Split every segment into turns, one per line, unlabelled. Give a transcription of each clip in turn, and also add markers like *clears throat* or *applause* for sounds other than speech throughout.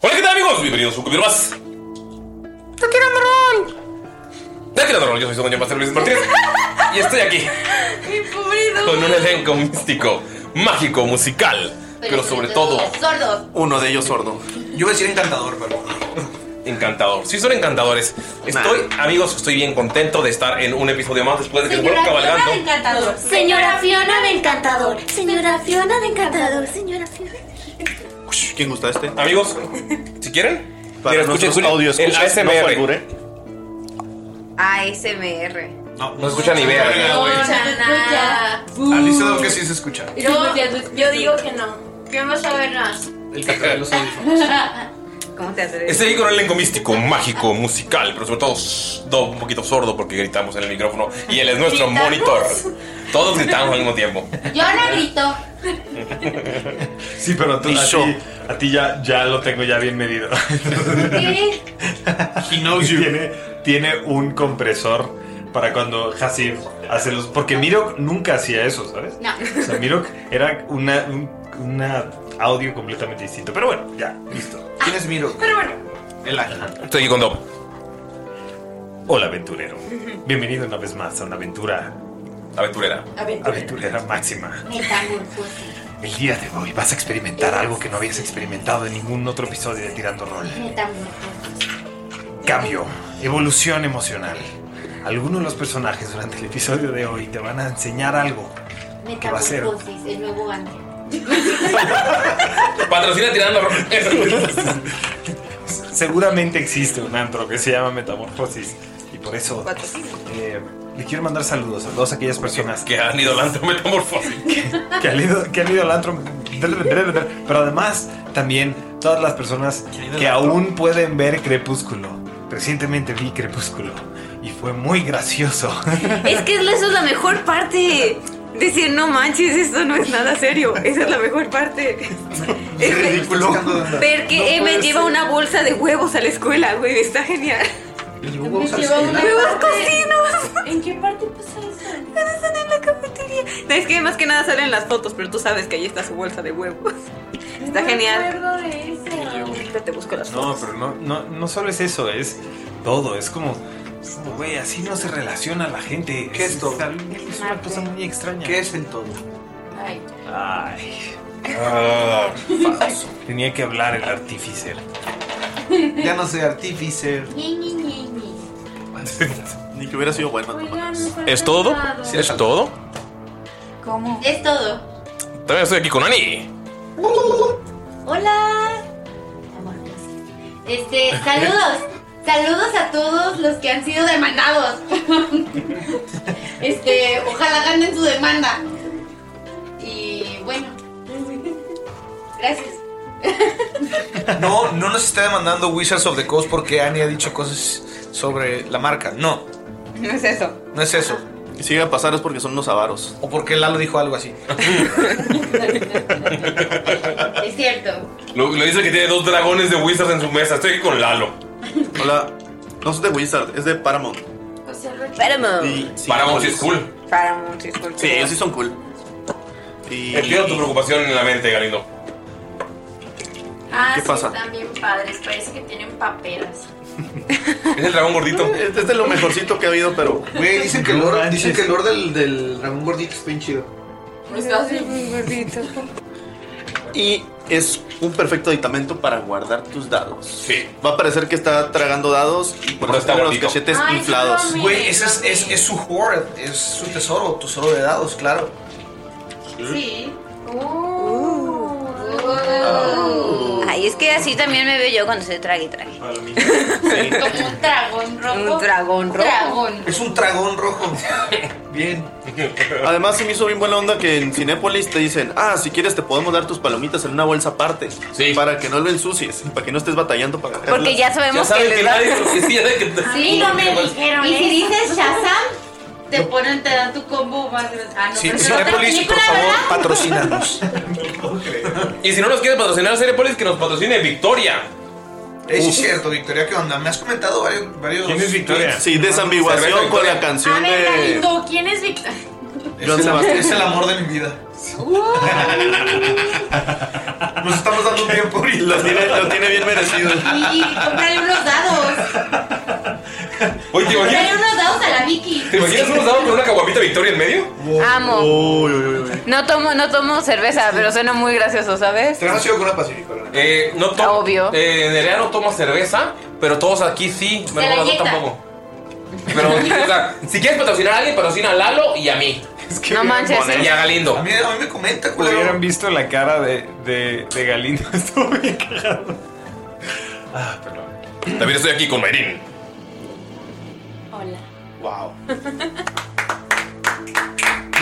Hola, ¿qué tal amigos? Bienvenidos a un capítulo más.
¡Yo quiero roll!
De aquí Rol, yo soy su doña Pastor Luis Martínez. Y estoy
*laughs*
aquí
¡Mi pobre
con un elenco místico, mágico, musical. Pero sobre todo,
Sordos.
Uno de ellos sordo. Yo voy a decir encantador, pero.
encantador. Sí, son encantadores. Estoy, amigos, estoy bien contento de estar en un episodio más después de que fueron cabalgando.
encantador.
Señora Fiona de Encantador. Señora Fiona de Encantador. Señora Fiona.
Ush, ¿Quién gusta este?
Amigos, si quieren, mira,
Para
escuchen,
nuestros
escuchen
audio
el
escuchas, no
ASMR.
falgure.
ASMR.
No,
no escucha ni
vea.
ver.
No,
Ah, dice Dado que sí se escucha.
Yo, yo digo que no. ¿Qué vas a ver
*laughs*
más?
El café de los audífonos.
¿Cómo te atreves?
Estoy aquí con un elenco místico, mágico, musical, pero sobre todo s- do- un poquito sordo porque gritamos en el micrófono y él es nuestro
¿Gritamos?
monitor. Todos gritamos al mismo tiempo.
Yo no grito.
*laughs* Sí, pero tú,
Y
a,
yo.
ti, a ti ya, ya lo tengo ya bien medido.
¿Qué?
He knows you.
tiene, tiene un compresor para cuando Hasib hace los... Porque Mirok nunca hacía eso, ¿sabes?
No.
O sea, Mirok era una, un una audio completamente distinto. Pero bueno, ya, listo.
¿Quién es Miro?
Ah, Pero bueno.
El ángel.
Estoy aquí con Dob.
Hola, aventurero. Bienvenido una vez más a una aventura
Aventurera.
aventurera máxima.
Metamorfosis.
El día de hoy vas a experimentar algo que no habías experimentado en ningún otro episodio de Tirando Rol.
Metamorfosis.
Cambio, evolución emocional. Algunos de los personajes durante el episodio de hoy te van a enseñar algo. ¿Qué va a ser?
Metamorfosis. El pues, nuevo ángel.
Patrocina tirando ro-
*laughs* Seguramente existe un antro que se llama Metamorfosis y por eso eh, le quiero mandar saludos a todas aquellas personas que,
que han ido al metamorfosis.
que han, ido, que han ido al antro. Pero además también todas las personas que aún pueden ver Crepúsculo. Recientemente vi Crepúsculo y fue muy gracioso.
Es que eso es la mejor parte. Decir, no manches, esto no es nada serio. Esa es la mejor parte. Es
Ridículo.
Ver que M lleva una bolsa de huevos a la escuela, güey, está genial. ¡Huevos cocinos!
¿En qué parte pasa eso?
Están en la cafetería. No, es que más que nada salen las fotos, pero tú sabes que ahí está su bolsa de huevos. *laughs* Está genial.
de eso.
Ahorita te busco las
No,
fotos.
pero no, no, no solo es eso, es todo. Es como, es como, güey, así no se relaciona la gente.
¿Qué es todo?
al- Es una cosa muy extraña.
¿Qué es el todo?
Ay.
Ay,
Ah,
*laughs*
falso.
tenía que hablar el artífice.
Ya no sé, artífice.
*laughs* Ñe, Ñe, Ñe, Ñe.
Ni que hubiera sido bueno.
Oigan, me falta
¿Es todo?
nada.
¿Es todo?
¿Cómo?
Es todo.
También estoy aquí con Ani.
Hola. Metamorfosis. Este, saludos. Saludos a todos los que han sido demandados. *laughs* Este, ojalá ganen su demanda. Y bueno. Gracias.
No, no nos está demandando Wizards of the Coast porque Annie ha dicho cosas sobre la marca. No,
No es eso.
no es eso. Si sigue a pasar es porque son los avaros. O porque Lalo dijo algo así.
Es cierto.
Lo, lo dice que tiene dos dragones de Wizards en su mesa. Estoy aquí con Lalo.
Hola. No es de Wizard, es de Paramount.
Paramount.
Paramount sí es cool.
Paramount, sí, es cool.
ellos sí son cool.
Entiendo tu preocupación en la mente, Galindo.
Ah,
¿Qué
sí,
pasa?
están bien padres. Parece que tienen paperas.
Es el dragón gordito.
*laughs* Este es de lo mejorcito que ha habido, pero.
Güey, dicen que el lore, dicen que el lore del, del dragón gordito es bien chido.
Y es un perfecto aditamento para guardar tus dados.
Sí.
Va a parecer que está tragando dados y por
Pero
eso
está
tiene los
gordito.
cachetes
Ay,
inflados.
mami.
Güey, ese es, es, es su hoard, es su tesoro, tesoro de dados, claro.
Sí.
Uh.
Oh.
Ay, es que así también me veo yo cuando se trague y trague.
Como un dragón rojo.
Un dragón rojo.
Dragón.
Es un dragón rojo.
*laughs*
Bien.
Además, se me hizo bien buena onda que en Cinépolis te dicen: Ah, si quieres, te podemos dar tus palomitas en una bolsa aparte. Para que no lo ensucies, para que no estés batallando para cagarlas.
Porque ya sabemos que, les va-
Sí, no me dijeron. Y si dices Shazam, te ponen, te dan tu combo más grande. Ah, no,
Sí,
pero es otra
Cinépolis, por
película,
favor,
¿verdad?
patrocínanos.
*laughs* Y si no nos quiere patrocinar Cerepolis, que nos patrocine Victoria.
Eh, sí Es cierto, Victoria, ¿qué onda? Me has comentado varios. varios
¿Quién es Victoria?
Sí, desambiguación con la
A
canción
ver,
de.
Galindo, ¿quién es Victor?
Es el,
Joan
am-
Sebastián.
es el amor de mi
*laughs*
vida.
Uh.
Nos estamos dando un tiempo ahorita.
Lo tiene, lo tiene bien merecido.
Y cómprale unos dados.
Oye, ¿te imaginas,
Cómprale unos dados a la Vicky.
¿te imaginas unos dados con una caguapita Victoria en medio?
amo.
Uy, uy, uy, uy.
No tomo, no tomo cerveza, pero suena muy gracioso, ¿sabes?
Te has sido con una pacífica, la neta.
Eh, no tomo.
Obvio.
Eh, Nerea no toma cerveza, pero todos aquí sí.
Se
no,
la
no, yo
inyecta.
tampoco. Pero, o sea, si quieres patrocinar a alguien, patrocina a Lalo y a mí.
No manches.
Bueno, Y a Galindo.
A mí, a mí me comenta,
Hubieran
culero.
visto la cara de, de, de Galindo. Estuvo bien cagado. Ah, perdón.
También estoy aquí con Mayrin.
*laughs* Hola.
*laughs*
Wow.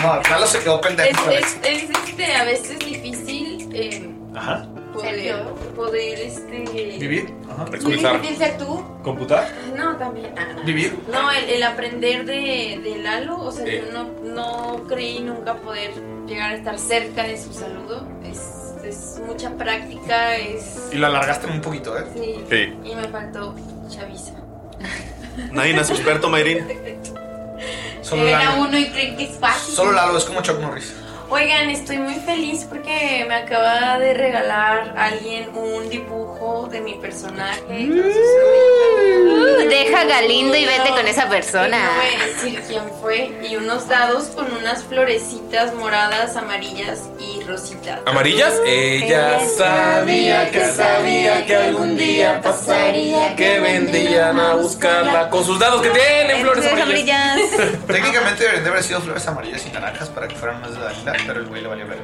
No, Lalo se quedó pendejo. la
Es,
neta.
es, este, a veces difícil eh,
Ajá.
poder, poder este,
¿Vivir? Ajá.
¿Quién
Recomenzar.
es ser tú?
¿Computar?
No, también. ah,
¿Vivir?
no, el, el aprender de, de Lalo, o sea,
Sí.
yo no, no creí nunca poder llegar a estar cerca de su saludo. Es, es mucha práctica, es.
Y lo alargaste un poquito, ¿eh?
sí,
Sí.
Y me faltó chaviza.
Nadie nace experto, Mayrin.
Solo
Ven a
Lalo.
uno y creen que es fácil.
Solo Lalo, es como Chuck Norris.
Oigan, estoy muy feliz porque me acaba de regalar alguien un dibujo de mi personaje. Entonces,
Uh, Deja a Galindo y vete con esa
*laughs*
persona.
No voy a decir quién fue. Y unos dados con unas florecitas moradas, amarillas y rositas.
¿Amarillas? Ella sabía que sabía que algún día pasaría que vendrían a buscarla con sus dados que tienen flores amarillas.
*laughs* Técnicamente deberían de haber sido flores amarillas y naranjas para que fueran más de Dalila, pero el güey le valió ver.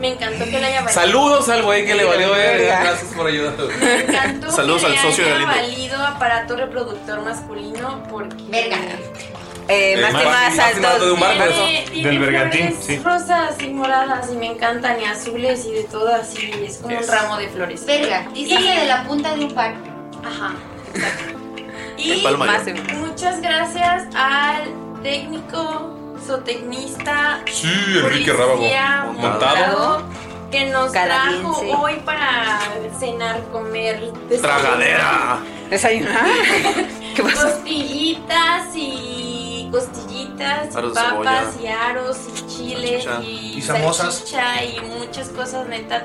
Me encantó que la haya valido.
Saludos al güey que le valió verga. Gracias por ayudarnos.
Me encantó
Saludos
que
al
le
socio de
haya
Galindo.
valido aparato reproductor masculino porque.
Verga.
Eh,
Eh,
más
más-
y más
más y más de
altos.
un bar, pero-
Tiene, tiene
Del bergantín,
flores
sí.
rosas y moradas y me encantan, y azules y de todas, y es como
Es.
un ramo de flores.
Verga, dísele de la punta de un par.
Ajá.
El
Y
palma
Más y
mayor.
más.
muchas gracias al técnico, zootecnista,
Sí, Enrique
policía
Rábago. Montado.
montado, que nos trajo
Canadiense.
hoy para cenar, comer, desayunar,
Tragadera.
¿Desayunar? ¿Qué pasó?
Costillitas y costillitas,
Aros de
y papas
cebolla.
y aros y chiles
Salchicha.
y,
Y samosas.
salchicha y muchas cosas neta.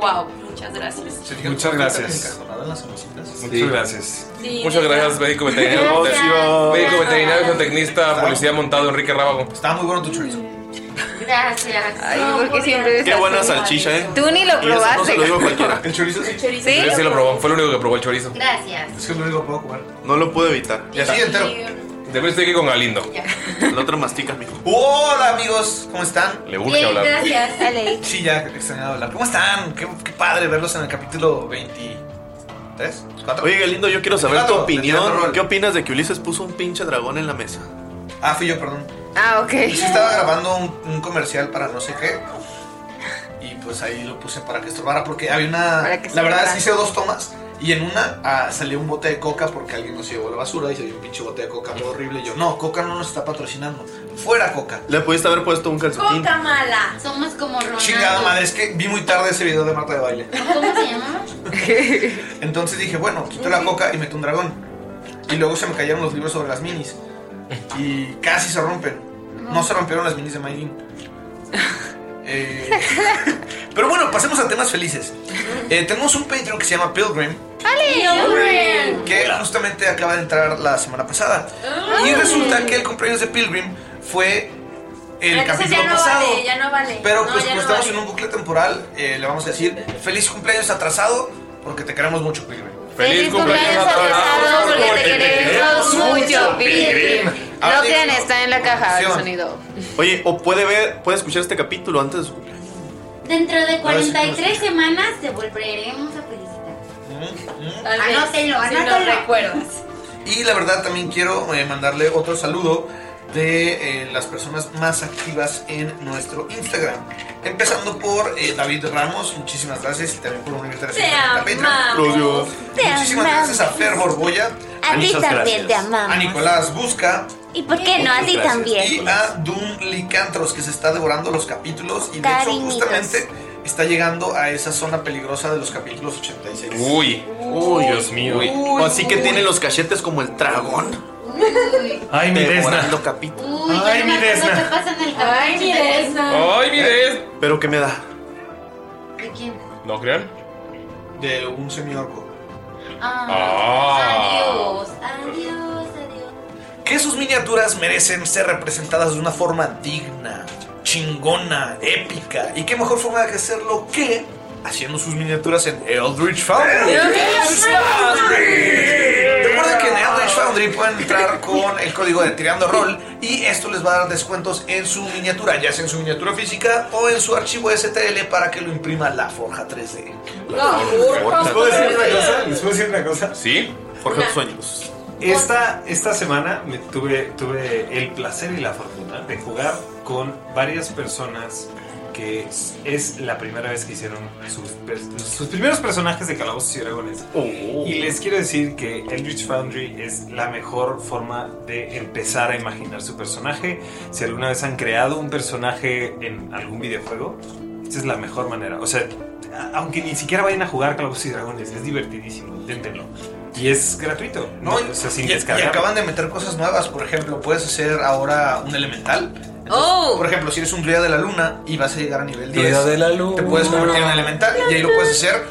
Wow, muchas gracias.
¿Se fijan?
Muchas gracias.
Encajonada en las emociones.
Muchas gracias.
Sí,
Muchas
neta.
gracias, médico veterinario.
Gracias.
Médico veterinario, zootecnista, policía montado, Enrique Rábago.
Estaba muy bueno tu chorizo.
Gracias.
Ay, ¿por qué siempre
Qué
estás
buena
tú?
salchicha, eh.
Tú ni lo
Y eso no se
probaste.
lo digo a cualquiera.
¿El chorizo? Sí.
Chorizo.
¿Sí?
Él sí lo probó, fue el único que probó el chorizo.
Gracias.
Es que es lo único que puedo comer.
No lo puedo evitar.
Y así entero.
Después estoy aquí con Galindo. *laughs*
El otro mastica, mijo.
*laughs* Hola amigos, ¿cómo están?
Le urge
Bien,
hablar.
gracias.
Dale.
Sí, ya extrañaba hablar. ¿Cómo están? Qué, qué padre verlos en el capítulo 23, 4.
Oye, Galindo, yo quiero saber tu
Gato, tirando
opinión.
rol.
¿Qué opinas de que Ulises puso un pinche dragón en la mesa?
Ah, fui yo, perdón.
Ah, ok.
Es que estaba grabando un, un comercial para no sé qué. Y pues pues ahí lo puse para que estorbara porque había una...
Para que
la verdad
estorbara.
es que hice dos tomas y en una ah, salió un bote de coca porque alguien nos llevó la basura y salió un pinche bote de coca todo horrible. Y yo, no, coca no nos está patrocinando. Fuera coca.
Le pudiste haber puesto un calcetín.
Coca mala. Somos como Ronaldo.
Chingada madre, es que vi muy tarde ese video de Marta de Baile.
¿Cómo se llama?
Entonces dije, bueno, quito la coca y meto un dragón. Y luego se me cayeron los libros sobre las minis. Y casi se rompen. No se rompieron las minis de Maylin. Eh, pero bueno, pasemos a temas felices. Eh, tenemos un Patreon que se llama Pilgrim.
*laughs* ¡Ale!
Que justamente acaba de entrar la semana pasada. Y resulta que el cumpleaños de Pilgrim fue el
Entonces
capítulo
ya no
pasado.
vale, ya no vale.
Pero
No,
pues
ya
como
no
estamos
vale.
en un bucle temporal, eh, le vamos a decir feliz cumpleaños atrasado porque te queremos mucho, Pilgrim.
Feliz cumpleaños
atrasado porque te queremos mucho,
Pilgrim.
No crean, está en la caja Ah, el
Producción.
sonido.
Oye, o puede ver, puede escuchar este capítulo antes de su cumpleaños.
Dentro de
No, eso no
43 semanas te volveremos a felicitar.
Tal vez,
Anótelo,
si no
anótelo.
recuerdas.
Y la verdad también quiero eh, mandarle otro saludo de eh, las personas más activas en nuestro Instagram. Empezando por eh, David Ramos, muchísimas gracias y también por unirte a la
Te
siguiente cuenta
amamos.
Patreon.
Te
Muchísimas
amamos.
gracias a Fer Borboya.
A ti Muchas también gracias. te amamos.
A Nicolás Busca.
¿Y por qué no? A ti
Gracias.
también.
ah.
Y a Doom Licantros, que se está devorando los capítulos. Y de hecho,
Cariñitos.
justamente está llegando a esa zona peligrosa de los capítulos 86.
Uy.
Uy, Dios mío.
Uy.
Uy,
Así que
uy.
tiene los cachetes como el dragón.
Ay, mi
Desna.
Uy, ya
Ay,
no me
mi
acuerdo
Desna.
qué pasa en el
Ay, mi Desna.
Ay, mire. Pero ¿qué me da?
¿De quién?
¿No crean?
De un semiorco.
Ah. Adiós, adiós, adiós.
Que sus miniaturas merecen ser representadas de una forma digna, chingona, épica. Y qué mejor forma de hacerlo que haciendo sus miniaturas en Eldritch Foundry.
Eldritch Foundry.
Recuerden que en Eldritch Foundry pueden entrar con el código de Tirando Roll y esto les va a dar descuentos en su miniatura, ya sea en su miniatura física o en su archivo STL para que lo imprima la Forja 3D.
¿Les puedo decir una cosa? ¿Les puedo decir una cosa?
Sí.
Forja
tus sueños.
Esta, esta semana me tuve, tuve el placer y la fortuna de jugar con varias personas que es, es la primera vez que hicieron sus, per- sus primeros personajes de Calabozos y Dragones. Y les quiero decir que Eldritch Foundry es la mejor forma de empezar a imaginar su personaje. Si alguna vez han creado un personaje en algún videojuego, esta es la mejor manera. O sea, a- aunque ni siquiera vayan a jugar Calabozos y Dragones, es divertidísimo, inténtenlo. Y es gratuito, ¿no? O sea, sin
y, y
descargar.
acaban de meter cosas nuevas, por ejemplo, puedes hacer ahora un elemental. Entonces, Por ejemplo, si eres un druida de la luna y vas a llegar a nivel 10,
Druida de la luna.
te puedes convertir en elemental y ahí lo puedes hacer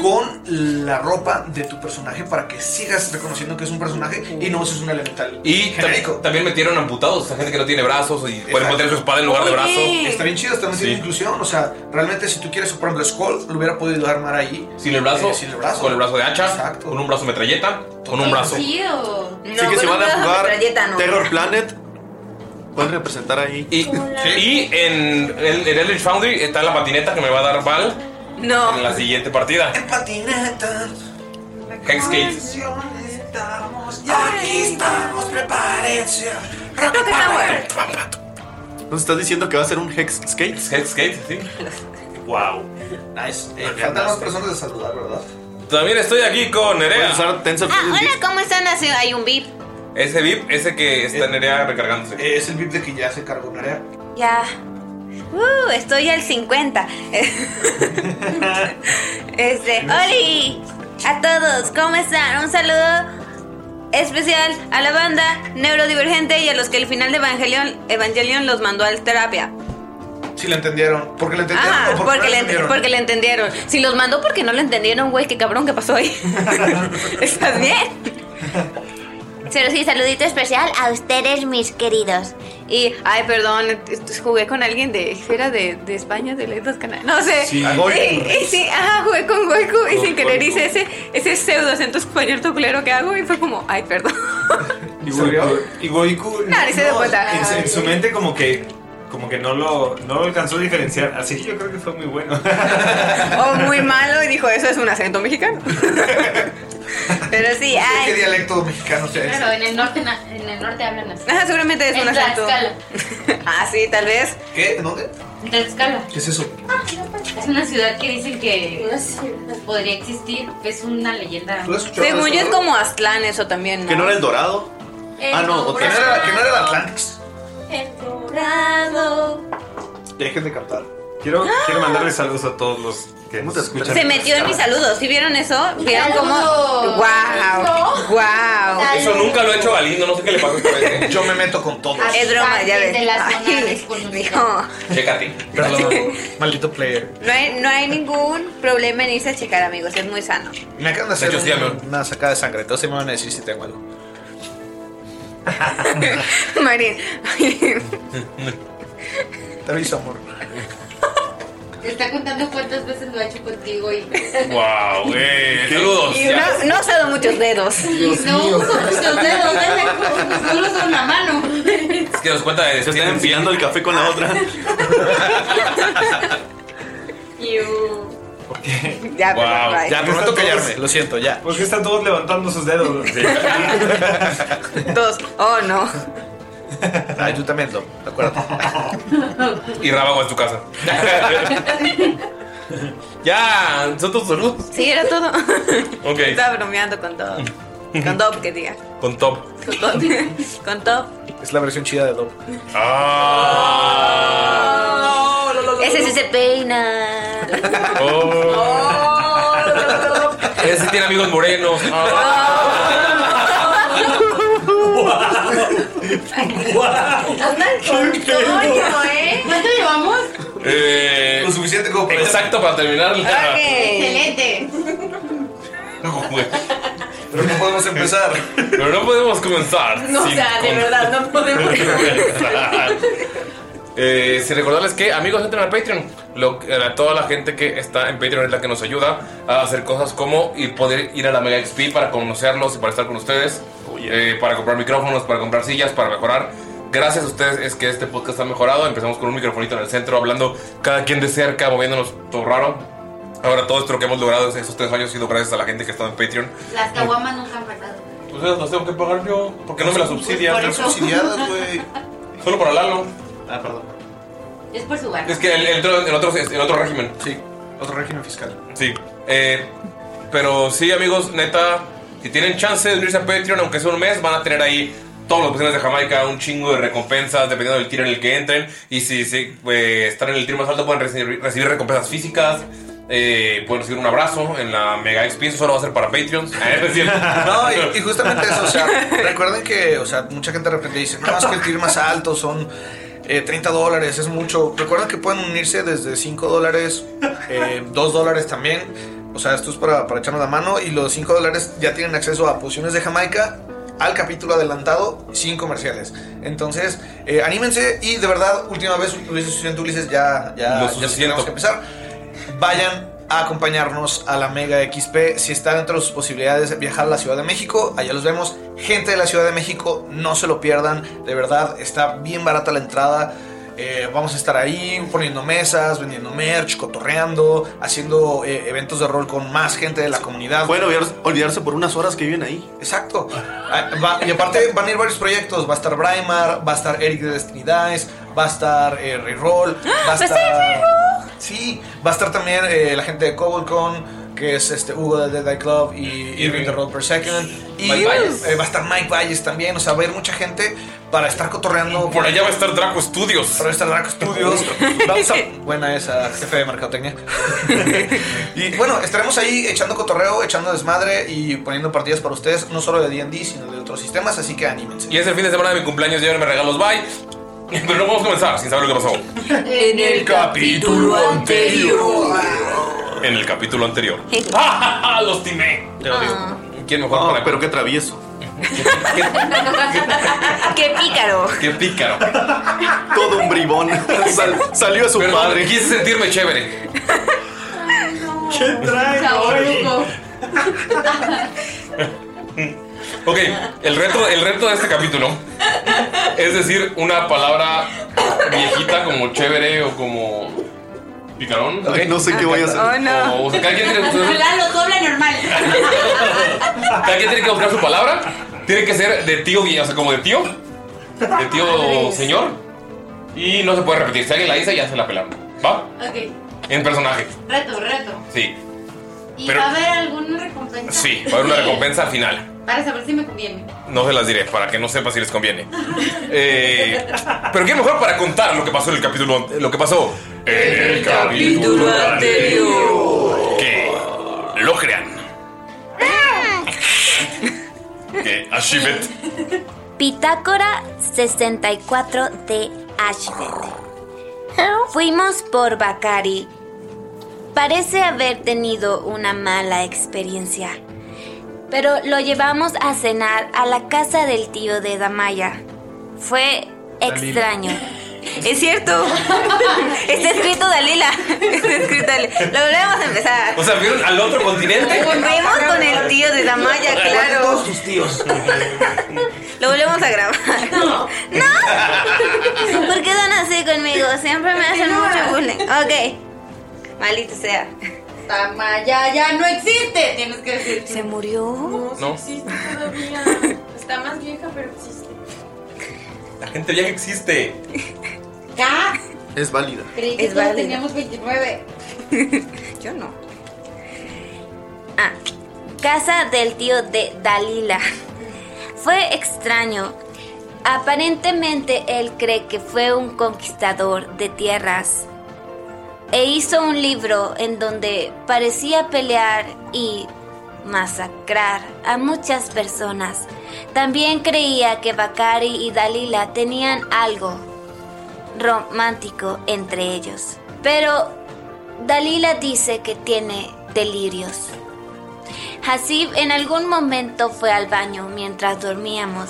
con la ropa de tu personaje para que sigas reconociendo que es un personaje y no es un elemental.
Y tam- también metieron amputados, a gente que no tiene brazos y pueden
Exacto.
meter su espada en lugar de brazo.
Está bien chido, está metiendo inclusión. O sea, realmente, si tú quieres, por ejemplo, Skull, lo hubiera podido armar ahí.
Sin el brazo,
eh, sin el brazo.
con el brazo de hacha, con un brazo metralleta, con un brazo.
Tío.
Así que si van a jugar Terror Planet, pueden representar ahí.
Y, y en el en Eldritch Foundry está la patineta que me va a dar Val
Oh.
No.
en la siguiente partida.
Patineta.
Hexgate.
Estamos, ya aquí estamos, prepárense.
¿Nos estás diciendo que va a ser un Hex Skate?
Hex Skate, sí.
Wow.
Nice. Eh, faltan las personas de saludar, ¿verdad?
También estoy aquí con Nerea.
Ah, hola, ¿cómo están? Hace- Hay un VIP.
Ese VIP, ese que está Nerea recargándose.
Eh, es el VIP de que ya se cargó Nerea.
Ya. Uh, estoy
*laughs*
al 50. este, ¡Oli! A todos, ¿cómo están? Un saludo especial a la banda neurodivergente y a los que el final de Evangelion, Evangelion los mandó al terapia.
Si la entendieron. Porque la entendieron.
Ah,
o porque,
porque,
no
le
la
ent-
entendieron.
porque le entendieron. Si los mandó porque no lo entendieron, güey, qué cabrón, ¿qué pasó ahí? *laughs* ¿Estás bien?
Pero sí, saludito especial a ustedes, mis queridos.
Y, ay, perdón, est- jugué con alguien de. Era de, de España, de Letras Canarias. No sé.
Sí.
Y-
Ah, Goico.
y sí, ajá, jugué con Goico y
Con
sin querer
Goico.
hice ese, ese pseudo acento español toculero que hago y fue como, ay, perdón. *laughs*
Y Goiku. Y Goiku
No, ni se dio cuenta.
en, su- en su mente como que como que no lo, no lo alcanzó a diferenciar. Así que yo creo que fue muy bueno.
O Oh,
*laughs*
muy malo y dijo, eso es un acento mexicano. Pero sí,
No sé
ay.
¿Qué dialecto mexicano sea ese?
Claro, en el norte, na- en el norte hablan así.
Ajá, seguramente es
En
un acento.
*laughs*
Tlaxcala.
Ah, sí, tal vez.
¿Qué? ¿En dónde?
Tlaxcala.
¿Qué es eso?
Es una ciudad que dicen que podría existir. Es una leyenda.
Según yo es como Aztlán eso también, ¿no?
Que no era el dorado. Ah, no, otra.
Que no era- que no era el Atlantis.
El dorado.
Dejen de cantar.
*gasps*
Quiero, quiero mandarles saludos a todos los que nos escuchan.
Se metió en mis saludos. ¿Sí vieron eso? ¿Vieron cómo?
Saludos.
¡Wow! ¡Wow!
Eso nunca lo ha hecho Galindo, no sé qué le pasó esta vez.
Yo me meto con todo.
Es broma, ya ves.
De
*laughs*
la
Ay,
zona desconocida.
dijo,
Chécate.
Maldito player.
no, hay, no hay ningún problema en irse a checar, amigos. Es muy sano. *laughs*
Me acaban de
De
hacer
hecho, sí,
un-
amigo.
una sacada de sangre. Entonces me van a decir si tengo algo.
Marín.
Te aviso, amor.
Te está contando cuántas veces lo ha hecho contigo y.
Wow, güey. Saludos.
Y no, no ha usado muchos dedos.
y no uso los dedos, dale, solo uso una mano.
Es que nos cuenta de
Se están enfilando el café con la otra.
*laughs* Ya,
Wow,
perdón, bye.
Ya, prometo
Están todos-
*gasps*
callarme. Lo siento, ya.
¿Por qué están todos levantando sus dedos?
*laughs*
Dos. Oh, no.
Ay, tú Ah, también, Dom. Acuérdate.
Y Rábago en su casa. ya, son tus saludos.
*laughs* Sí, era todo.
Ok,
Estaba bromeando con todo. Con Dob, que diga.
con top.
Con Dob. Con Dob.
Es la versión chida de Dom.
Ah.
Ese sí se peina.
Ese sí tiene amigos morenos. Ah.
¿Cuánto llevamos?
Eh,
Lo suficiente como para
exacto para terminar. la-
Ok.
Excelente.
No, güey.
Pero no podemos empezar.
Pero no podemos comenzar.
No, o
sin
sea, de
con-
verdad,
*laughs*
no
*laughs*
podemos.
Eh, sin recordarles que amigos entren al Patreon. Lo, eh, a toda la gente que está en Patreon es la que nos ayuda a hacer cosas como y poder ir a la Mega XP para conocerlos y para estar con ustedes,
Oh,
eh, para comprar micrófonos, para comprar sillas, para mejorar. Gracias a ustedes es que este podcast ha mejorado. Empezamos con un microfonito en el centro, hablando cada quien de cerca, moviéndonos todo raro. Ahora todo esto que hemos logrado en esos tres años ha sido gracias a la gente que ha estado en Patreon.
Las caguamas nunca han faltado.
Ustedes Pues las tengo que pagar yo, porque no me las
Pues Por
subsidian.
eso.
Subsidiadas, güey.
*laughs* Solo para Lalo.
Ah, perdón.
Es por su
Es
barrio.
que el, el otro- el otro, el otro régimen.
Sí, otro régimen fiscal.
Sí. eh, pero sí, amigos, neta, si tienen chance de unirse a Patreon, aunque sea un mes, van a tener ahí todos los vecinos de Jamaica, un chingo de recompensas, dependiendo del tiro en el que entren. Y si si, eh, están en el tiro más alto, pueden recibir, recibir recompensas físicas. eh, pueden recibir un abrazo en la Mega XP. Eso solo va a ser para Patreons. *laughs* Ah, es decir,
*laughs* No, y, y justamente eso, o sea, recuerden que, o sea, mucha gente de repente dice, no, es que el tier más alto son eh, 30 dólares, es mucho. Recuerden que pueden unirse desde 5 dólares, eh, 2 dólares también. O sea, esto es para, para echarnos la mano. Y los 5 dólares ya tienen acceso a pociones de Jamaica, al capítulo adelantado, sin comerciales. Entonces, eh, anímense y de verdad, última vez, Ulises, suficiente, Ulises, ya, ya,
Lo
ya sé que
suficiente.
tenemos que empezar vayan a acompañarnos a la Mega XP. Si está dentro de sus posibilidades viajar a la Ciudad de México, allá los vemos. Gente de la Ciudad de México, no se lo pierdan. De verdad, está bien barata la entrada. Eh, vamos a estar ahí poniendo mesas, vendiendo merch, cotorreando, haciendo eh, eventos de rol con más gente de la comunidad.
Pueden olvidar- olvidarse por unas horas que viven ahí.
Exacto. Ah, va- y aparte van a ir varios proyectos. Va a estar Braimar, va a estar Eric de Destiny Dice, va a estar eh, Reroll, va a
Pues
estar.
*laughs*
Sí, va a estar también eh, la gente de Cobblecon, que es este Hugo de Dead Eye Club y Irving de Roll Per Second. Y
Mike Valles.
eh, va a estar Mike Valles también. O sea, va a ir mucha gente para estar cotorreando.
por allá va a estar Draco Studios.
Para estar Draco
*laughs*
Studios. Vamos a- Buena esa, jefe de mercadotecnia. *laughs* y bueno, estaremos ahí echando cotorreo, echando desmadre y poniendo partidas para ustedes, no solo de DD, sino de otros sistemas, así que anímense.
Y es el fin de semana de mi cumpleaños. Llévenme regalos, bye. Pero no vamos a comenzar sin saber lo que pasó.
En el
capítulo anterior.
*laughs*
En el capítulo anterior. Los timé. Te lo digo. ¿Quién mejor
No,
para
pero qué travieso.
¡Qué pícaro!
Qué pícaro.
Todo un bribón. Sal- salió a su
Pero
padre.
quise sentirme chévere.
¿Qué traigo hoy?
Ok, el reto, el reto de este capítulo es decir una palabra viejita como chévere o como picarón.
Ay, no sé qué voy a hacer.
Oh, no.
O, o sea, cada quien tiene que buscar-
Lalo dobla normal.
cada quien tiene que buscar su palabra. Tiene que ser de tío, gui- o sea, como de tío. De tío señor. Y no se puede repetir. Si alguien la dice, ya se la pelaron. ¿Va?
Ok,
En personaje.
reto, reto.
Sí.
Y
Pero-
va a haber alguna recompensa.
Sí, va a haber una recompensa al final.
Para saber si me conviene.
No se las diré, para que no sepa si les conviene. Eh, pero qué mejor para contar lo que pasó en el capítulo. Lo que pasó en el capítulo anterior. Que lo crean. Que Ashibet
Pitácora 64 de Ashbet. Fuimos por Bakari. Parece haber tenido una mala experiencia. Pero lo llevamos a cenar a la casa del tío de Damaya. Fue extraño.
Es cierto. *laughs* Está escrito Dalila. Está escrito Dalila. Lo volvemos a empezar.
O sea, ¿vieron al otro continente?
Volvemos con el tío de Damaya, claro.
sus tíos.
Lo volvemos a grabar. No. ¿No? ¿Por qué son así conmigo? Siempre me hacen mucho bullying. Ok. Maldito sea.
Damaya ya no existe, tienes que decir.
¿Se murió?
No,
Existe todavía. Está más vieja, pero existe.
la gente ya existe.
Ya,
Es válida.
creí que
Es
todos
válido.
teníamos
*laughs*
29.
Yo no.
Ah, casa del tío de Dalila. Fue extraño. Aparentemente él cree que fue un conquistador de tierras. E hizo un libro en donde parecía pelear y masacrar a muchas personas. También creía que Bakari y Dalila tenían algo romántico entre ellos. Pero Dalila dice que tiene delirios. Hasib en algún momento fue al baño mientras dormíamos.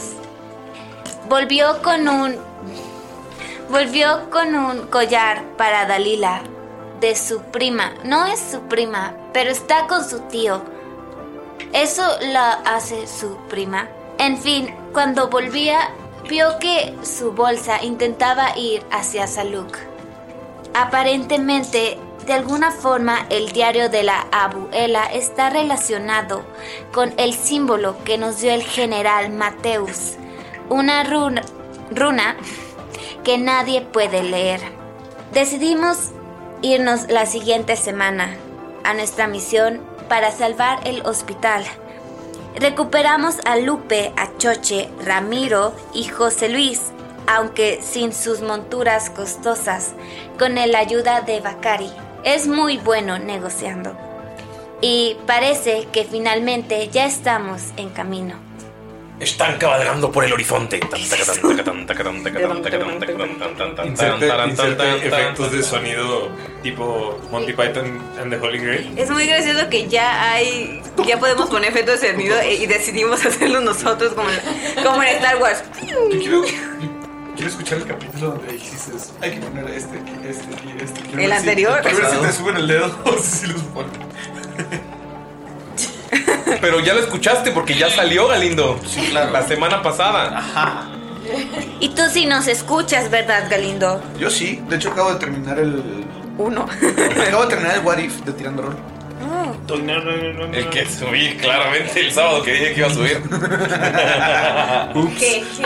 Volvió con un volvió con un collar para Dalila de su prima. No es su prima, pero está con su tío. Eso la hace su prima. En fin, cuando volvía vio que su bolsa intentaba ir hacia Saluk. Aparentemente, de alguna forma, el diario de la abuela está relacionado con el símbolo que nos dio el general Mateus, una runa, runa que nadie puede leer. Decidimos irnos la siguiente semana a nuestra misión para salvar el hospital. Recuperamos a Lupe, a Choche, Ramiro y José Luis, aunque sin sus monturas costosas, con la ayuda de Bakari. Es muy bueno negociando. Y parece que finalmente ya estamos en camino.
Están cabalgando por el horizonte.
Inserte efectos de sonido tipo Monty Python and the
*laughs*
Holy Grail.
Es muy gracioso que ya hay. Ya podemos poner efectos de sonido e- y decidimos hacerlo nosotros como en, como en Star Wars.
Quiero escuchar el capítulo donde dices, hay que poner este, aquí, este, aquí, este.
El
Quiero ver si-
anterior.
quiero ver si te suben el dedo *laughs* o si los ponen.
Pero ya lo escuchaste porque ya salió Galindo. La semana pasada. Ajá.
Y tú sí nos escuchas, ¿verdad, Galindo?
Yo sí, de hecho acabo de terminar el.
Uno.
acabo de terminar el What If de Tirando Rol.
Mm.
El que subí claramente el sábado que dije que iba a subir.
Ups.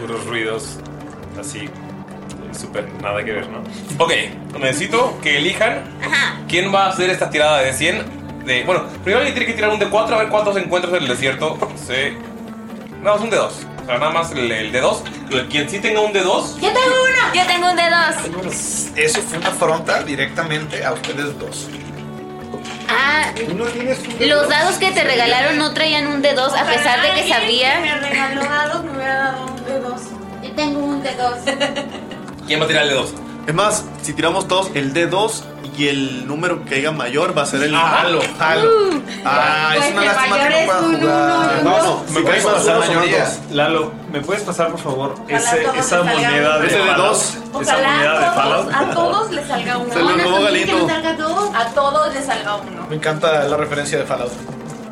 Puros ruidos así. Súper nada que ver, ¿no?
Ok, necesito que elijan quién va a hacer esta tirada de 100. De, bueno, primero alguien tiene que tirar un de 4 a ver cuántos encuentros en el desierto se. Nada más un de 2. O sea, nada más el, el de 2. Quien sí tenga un de *laughs* 2.
Yo tengo uno. Yo tengo un de dos.
Eso fue una afronta directamente a ustedes dos.
Ah, los dados que te regalaron no traían un de dos a pesar de que
Alguien
sabía.
Me regaló dados, me hubiera dado un de dos.
Yo tengo un de dos. *laughs*
¿Quién va a tirar el de 2?
Es más, si tiramos todos el D2 y el número que haya mayor va a ser el.
Jalo.
Jalo. Ah,
Pues
es una
el
lástima
mayor
que
es
no pueda
un
jugar.
uno,
No, no,
¿Me
si
puedes
cae más
pasar,
uno son
señor
días.
Lalo, ¿me puedes pasar, por favor,
Ojalá
ese-
todos
esa
te salgan
moneda de
Ese de
Fallout?
dos.
Esa
Ojalá
moneda de
a todos,
Fallout.
a todos les salga uno.
Se lo robó Galindo.
A todos les salga uno.
Me encanta la referencia de Fallout.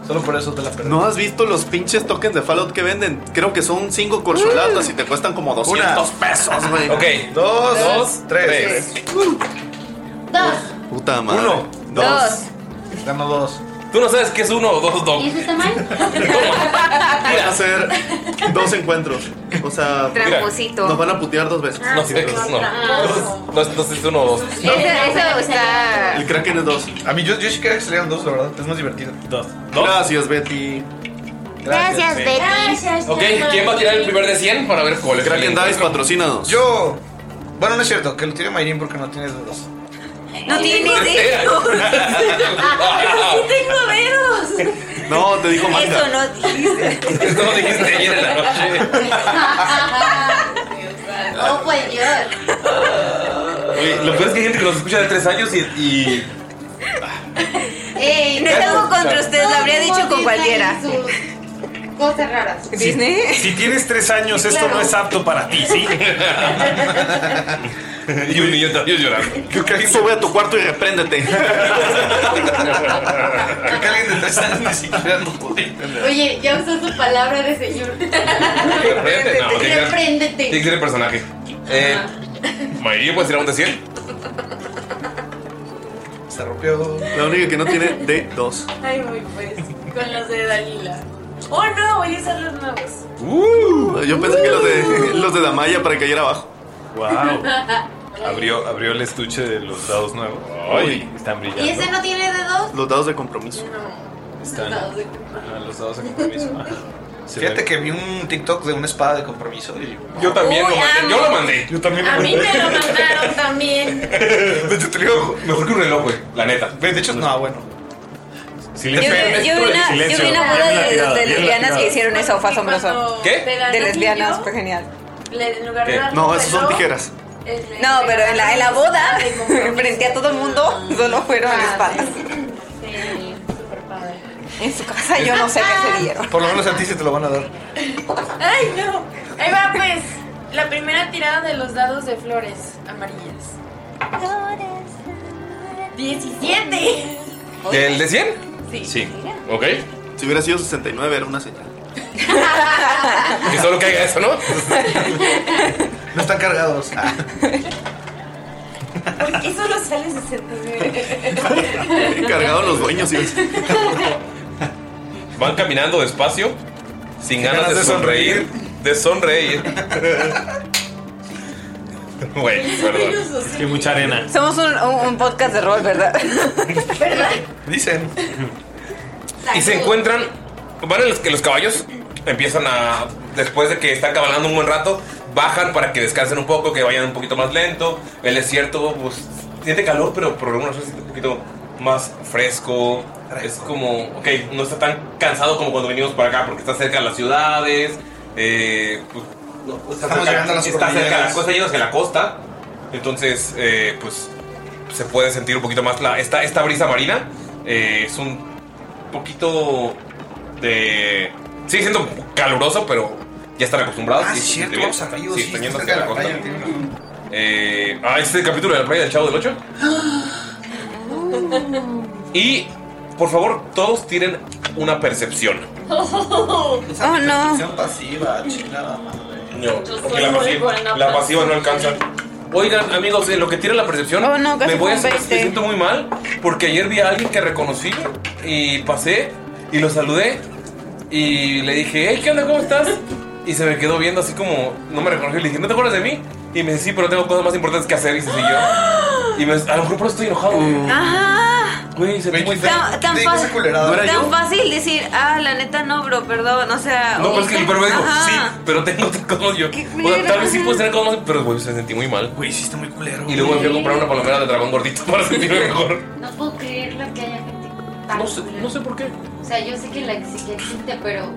Solo por eso te la perdí.
¿No has visto los pinches tokens de Fallout que venden? Creo que son 5
Mm.
corcholatas y te cuestan como 200 pesos, güey.
Ok.
Dos,
Dos,
tres.
Dos.
Puta madre. Uno.
Dos.
Gano dos.
Tú no sabes *laughs* qué es uno o dos, dos.
¿Y ese está mal?
Voy a hacer dos encuentros. O sea,
Tramposito.
nos van a putear dos veces.
No, Ah, sí, no. No, no sé si es uno o dos.
Eso, eso está.
El Kraken es dos.
A mí yo, yo sí quería que salieran dos, la verdad. Es más divertido.
Dos.
Gracias, Betty.
Gracias, Betty.
Gracias,
Ok, ¿quién va a tirar el primer de 100 para ver cuál es el
Kraken Dice patrocinados.
Yo. Bueno, no es cierto, que lo tire Mayrin porque no tiene dudas.
No
*laughs*
tienes dedos. Ah, sí tengo dedos.
No, te dijo Magda.
Eso no dice.
*laughs* Eso no dijiste ayer en este, la noche.
No, pues Dios.
Oye, lo peor es que hay gente que nos escucha de tres años y. y-
Ey,
No es algo contra ustedes, lo habría dicho con
Disney
cualquiera.
y sus Cosas raras.
Si, si tienes tres años, esto
Claro.
no es apto para ti, ¿sí?
y un niño también llorando.
Yo que sube a tu cuarto
*laughs*
y repréndete.
Creo que alguien de tres años ni siquiera nos podía entender.
Oye, ya usó su palabra de señor.
Repréndete, no,
*laughs*
tiene que-
Repréndete.
Tiene que ser el personaje. Eh, Mayrin, ¿puedes tirar un de 100?
Se rompió.
La única que no tiene D2.
Ay, muy pues. Con los de Dalila. Oh no, voy a usar los nuevos.
Uh.
Yo pensé que los de, los de Damaya para caer abajo.
*laughs*
Wow. Abrió, abrió el estuche de los dados nuevos. Ay, están brillando.
¿Y ese no tiene dedos?
Los dados de compromiso.
Están.
Dados de-
Ajá, los dados de compromiso. Ajá.
Fíjate que vi un TikTok de una espada de compromiso. Y...
Yo también
Uy,
lo mandé.
amo.
Yo lo mandé.
Yo también
A mí me
*laughs*
lo *laughs* mandaron también.
De hecho, te digo, mejor que un reloj, güey. La neta.
De hecho, no, bueno.
Silencio.
Yo vi- yo vi una-
Silencio.
yo vi una boda
Bien la
de-
tirada,
de
bien la
lesbianas que
tirada.
hicieron eso, fue asombroso.
Cuando
¿Qué?
te ganó
De lesbianas,
Gillo,
fue genial.
le- en lugar de
¿Qué?
darle
No,
un
esas son
reloj,
tijeras.
el-
No,
el-
pero en la, en la
*laughs*
boda, *laughs* frente a todo el mundo, solo fueron espadas. En su casa yo no sé
Ah.
qué se dieron.
Por lo menos a ti se te lo van a dar.
Ay, no. Ahí va, pues. La primera tirada de los dados de flores amarillas. Flores. 17.
¿El de 100?
Sí.
Ok.
Si hubiera sido 69, era
*laughs*
una señal.
Que solo caiga eso, ¿no?
No están cargados. Ah,
¿Por qué solo sale 69?
Cargados los dueños. y-
Van caminando despacio, sin ganas, de, sonreír, De *laughs* sonreír. Güey, perdón.
Y mucha arena.
Somos un, un- un podcast de rol,
*laughs*
¿verdad?
Dicen.
Y se encuentran. Van en los que los caballos empiezan a. Después de que están cabalgando un buen rato, bajan para que descansen un poco, que vayan un poquito más lento. El desierto, pues. Siente calor, pero por alguna razón siente un poquito más fresco. Es como. Ok, no está tan cansado como cuando venimos para acá, porque está cerca de las ciudades. eh, pues, no, está
Estamos
cerca,
llegando a las
está cerca de la
cordilleras.
costa, llegas a la costa. Entonces, eh, pues. Se puede sentir un poquito más la, esta, esta brisa marina. eh, es un poquito de. Sigue siendo caluroso, pero ya están acostumbrados.
Ah, sí,
y se
cierto,
siente
vamos
bien.
arriba.
Sí,
Sí,
están
está
yendo
cerca de
hacia
la
la costa.
playa. tiene razón.
Eh, ah, este es el capítulo de la playa del Chavo del 8. Y, por favor, todos tienen una percepción.
Oh no.
pasiva, chingada madre.
No,
Yo
porque
soy
la
muy
pasiva,
buena
la pasiva no alcanza. Oigan, amigos, en lo que tiene la percepción,
Oh, no, casi
me voy a
fue un
me
20.
siento muy mal porque ayer vi a alguien que reconocí y pasé y lo saludé y le dije, hey, ¿qué onda? ¿Cómo estás? Y se me quedó viendo así como, no me reconoció. Le dije, ¿no te acuerdas de mí? Y me dice, sí, pero tengo cosas más importantes que hacer. Y se siguió. Y me, a lo mejor por eso estoy enojado.
Mm. Ajá.
Güey, se muy feo.
Tan, tan
Digo, esa
fácil,
culerada. ¿No era yo?
tan fácil decir, ah, la neta no, bro, perdón, o sea.
No,
o-
pero es que el perro dijo,
Ajá.
sí, pero tengo otras cosas yo. O sea,
culero,
tal vez sí
ajá.
puedo tener cosas más, pero güey, se sentí muy mal. Güey, sí está muy culero. Y luego me fui a comprar una palomera de dragón gordito para *laughs* sentirme mejor.
No puedo creer lo que haya gente tan
No sé- no sé por qué.
O sea, yo sé que la existe, pero.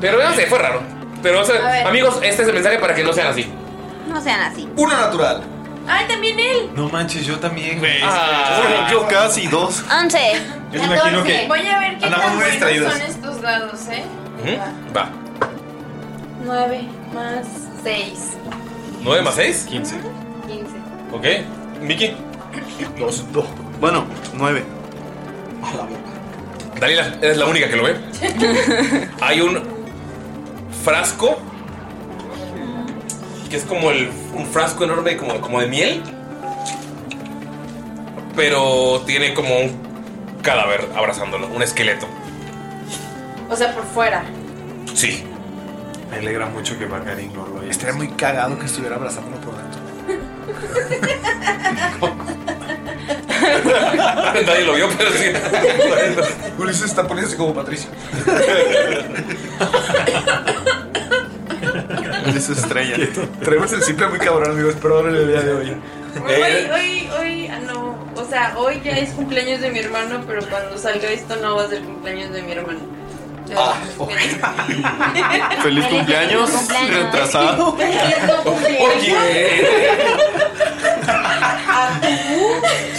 Pero no sé, fue raro. Pero o sea,
A ver.
amigos, este es el mensaje para que no sean así.
No sean
*laughs*
así.
Uno natural.
Ay, también él.
No manches, yo también, güey.
Ah.
yo casi dos.
11.
Yo me imagino que.
Voy a ver qué
Andamos muy
tan buenos
distraídos.
son estos dados, ¿eh?
Ujú, Va.
9 más 6.
¿9 más 6? 15.
15.
Ok. Miki.
Dos, dos. Bueno, nueve.
Dalila, eres la única que lo ve. Hay un frasco que es como el, un frasco enorme como, como de miel, pero tiene como un cadáver abrazándolo, un esqueleto.
O sea, por fuera.
Sí.
Me alegra mucho que Bacari no lo haya.
Estaría muy cagado que estuviera abrazándolo por dentro.
Nadie lo vio, pero sí.
*laughs* Ulises está poniéndose como Patricio.
Es estrella.
Traemos el simple muy cabrón, amigos. Perdón el día de hoy. Eh,
Hoy,
Eh.
hoy, hoy, ah, no. O sea, hoy ya es cumpleaños de mi hermano, pero cuando salga esto no va a ser cumpleaños de mi hermano.
ah,
Feliz cumpleaños,
*laughs*
retrasado.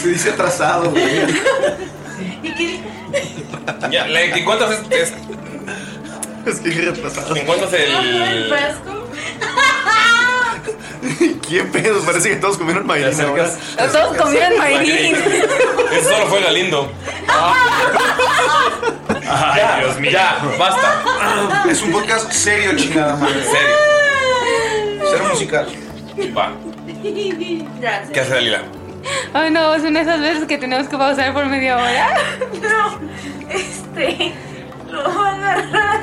Se dice atrasado, güey.
¿Y qué?
Ya, le encuentras es, es,
Es que retrasado.
encuentras
¿El
el
frasco?
¿Qué pedo? Parece que todos comieron maíz ahora.
Todos comieron
maíz. Eso solo fue Galindo. Ah.
Ay, Dios mío.
Ya, basta.
Es un podcast serio, chingada madre.
Serio.
Ser musical.
Va.
Gracias.
¿Qué hace Dalila?
Ay, no, son esas veces que tenemos que pausar por media hora. *laughs*
No, este. *laughs* Lo voy a agarrar.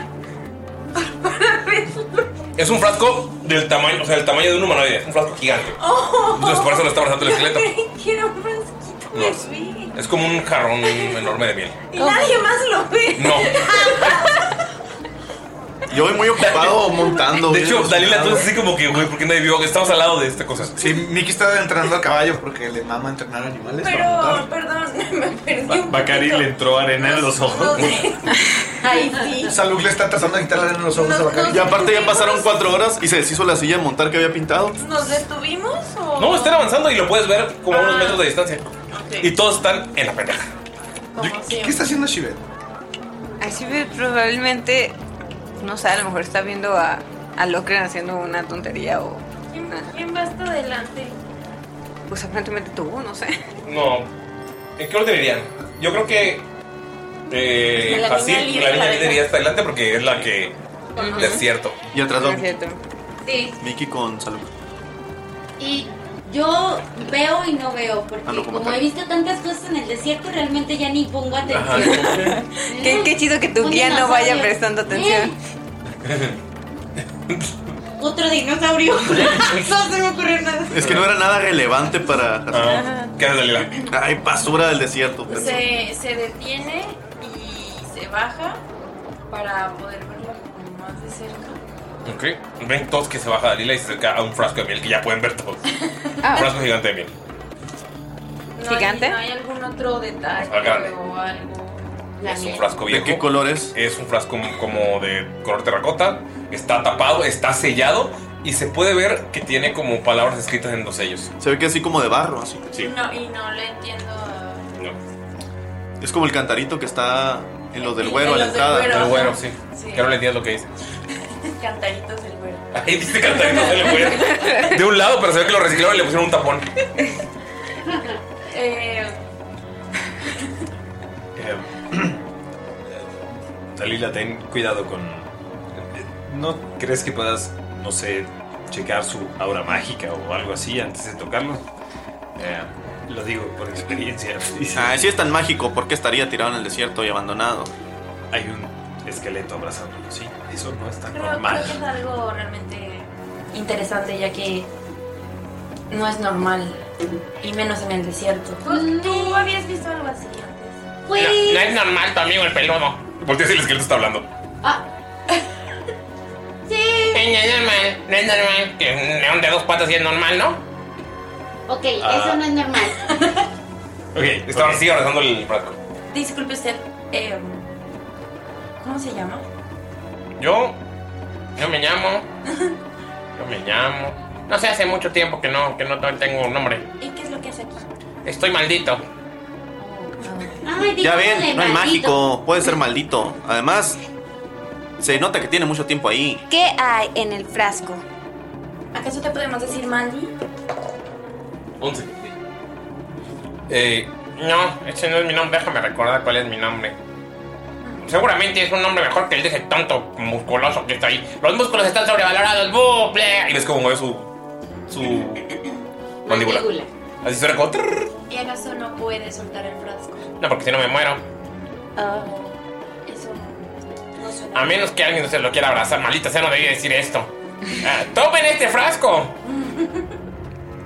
Para verlo.
Es un frasco del tamaño, o sea, el tamaño de un humanoide. Es un frasco gigante.
Oh.
Entonces, por eso lo está abrazando el esqueleto.
Quiero un frasquito
No.
de miel.
Es como un jarrón enorme de miel.
Y nadie más lo ve.
No.
Yo voy muy
*laughs*
ocupado montando.
De hecho, Dalila, tú así como que, güey, porque nadie vio que estamos al lado de esta cosa.
Sí, Miki está entrenando a caballo porque le mama entrenar animales.
Pero, perdón, *laughs* me perdí un
Bacari le entró arena en los ojos.
Ay, sí.
Salud le está tratando de quitar la arena en los ojos a Bacari.
Y aparte ya pasaron cuatro horas y se deshizo la silla de montar que había pintado.
¿Nos detuvimos o.? Ah,
No, están avanzando y lo puedes ver como a unos metros de distancia. Y todos están en la pendeja.
¿Qué está haciendo Shivet?
Así ve- probablemente, no sé, a lo mejor está viendo a, a Locren haciendo una tontería o...
¿Quién, quién va hasta adelante?
Pues aparentemente tú, no sé. *laughs*
No. ¿En qué orden irían? Yo creo que. Eh,
La niña
Hasib,
líder,
la
la
niña líder
verdad.
iría hasta adelante porque es la que.
Ujú.
Es cierto.
Y atrás va
Sí.
Mickey con salud.
Y yo veo y no veo, porque
Ah, no, como
como,
tal.
he visto tantas cosas en el desierto, realmente ya ni pongo
Ajá. *laughs*
atención.
Qué, qué chido que tu
Un
guía no vaya
dinosaurio.
prestando atención.
Otro
*laughs*
dinosaurio. no se me ocurrió nada.
Es que no era nada relevante para.
¿Qué haces, Dalila?
Ay, basura del desierto. pensé.
Se, se detiene y se baja para poder verla como más de cerca.
Ok. Ven todos que se baja Dalila y se acerca a un frasco de miel que ya pueden ver todos.
Ah.
Un frasco gigante de miel.
No
¿Gigante?
Hay, no hay algún otro detalle
Ah, grande.
o algo.
Es un frasco viejo. ¿De qué
colores?
Es un frasco como de color terracota. Está tapado, está sellado y se puede ver que tiene como palabras escritas en los sellos.
Se ve que así como de barro, así.
Sí.
No, y no le entiendo.
Es como el cantarito que está en los del güero, a
En
la
los del
entrada.
güero, El güero, ajá.
sí.
Sí.
Que no le entiendes lo que dice.
*laughs* Cantaritos del güero.
Ahí dice cantarito se le
*laughs*
fue. De un lado, pero se ve que lo reciclaron y le pusieron un tapón.
*laughs* Eh,
*clears throat* Dalila, Eh, ten cuidado con. eh, ¿No crees que puedas, no sé, checar su aura mágica o algo así antes de tocarlo? Eh, lo digo por experiencia.
Ah, si es tan mágico, ¿por qué estaría tirado en el desierto y abandonado?
Hay un esqueleto abrazándolo, sí. Eso no es tan
creo, creo que es algo realmente interesante, ya que no es normal. Y menos en el desierto. Pues, ¿Tú habías visto algo así antes?
Pues,
No, no es normal tu amigo el peludo. Voltea si el esqueleto está hablando.
Sí.
es normal, no es normal. Que un león de dos patas sí es normal, ¿no?
Ok,
Ah.
eso no es normal.
Ok. Estaba así abrazando el frasco.
*laughs* Disculpe usted, eh, ¿cómo se llama?
Yo, yo me llamo. Yo me llamo. No sé, hace mucho tiempo que no, que no tengo un nombre.
¿Y qué es lo que hace aquí?
Estoy maldito.
Ah. Ay,
Ya
dígale,
ven, no es
maldito.
mágico, puede ser maldito. Además, se nota que tiene mucho tiempo ahí.
¿Qué hay en el frasco?
¿Acaso te podemos decir Mandy?
11. Eh, no, ese no es mi nombre. Déjame recordar cuál es mi nombre. Seguramente es un nombre mejor que el de ese tonto musculoso que está ahí. Los músculos están sobrevalorados. ¡Buple! Y ves cómo mueve su. su. mandíbula. Así suena como. trrr.
¿Y acaso no puede soltar el frasco?
Ah.
No, porque si no me muero.
Eso no
Ah,
emocional.
A menos que alguien se lo quiera abrazar, maldita sea, no debía decir esto. Ah, ¡Tomen este frasco!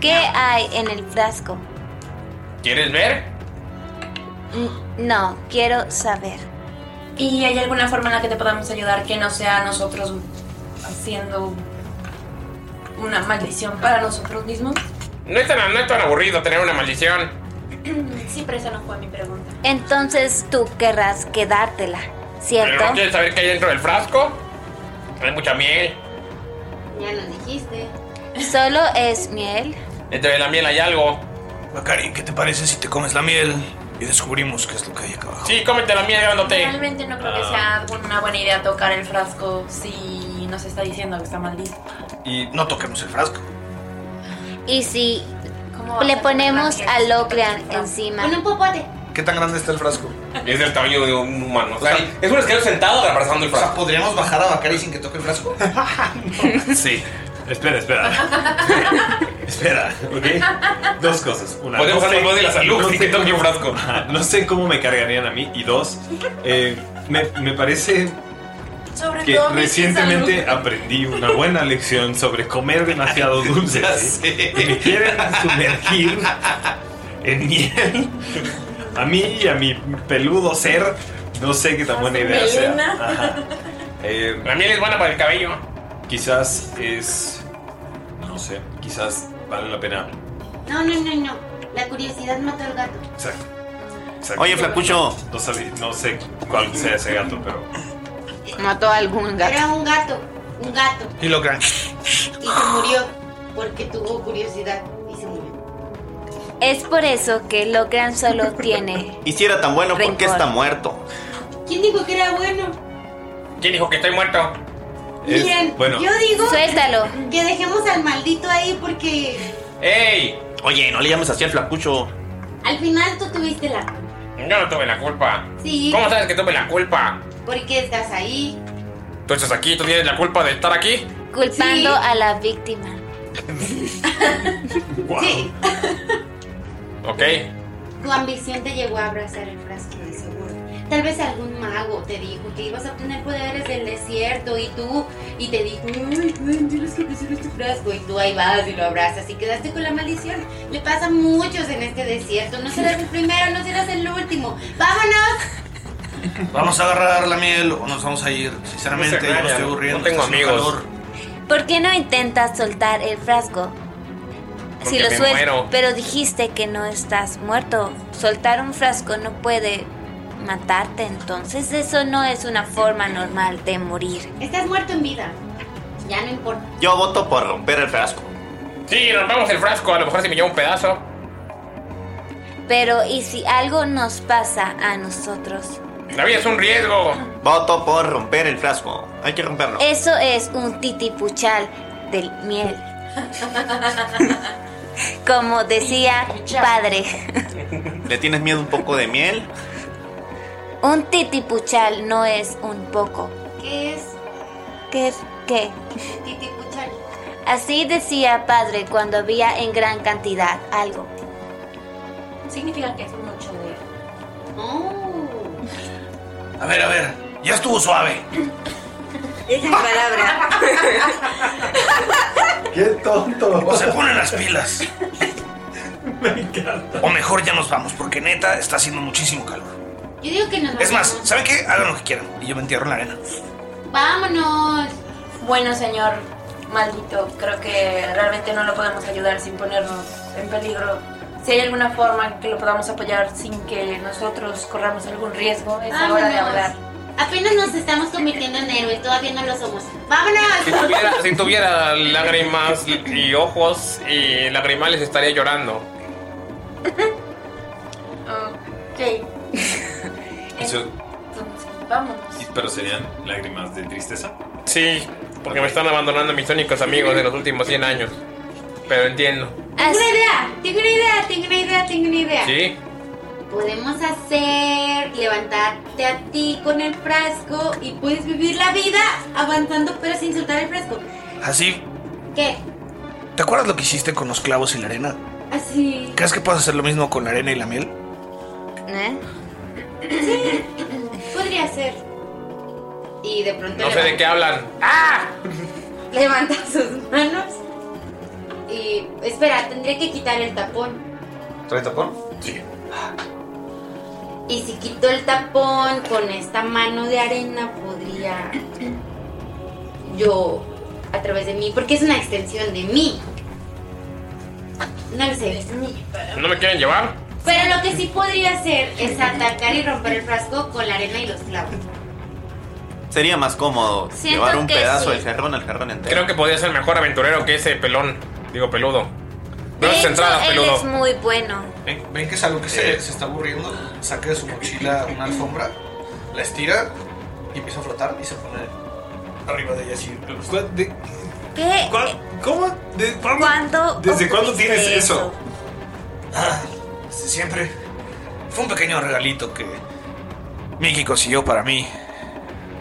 ¿Qué hay en el frasco?
¿Quieres ver?
N- No, quiero saber.
¿Y hay alguna forma en la que te podamos ayudar que no sea nosotros haciendo una maldición para nosotros mismos?
No es tan, no es tan aburrido tener una maldición.
*clears throat* Sí, pero esa no fue mi pregunta.
Entonces tú querrás quedártela,
¿Pero
¿cierto?
no quieres saber qué hay dentro del frasco? Hay mucha miel.
Ya lo dijiste. Solo es miel.
Dentro de la miel hay algo.
Macari, ¿qué te parece si te comes la miel y descubrimos qué es lo que hay acá abajo?
Sí, cómete la miel grandote.
Realmente no creo que sea una buena idea tocar el frasco si nos está diciendo que está maldito.
Y no toquemos el frasco.
Y si
¿Cómo vas
le
a
ponemos
tocar
a Locrean encima.
Con un popote.
¿Qué tan grande está el frasco?
Es del tamaño de un humano. O sea, es un esqueleto sentado abrazando el frasco.
¿podríamos bajar a Bacari sin que toque el
*laughs*
frasco?
Sí. Espera, espera.
*laughs*
Espera, ¿ok? Dos cosas. Una,
Podemos
no
usar
sé-
los dos de la salud sin que toque un frasco.
Ajá, *laughs* No sé cómo me cargarían a mí. Y dos, eh, me, me parece
Sobre
que
todo mi
recientemente
salud.
aprendí una buena lección sobre comer demasiado
*laughs*
dulce. Y me quieren sumergir en miel. A mí y a mi peludo ser, no sé qué tan buena idea sea. Ajá. Eh,
la miel es buena para el cabello.
Quizás es. No sé, quizás vale la pena.
No, no, no, no. La curiosidad mató al gato.
Exacto.
Oye,
Flacucho. No, sabí- no sé cuál sea ese gato, pero.
Mató a algún gato. Era un gato. Un gato.
Y lo gran.
Y se murió porque tuvo curiosidad y se murió.
Es por eso que Locrean solo tiene.
Y si era tan bueno, ¿por qué
Rencor.
está muerto?
¿Quién dijo que era bueno?
¿Quién dijo que estoy muerto?
Miren, yo digo
Suéltalo.
que dejemos al maldito ahí porque
¡Ey!
Oye, no le llames así al Flacucho.
al final tú tuviste la
Yo no tuve la culpa.
Sí.
¿Cómo sabes que tuve la culpa?
porque estás ahí.
Tú estás aquí, tú tienes la culpa de estar aquí.
Culpando a la víctima.
Wow. Ok.
Tu ambición te llevó a abrazar el frasco de seguro. Tal vez algún mago te dijo que ibas a obtener poderes del desierto y tú y te dijo, ay, ven, tienes que abrazar este frasco y tú ahí vas y lo abrazas y quedaste con la maldición. Le pasa a muchos en este desierto. No serás el primero, no serás el último. Vámonos.
¿Vamos a agarrar la miel o nos vamos a ir? Sinceramente,
No se
yo me
engañan,
estoy aburriendo.
no tengo
está haciendo
amigos.
calor.
¿Por qué no intentas soltar el frasco?
Porque me
suel-
muero.
pero dijiste que no estás muerto. Soltar un frasco no puede matarte, entonces eso no es una forma normal de morir.
Estás muerto en vida. Ya no importa.
Yo voto por romper el frasco.
Sí, rompamos el frasco. A lo mejor si me llevo un pedazo.
Pero ¿y si algo nos pasa a nosotros?
La vida es un riesgo.
Voto por romper el frasco. Hay que romperlo.
Eso es un titipuchal del
*laughs*
miel. Como decía padre,
¿Le tienes miedo un poco de miel?
un titipuchal no es un poco.
¿Qué es?
¿Qué? ¿Qué?
Titipuchal.
Así decía padre cuando había en gran cantidad algo.
Significa que es mucho de.
Oh,
A ver, a ver. Ya estuvo suave.
*laughs* Esa es mi palabra.
¡Qué tonto! O se ponen las pilas. *laughs* Me encanta. O mejor ya nos vamos, porque neta está haciendo muchísimo calor.
Yo digo que nos
Es más, ¿saben qué? Hagan lo que quieran. Y yo me entierro en la arena.
¡Vámonos! Bueno, señor maldito, creo que realmente no lo podemos ayudar sin ponernos en peligro. Si hay alguna forma en que lo podamos apoyar sin que nosotros corramos algún riesgo, es la hora de
Vámonos.
hablar.
Apenas nos estamos convirtiendo en héroes, todavía no lo somos. ¡Vámonos!
Si tuviera, si tuviera lágrimas y ojos y lagrimales estaría llorando.
Ok.
Eso-
Entonces, vámonos.
y- pero serían lágrimas de tristeza.
Sí, porque me están abandonando mis únicos amigos de los últimos 100 años. Pero entiendo.
Tengo una idea, tengo una idea, tengo una idea, tengo una idea.
¿Sí?
Podemos hacer levantarte a ti con el frasco y puedes vivir la vida avanzando pero sin soltar el frasco.
Así,
¿Qué?
¿te acuerdas lo que hiciste con los clavos y la arena?
Así.
¿Crees que puedes hacer lo mismo con la arena y la miel?
¿Eh?
Sí, podría ser. y de pronto
No sé de ¡Ah! qué hablan.
*laughs* levanta sus manos y espera, tendré que quitar el tapón.
¿Trae tapón?
Sí.
Y si quito el tapón con esta mano de arena podría yo a través de mí, porque es una extensión de mí. No lo sé.
¿No me quieren llevar?
Pero lo que sí podría hacer es atacar y romper el frasco con la arena y los clavos.
Sería más cómodo
Siento
llevar un
que
pedazo
sí.
del jarrón al jarrón entero.
Creo que podría ser mejor aventurero que ese pelón. Digo, peludo. No
De
es
hecho,
entrada,
él es
peludo.
muy bueno.
¿Ven, ven que es algo que se, se está aburriendo? Saca de su mochila una alfombra, la estira y empieza a flotar y se pone arriba de ella así.
¿Qué?
¿Cómo?
¿Cuándo
¿Desde cuándo
obtuviste
tienes eso?
Ah, desde siempre. Fue un pequeño regalito que Mickey consiguió para mí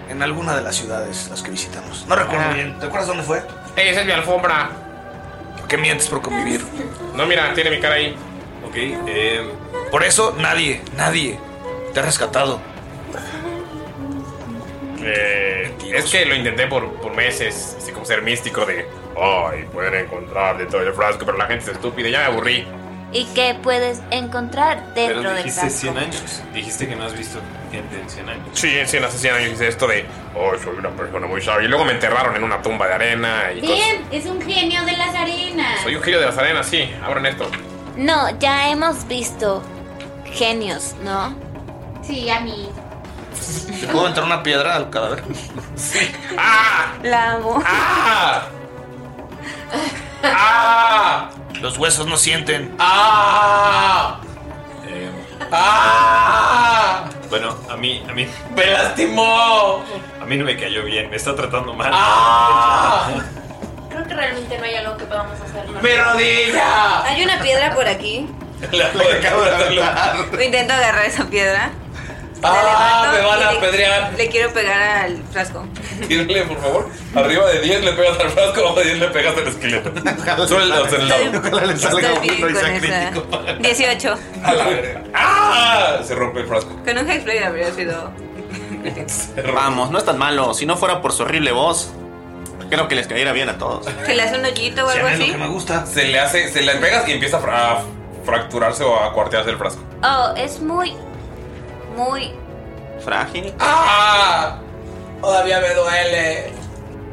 en alguna de las ciudades las que visitamos. No recuerdo
Ah.
bien. ¿Te acuerdas dónde fue?
Ey, esa es mi alfombra.
¿Por qué mientes por convivir?
No, mira, tiene mi cara ahí.
Ok, eh, Por eso nadie, nadie te ha rescatado.
Eh, es que lo intenté por, por meses, así como ser místico de, ay, pueden encontrar dentro del frasco, pero la gente es estúpida, ya me aburrí.
¿Y qué puedes encontrar dentro
Pero
del
dijiste
frasco?
100 años. Dijiste que no has visto gente en 100 años.
Sí, sí, hace 100 años hice esto de, oh, soy una persona muy sabia. Y luego me enterraron en una tumba de arena y cosas.
Bien, es un genio de las arenas.
Soy un giro de las arenas, sí, abran esto.
No, ya hemos visto genios, ¿no?
Sí, a mí.
¿Te puedo entrar una piedra al
*laughs*
cadáver?
La amo.
¡Ah! ¡Ah!
Los huesos no sienten.
¡Ah! ¡Ah!
Bueno, a mí, a mí.
¡Me lastimó!
A mí no me cayó bien, me está tratando mal.
¡Ah!
*laughs*
Creo que realmente no hay algo que podamos hacer. ¿no?
¡Mi rodilla!
Hay una piedra por aquí.
La acabo de hablar.
*laughs* Intento agarrar esa piedra.
¡Ah! ¡Me van a
y le-
apedrear!
Le quiero pegar al frasco.
Tírale, por favor. Arriba de 10 le pegas al frasco, abajo de 10 le pegas al esqueleto. Solo el- o sea, el lado.
le
salga Estoy bien uno y sea con esa. 18.
A la verga. ¡Ah! Se rompe el frasco.
Con un Hexblade habría *laughs* sido.
Vamos, no es tan malo. Si no fuera por su horrible voz, creo que les caería bien a todos.
¿Se le hace un hoyito o algo así?
gusta.
Se le hace, se le pegas y empieza a, fra- a fracturarse o a cuartearse el frasco.
Oh, es muy, muy
Frágil.
*laughs* ¡Ah! Todavía me duele.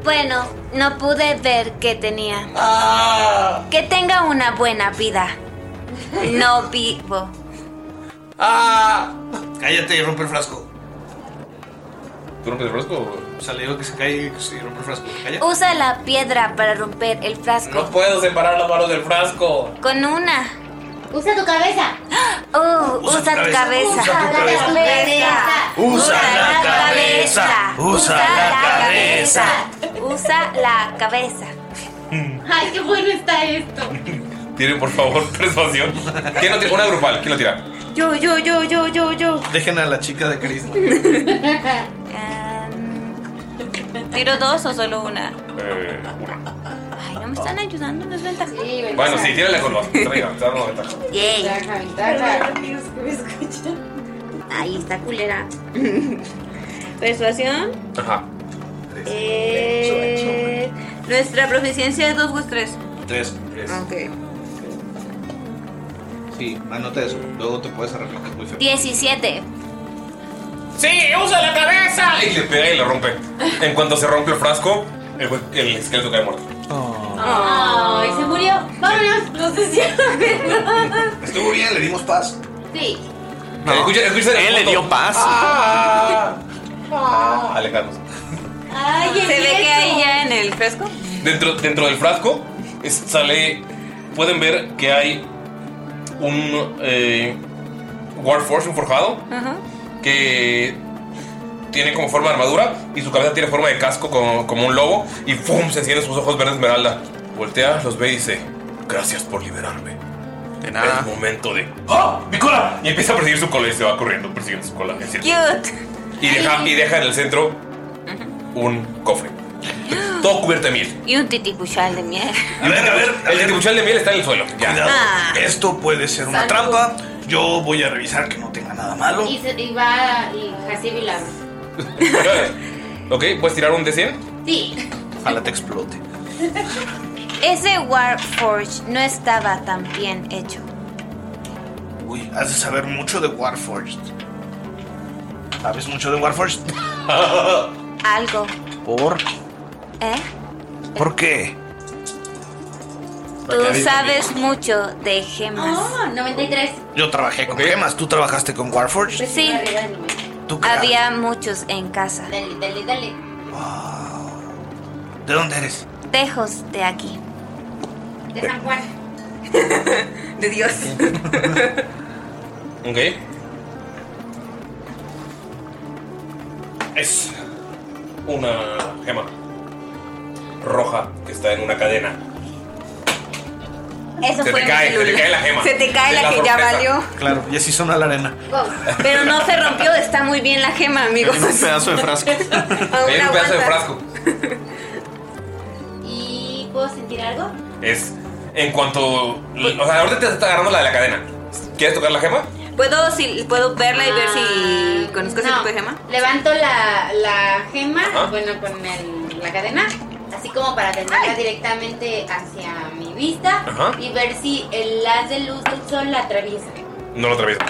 bueno. No pude ver qué tenía.
Ah.
Que tenga una buena vida. No vivo.
Cállate y rompe el frasco.
¿Tú rompes el frasco?
O sea, le digo que se cae y rompe el frasco. Cállate.
Usa la piedra para romper el frasco.
puedo separar las manos del frasco.
Con una.
Usa tu cabeza.
Oh, usa, tu cabeza.
Usa tu cabeza.
Usa la
cabeza.
Usa la cabeza. Usa la cabeza.
*laughs* Ay, qué bueno está esto.
Tiene, por favor, *laughs* persuasión. ¿Quién lo tira? Una grupal. ¿Quién lo tira?
Yo, yo, yo, yo, yo, yo.
Dejen a la chica de carisma.
*laughs* ¿Tiro dos o solo una?
Eh, una.
Ay, no me están ayudando, no es ventaja.
Bueno, sí, tírale con los. Traiga, te damos ventaja.
Yay.
Ahí está culera.
*laughs* Persuasión.
Ajá.
Eh, nuestra proficiencia es 2 o 3.
Tres.
Ok.
Sí, anota eso. Luego te puedes arreglar que es muy feo.
17.
¡Sí! ¡Usa la cabeza! Y le pega y le rompe. En cuanto se rompe el frasco, el, hue- el esqueleto cae muerto.
Ay, se murió. Vámonos, los *laughs* desiertos.
Estuvo bien, le dimos paz.
Sí.
Escucha, escucha Ah. Él le dio
paz.
Ah.
Alejandro.
Ay,
Ah. ¿Se ve que hay ya en el fresco?
Dentro, dentro del frasco es- sale. Pueden ver que hay un eh, Warforge, un forjado,
Ajá.
que tiene como forma de armadura y su cabeza tiene forma de casco como, como un lobo y ¡fum! se encienden sus ojos verde esmeralda. Voltea, los ve y dice, gracias por liberarme.
De
nada. Es momento de... ¡Ah! ¡Mi cola! Y empieza a perseguir su cola y se va corriendo persiguiendo su cola. en círculo.
Cute.
Y deja, y deja en el centro un cofre. Todo cubierto de miel.
Y un titipuchal de miel.
A ver, a ver. El titibuchal de miel está en el suelo. Ya.
Cuidado.
Ah.
Esto puede ser una
Salud.
trampa. Yo voy a revisar que no tenga nada malo.
Y, se, y va y Hasib y la-
*laughs* Ok, puedes tirar un D100.
Sí.
Ojalá te explote.
*laughs* Ese Warforge no estaba tan bien hecho.
Uy, has de saber mucho de Warforged. ¿Sabes mucho de Warforged?
*laughs*
Algo,
¿Por?
¿eh?
¿Por qué?
Tú sabes mucho de gemas.
Oh, 93.
Yo trabajé con gemas, tú trabajaste con
Pues
Warforged.
Sí,
¿Tú qué
había muchos en casa.
Dale, dale, dale.
¿De dónde eres?
Tejos de aquí.
De San Juan.
De Dios.
Ok. Es una gema roja que está en una cadena.
Eso
Se
fue
te cae, se te cae la gema.
Se te cae
De
la que ya
sorpresa.
valió.
Claro, y así suena la arena.
Pero no se rompió, está muy bien la gema, amigos.
pedazo de frasco.
Hay un pedazo de frasco.
¿Y puedo sentir algo?
Es en cuanto. O sea, ahorita te está agarrando la de la cadena. ¿Quieres tocar la gema?
¿Puedo, si, ¿Puedo verla y ver si conozco ese
no.
tipo de gema?
Levanto la, la gema, bueno, con el- la cadena, así como para tenerla directamente hacia mi vista
Ajá.
y ver si el haz de luz del sol la atraviesa.
No lo atraviesa.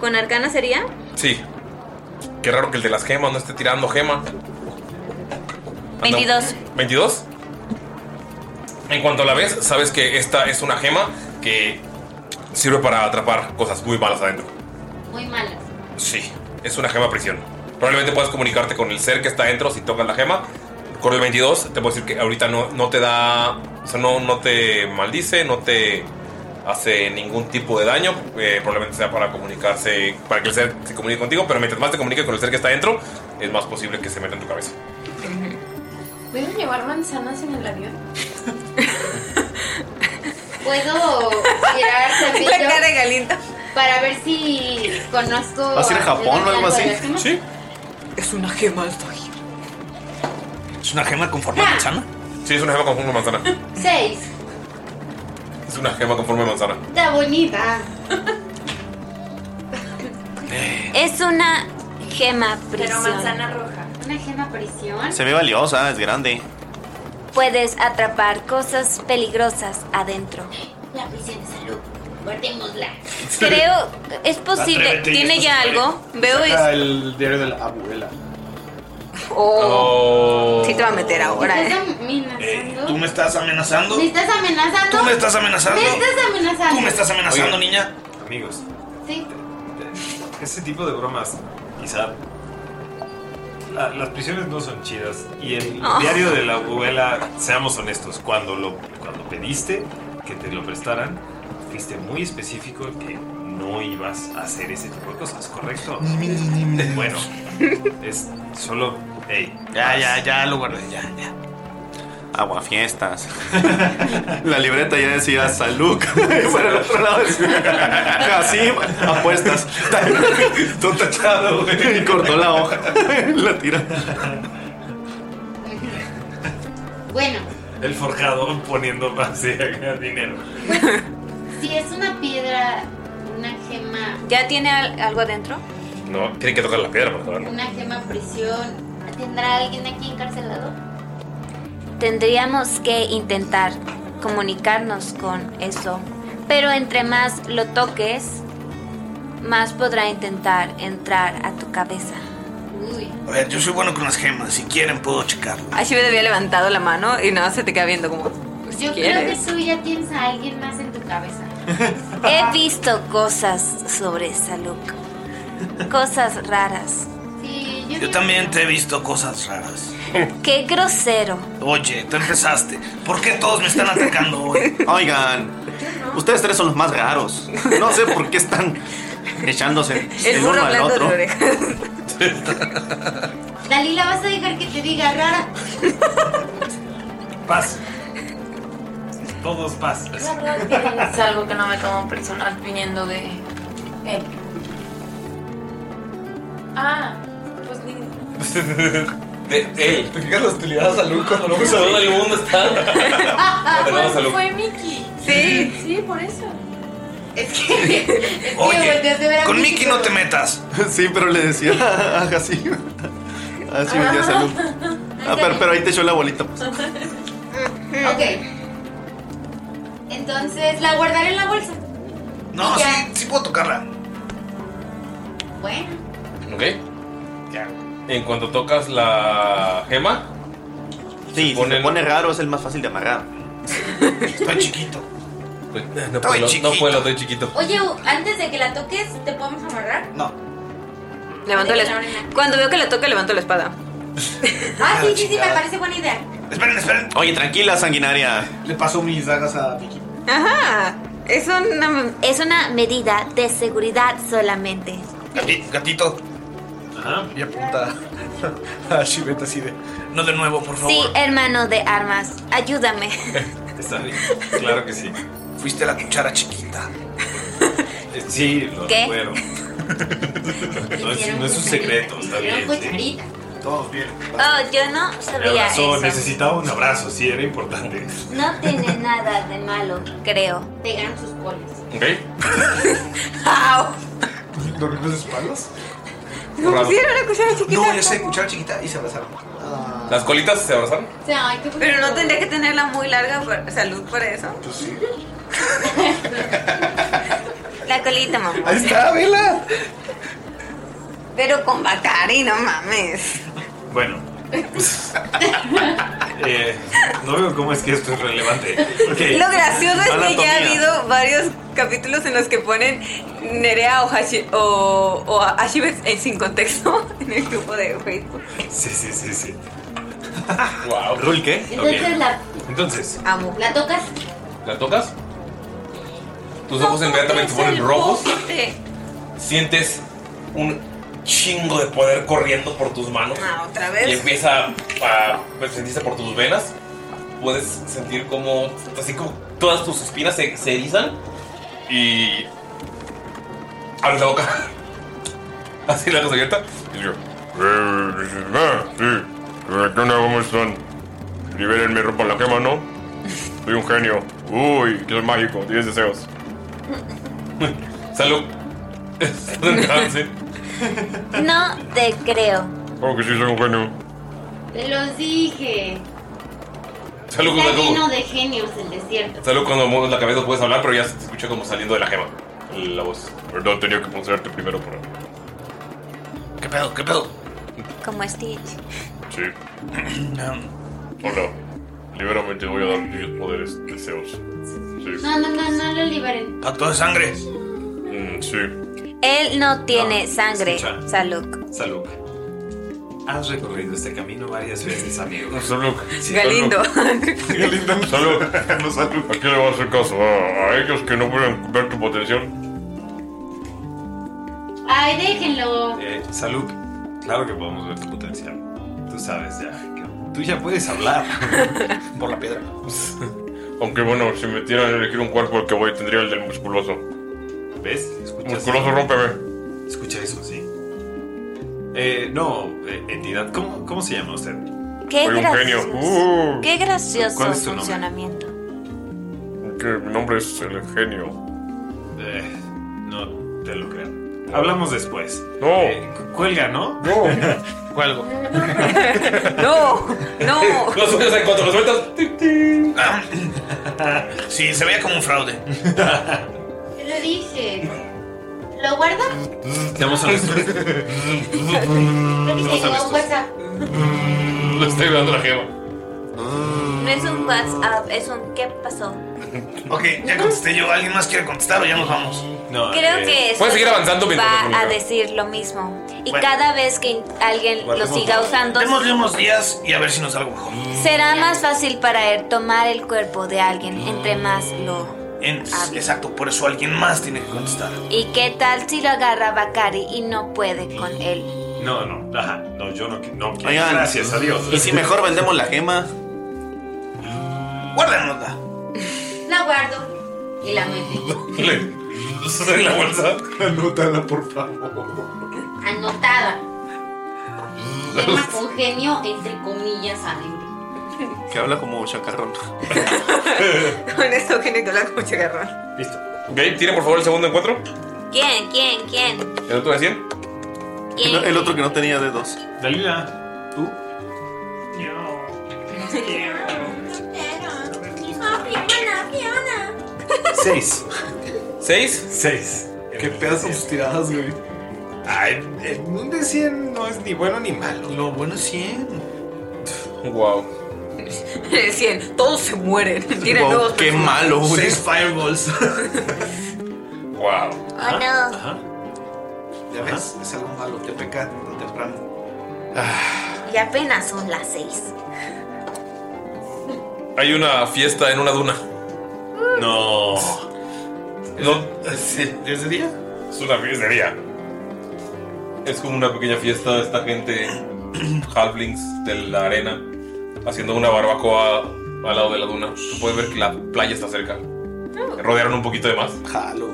¿Con arcana sería?
Sí. Qué raro que el de las gemas no esté tirando gema. Anda-
22.
22. En cuanto la ves, sabes que esta es una gema que sirve para atrapar cosas muy malas adentro.
Muy malas.
Sí, es una gema prisión. Probablemente puedas comunicarte con el ser que está adentro si tocas la gema. Con el 22 te puedo decir que ahorita no, no te da... O sea, no, no te maldice, no te hace ningún tipo de daño. Eh, probablemente sea para comunicarse, para que el ser se comunique contigo. Pero mientras más te comuniques con el ser que está adentro, es más posible que se meta en tu cabeza.
¿Puedo llevar manzanas en el *laughs* avión?
Puedo
*laughs*
tirar cepillo
La cara de
para ver si conozco.
¿Vas a ir a Japón o algo así?
Sí.
*laughs* Es una gema alta.
¿Es una gema con forma de manzana?
Sí, es una gema con forma de manzana.
Seis.
Es una gema con forma de manzana.
Está bonita. Eh.
Es una gema prisión.
manzana roja. Una gema prisión.
Se ve valiosa, es grande.
Puedes atrapar cosas peligrosas
*gasps*
adentro.
La prisión de salud. Guardémosla.
Creo, es posible.
Atrévete y
Pues ¿Tiene
esto
ya
se
algo? Veo y...
Saca el diario de la abuela.
Oh.
Sí te va a meter ahora,
¿Me
eh.
estás amenazando?
Eh, ¿Tú me estás amenazando? *laughs*
¿Me estás amenazando?
¿Tú me estás amenazando?
¿Me estás amenazando?
¿Tú me estás amenazando,
Oigan.
niña?
Amigos,
Sí.
ese tipo de bromas, quizá. la- las prisiones no son chidas. Y el
Oh.
diario de la abuela, seamos honestos, cuando, lo, cuando pediste que te lo prestaran, fuiste muy específico que no ibas a hacer ese tipo de cosas, ¿correcto? bueno, es solo. Hey,
Ya, ya, ya lo guardé, ya, ya. Agua fiestas. *laughs* La libreta ya decía salud. Para el otro lado decía, *laughs* Así, *laughs* apuestas. Todo tachado, güey. Y cortó la hoja. *laughs* La tira.
Bueno,
el forjador poniendo así acá dinero.
si es una piedra, una gema,
¿Ya tiene al- algo adentro?
No, tiene que tocar la piedra para tocarlo.
una gema prisión, ¿tendrá alguien aquí encarcelado?
Tendríamos que intentar comunicarnos con eso. Pero entre más lo toques, más podrá intentar entrar a tu cabeza.
A ver, yo soy bueno con las gemas. Si quieren, puedo checarlo.
Ashibe había levantado la mano y nada, se te queda viendo como. Pues si
Yo
quieres.
creo que tú ya tienes a alguien más en tu cabeza.
*laughs*
He visto cosas sobre Saluk. Cosas raras.
Sí, yo
Yo también te he visto cosas raras.
Qué grosero.
Oye, tú empezaste. ¿Por qué todos me están atacando hoy?
Oigan, ustedes tres son los más raros. No sé por qué están echándose el,
El burro
uno al
hablando de
*laughs*
otro.
*laughs*
orejas.
Dalila, ¿vas a dejar que te diga rara?
Paz. Todos paz.
La verdad que es algo que no me tomo personal viniendo de él. Ah, pues ni... *laughs*
*laughs* De él.
¿Te fijas las utilidades a Luke cuando lo usa todo el mundo está?
Ah,
Te lavas la
fue,
luz.
fue Mickey.
Sí.
Sí, por eso.
Es pues, que, es que
Oye,
volteaste a ver a
Con
Mickey
Mickey no te metas.
*laughs* Sí, pero le decía *laughs* a Jasim. Así vendía
*laughs*
salud. Ah, pero, pero ahí te echó la bolita. pues.
Ok. Entonces la guardaré en la bolsa.
No,
Y
sí,
ya.
sí puedo tocarla.
Bueno.
Ok. En cuanto tocas la gema.
Sí, se pone, raro, es el más fácil de amarrar.
Está chiquito.
eh, No fue, lo, no fue lo de chiquito.
Oye, U, antes de que la toques, ¿te podemos amarrar?
Levanto la espada. Cuando veo que la toca, levanto la espada.
Ah, sí, sí, sí, me parece buena idea.
Esperen, esperen.
Oye, tranquila, sanguinaria.
Le paso mis dagas a Vicky.
Ajá. Es una, es una medida de seguridad solamente.
Gati- Gatito. Y apunta *laughs* a Shibet así de. No de nuevo, por favor.
Sí, hermano de armas, ayúdame.
*laughs*
Está bien. Claro que sí.
Fuiste la cuchara chiquita.
Eh, Sí, lo
¿Qué?
*laughs*
recuerdo. No es, no es un secreto, está bien.
pues,
sí.
Todos bien.
Oh, yo no
Me
sabía
abrazó,
eso.
necesitaba un abrazo, sí, era importante.
No tiene nada de malo, creo.
Pegaron sus colas.
Ok.
¿Dormimos sus palos?
No, Raro. sí, era
la cuchara chiquita. No, ya sé, cuchara chiquita y se abrazaron.
¿Las colitas se abrazaron?
Pero no tendría que tenerla muy larga por- salud por eso.
Pues
*laughs*
La colita, mamá.
Ahí está, vela.
Pero con Bacari, no mames. *laughs*
Bueno. Eh, no veo cómo es que esto es relevante. Ok.
Lo gracioso es que ya ha
Anatomía.
habido varios capítulos en los que ponen Nerea o, Hashi, o, o a- Ashibet en sin contexto *laughs* en el grupo de Facebook.
Sí, sí, sí,
*laughs*
sí. Wow. ¿Rul qué?
Entonces
Ok.
la,
Entonces,
amo.
la tocas.
¿La tocas? Tus ojos inmediatamente se ponen rojos. Sientes un chingo de poder corriendo por tus manos.
Ah, otra
Y
vez.
empieza a pues, sentirse por tus venas. Puedes sentir como, así como todas tus espinas se, se erizan. Y. Abres la boca. *laughs* Así la cosa abierta. Y yo.
"Eh, Ah, sí. ¿Qué onda? ¿Cómo están? Libérenme, rompan la quema, ¿no? Soy un genio. Uy, soy mágico. 10 deseos.
Salud.
No te creo.
*laughs* Claro que sí, soy un genio.
Te los dije.
Salud
Está
cuando,
lleno de genios el desierto.
salud cuando mueves la cabeza puedes hablar, pero ya se escucha como saliendo de la gema. La voz. Perdón, tenía que ponerte primero por. ¿Qué pedo? ¿Qué pedo?
Como Stitch.
*clears throat*
Sí. Hola. Libérame, te voy a dar 10 poderes, deseos. Sí.
Ah,
No, no, no, no lo liberen.
Pacto de sangre.
Mm, sí.
Él no tiene sangre,
escucha.
Saluk.
Saluk. Has recorrido este camino varias veces, amigo.
Salud.
Galindo. *laughs*
Salud.
*laughs*
Salud. ¿A quién le vas a hacer caso? ¿A, a ellos que no pueden ver tu potencial?
Ay, déjenlo.
Eh, Saluk, claro que podemos ver tu potencial. Tú sabes ya que tú ya puedes hablar. *laughs*
Por la piedra.
*laughs* Aunque bueno, si me tiran a elegir un cuerpo al que voy, tendría el del musculoso.
¿Ves? Escuchas-
Musculoso, rómpeme.
Escucha eso, sí. Eh, no, eh, entidad, ¿cómo, ¿cómo se llama usted?
Qué
Soy un
gracioso.
genio. Uh.
Qué gracioso
¿Cuál es tu nombre?
funcionamiento.
Que mi nombre es el genio.
Eh, no te lo creo. Hablamos después.
No.
Cu- Cuelga, ¿no?
No.
*laughs* Cuelgo.
*laughs*
No, no.
*laughs* Los sueltas en cuanto los sueltas. tic, tic. Ah.
*laughs* Sí, se veía como un fraude.
Te lo dije. ¿Lo guardas?
Estamos
*laughs*
honestos.
Lo que te llegó a WhatsApp.
Le estoy dando la gema.
No es un WhatsApp, es un ¿qué pasó?
Mm. Ok, ya contesté yo. ¿Alguien más quiere contestar o ya nos vamos?
No,
Creo
eh,
que
Puedes seguir avanzando mientras lo
va a
comunica.
decir lo mismo. Y
Bueno.
cada vez que alguien lo
Guardemos
siga
todo.
usando,
Démosle unos días y a ver si nos da algo mejor.
será más fácil para él tomar el cuerpo de alguien entre más lo.
En-
Ah,
exacto, por eso alguien más tiene que contestar.
¿Y qué tal si lo agarra Bakari y no puede con él?
No, no, ajá. No, yo no, qui- no quiero.
Oigan.
Gracias, adiós.
Y si mejor vendemos la gema.
Mm.
Guárdenosla.
La guardo. Y la meto.
en la bolsa.
Anótala, por favor.
Anotada. Tema con genio, entre comillas, alegre.
Que habla como chacarrón.
*laughs* Con esto que que hablar con Chagarrón.
Listo. Ok, tiene por favor el segundo encuentro.
¿Quién, quién, quién?
El otro de 100.
El, el otro que no tenía dedos.
Dalila,
¿tú?
*laughs* Seis.
¿Seis?
Seis.
Qué pedas son tus tiradas, güey.
Ay, eh, un de 100 no es ni bueno ni malo.
Lo bueno es 100.
Wow.
Eh, Cien, todos se mueren. Tienen
Wow,
nuevos
qué
personajes.
malo, güey. Seis
*laughs* fireballs.
wow.
Ajá,
no.
ajá. Ya ves, es algo malo. Te peca tan temprano.
Y apenas son las seis.
Hay una fiesta en una duna.
No.
no ¿Es de día? Es una fiesta de día. Es como una pequeña fiesta de esta gente, *clears throat* halflings de la arena, haciendo una barbacoa al lado de la duna. Tú puedes ver que la playa está cerca. Rodearon un poquito de más.
Jalo,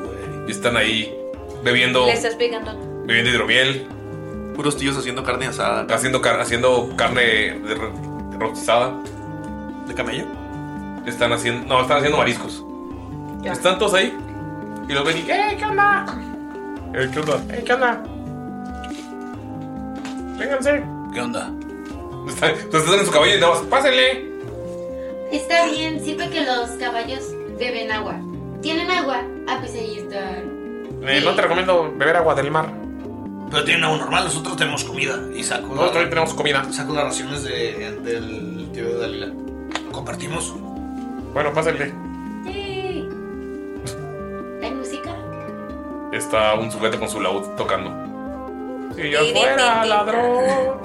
Y están ahí bebiendo,
Le estás pegando.
bebiendo hidromiel. Puros tíos haciendo carne asada. Haciendo, car- haciendo carne de ro- de rostizada. ¿De camello? Están haciendo. No, están haciendo mariscos.
Ya.
Están todos ahí. Y los ven y.
¡Eh, qué onda!
"Eh, ¿Qué onda?
¡Eh, qué onda! Vénganse.
¿Qué *laughs* onda? Están, entonces están en su caballo y nada más. ¡Pásenle!
Está bien, siempre que los caballos beben agua. ¿Tienen agua? Ah, pues ahí están.
Eh, no te recomiendo beber agua del mar.
Pero tienen agua normal, nosotros tenemos comida. Y saco.
Nosotros también tenemos comida.
Saco las raciones de- del tío de Dalila. Compartimos.
Bueno, pásenle.
¡Yay! ¿Hay música?
Está un sujeto con su laúd tocando. Si
yo fuera ladrón,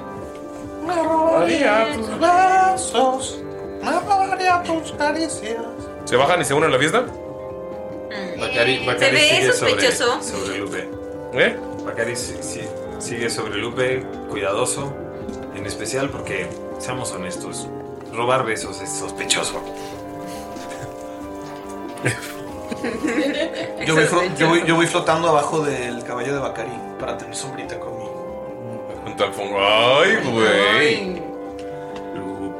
me
robaría tus
brazos, me robaría tus caricias.
¿Se bajan y se unen a la fiesta?
Bacari,
Mm. Eh, Se
Bacari
ve
sigue sobre,
sospechoso.
sobre Lupe.
¿Eh?
Bacari sí- sí, sigue sobre Lupe, cuidadoso. En especial porque, seamos honestos, robar besos es sospechoso.
Yo voy, flo- yo voy- yo voy flotando abajo del caballo de Bacari para tener sombrita conmigo.
Junto al fondo. ¡Ay, güey!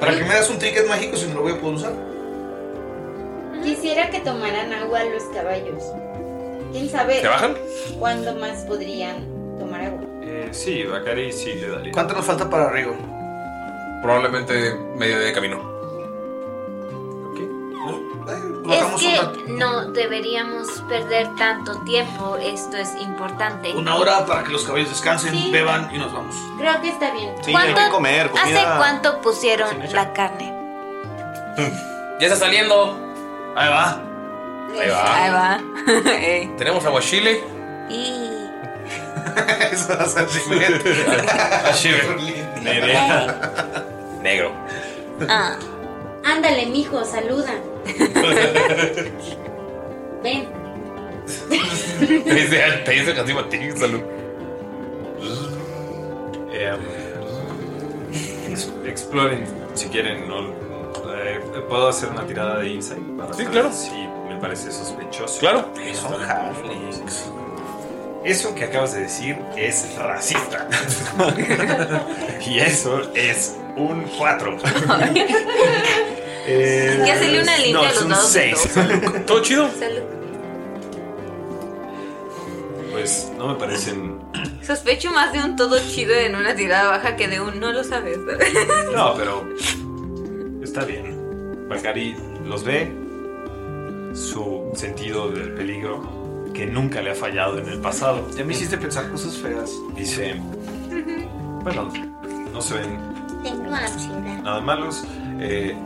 ¿Para que me das un ticket mágico si no lo voy a poder usar?
Quisiera que tomaran agua los caballos. ¿Quién sabe?
¿Se bajan?
¿Cuándo más podrían tomar agua?
Eh, sí, Bacari sí le daría.
¿Cuánto nos falta para Rigo?
Probablemente medio de camino. Uh,
Es que no deberíamos perder tanto tiempo, esto es importante.
Una hora para que los caballos descansen, beban y nos vamos.
Creo que está bien.
Sí, hay que comer, comida.
¿Hace cuánto pusieron la carne?
¡Ya está saliendo! Ahí va. Ahí va.
Ahí va.
*laughs* Eh.
Ey.
Tenemos *laughs* aguachile.
Y
Eso es
Negro.
Ah,
Ándale, mijo,
*laughs*
saluda. Ven.
*laughs* Te dice, te dice casi a ti, salud.
Em, ex- Eh, exploren si quieren. ¿no? Eh, ¿Puedo hacer una tirada de insight? Para
Sí,
saber
claro.
Si me parece sospechoso.
Claro.
Son halflings. Eso que acabas de decir es racista. *laughs* y eso es un
*laughs*
4.
Ya salió una línea
no,
a
es
los
un
lados de
6.
Todo
*laughs*
chido.
*laughs*
Pues no me parecen.
Sospecho más de un todo chido en una tirada baja que de un no lo sabes.
No, pero. Está bien. Bacari los ve. Su sentido del peligro, que nunca le ha fallado en el pasado.
Ya me hiciste pensar cosas feas.
Dice. Bueno, no se ven
tengo ansiedad.
nada malos. Eh,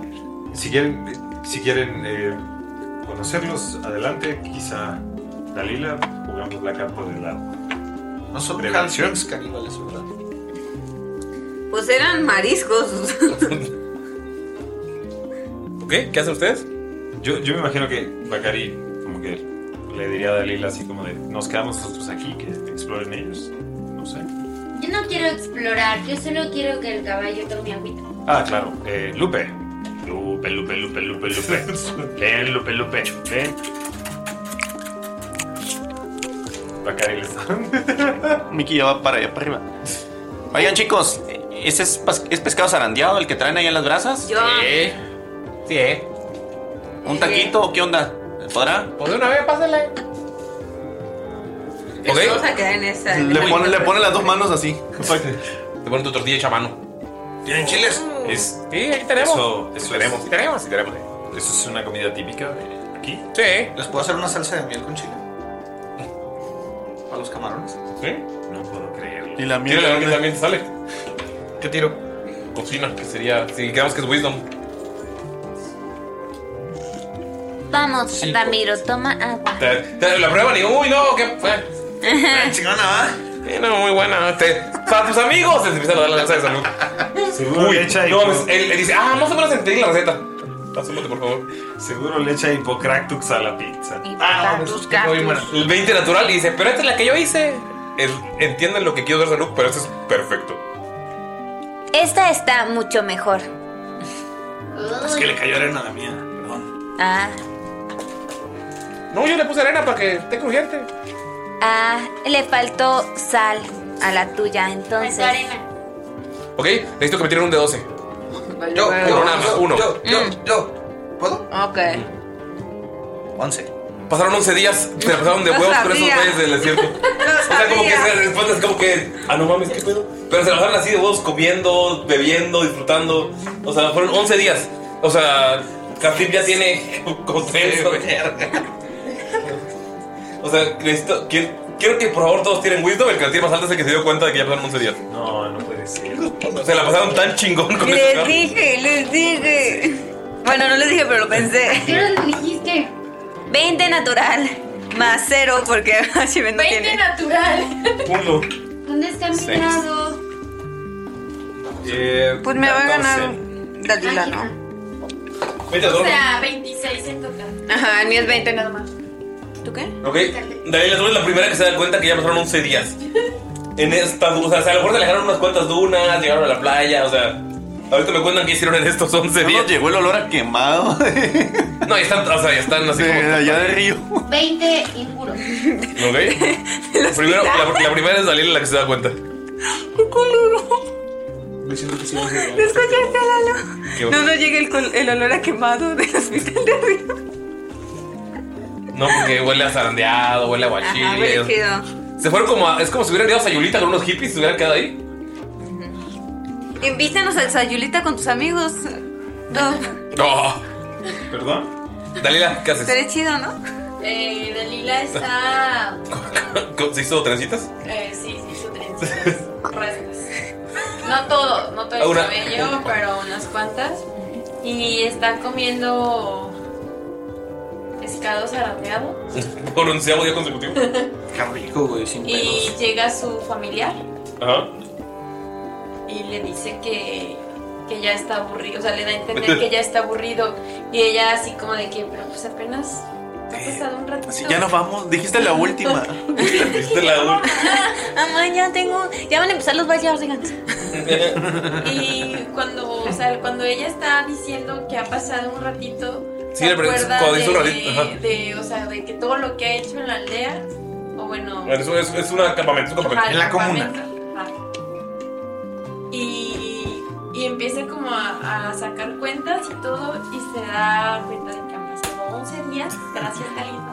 si quieren, eh, si quieren eh, conocerlos, adelante. Quizá Dalila, jugamos la carta del lado.
No son halflings caníbales, ¿verdad?
*laughs* Pues eran mariscos.
¿Qué? ¿Qué hacen ustedes?
Yo, yo me imagino que Bacari, como que le diría a Dalila así como de, nos quedamos nosotros aquí, que exploren ellos. No sé.
Yo no quiero explorar, yo solo quiero que el caballo tome agüita.
Ah, claro. Eh, Lupe. Lupe, Lupe, Lupe, Lupe,
*laughs*
Lupe. Ven, Lupe, Lupe. Ven. Bacari les
Miki ya va para allá, para arriba. Oigan, chicos, ¿ese es, pas- es pescado zarandeado el que traen ahí en las brasas?
Yo.
Sí. Sí, ¿eh? ¿Un taquito o qué onda? ¿Podrá?
Pues de una vez, pásale. ¿Ok?
Vamos a quedar en esa.
Le pone, le pone las dos manos así.
Te pone tu tortilla hecha a mano.
¿Tienen
chiles?
Es,
Sí, ahí tenemos.
Eso, eso
tenemos,
es,
sí tenemos, sí tenemos.
Eso es una comida típica de aquí.
Sí.
¿Les puedo hacer una salsa de miel con chile? ¿Para los camarones?
Sí.
No puedo creerlo.
Y la
miel
mierda.
también sale.
¿Qué tiro?
Cocina, que sería. Si quedamos que es Wisdom.
Vamos,
Sí.
Ramiro, toma agua.
Te, te la prueban y. Uy, no, qué. fue?"
Chingona, ¿va?
Sí, no, muy buena. Te, para tus amigos les empiezan a dar la lanza de salud.
Seguro le echa
No,
hipo-
pues, él, él dice, ah, más o menos entendí la receta. Asómate, por favor.
Seguro le echa hipocractux a la pizza.
Ah, El 20 natural y dice, pero esta es la que yo hice. El- entienden lo que quiero dar salud, pero esto es perfecto.
Esta está mucho mejor.
Es que le cayó arena a la mía. Perdón.
Ah,
No, yo le puse arena para que esté crujiente.
ah, le faltó sal a la tuya, entonces.
Ok, necesito que me tiren un de 12.
Yo,
Uno,
yo,
nada más,
yo,
uno.
yo, yo, yo.
Mm. Ok.
11.
Pasaron 11 días, se la pasaron de
Lo
huevos con esos
sabía.
güeyes del desierto.
*laughs*
o sea, como que se respondes como que, ah, no mames, ¿qué pedo? Pero se la pasaron así de huevos comiendo, bebiendo, disfrutando. O sea, fueron 11 días. O sea, Catip ya tiene *laughs* consenso. o sea, necesito, quiero, quiero que por favor todos tienen wisdom. El que la tiene más alta es el que se dio cuenta de que ya pasaron 11 días.
No, no puede ser.
Se la pasaron tan chingón con ese
Les
carro.
dije, les dije. Bueno, no les dije, pero lo pensé.
¿Qué hora le dijiste?
20 natural. Más cero, porque *laughs* así me no
20
tiene.
natural.
Uno.
¿Dónde está mi
Seis.
grado?
Pues me va a ganar Dalila, ¿no?
Vete a dormir.
26 en total.
Ajá, ni es 20 nada más. ¿Tú qué?
Ok, Daniela, tú eres la primera que se da cuenta que ya pasaron 11 días. En estas, o sea, a lo mejor se alejaron unas cuantas dunas, llegaron a la playa, o sea. Ahorita me cuentan qué hicieron en estos 11 días.
Llegó el olor a quemado. *laughs*
No, ya están, o sea, ya están así como.
allá de río.
20 impuros.
Ok. Primero, *laughs* la, la primera es Daniela la que se da cuenta.
Me siento que sí va a ser.
¿Lo escuchaste, Lalo?
¿Qué
No
pasó?
nos llega el, col- el olor a quemado del hospital de Río.
No, porque huele a zarandeado, huele a
Ah, bueno,
guachile.
chido.
Se fueron como a- Es como si hubieran ido a Sayulita con unos hippies y se hubieran quedado ahí.
Invítanos al Sayulita con tus amigos. No,
No.
¿Perdón?
Dalila, ¿qué haces?
sería chido, ¿no?
Eh, Dalila está.
¿Se hizo trencitas?
Eh, sí, sí, su trencitas. Rastas. No todo, no todo el
Ahora-
cabello, pero unas cuantas. Y está comiendo. pescado zarandeado.
*laughs* Por onceavo día consecutivo.
Qué rico, güey, sin
Y
pelos.
llega su familiar
Ajá.
y le dice que, que ya está aburrido. O sea, le da a entender que ya está aburrido. Y ella, así como de que, pero pues apenas. Ha pasado un ratito.
Ya nos vamos. Dijiste la última.
Dijiste la última.
Mamá, ya tengo. Ya van a empezar los vallas,
Y cuando, o sea, cuando ella está diciendo que ha pasado un ratito,
Sí, le pregunto,
acuerda
cuando dice un
de-
ratito. Ajá.
de, o sea, de que todo lo que ha hecho en la aldea, o bueno,
Es, es, es un campamento, es un
ajá,
campamento.
el campamento, ajá. Y, y empieza como a, a sacar cuentas y todo, y se da cuenta de que han pasado 11 días, gracias Dalila.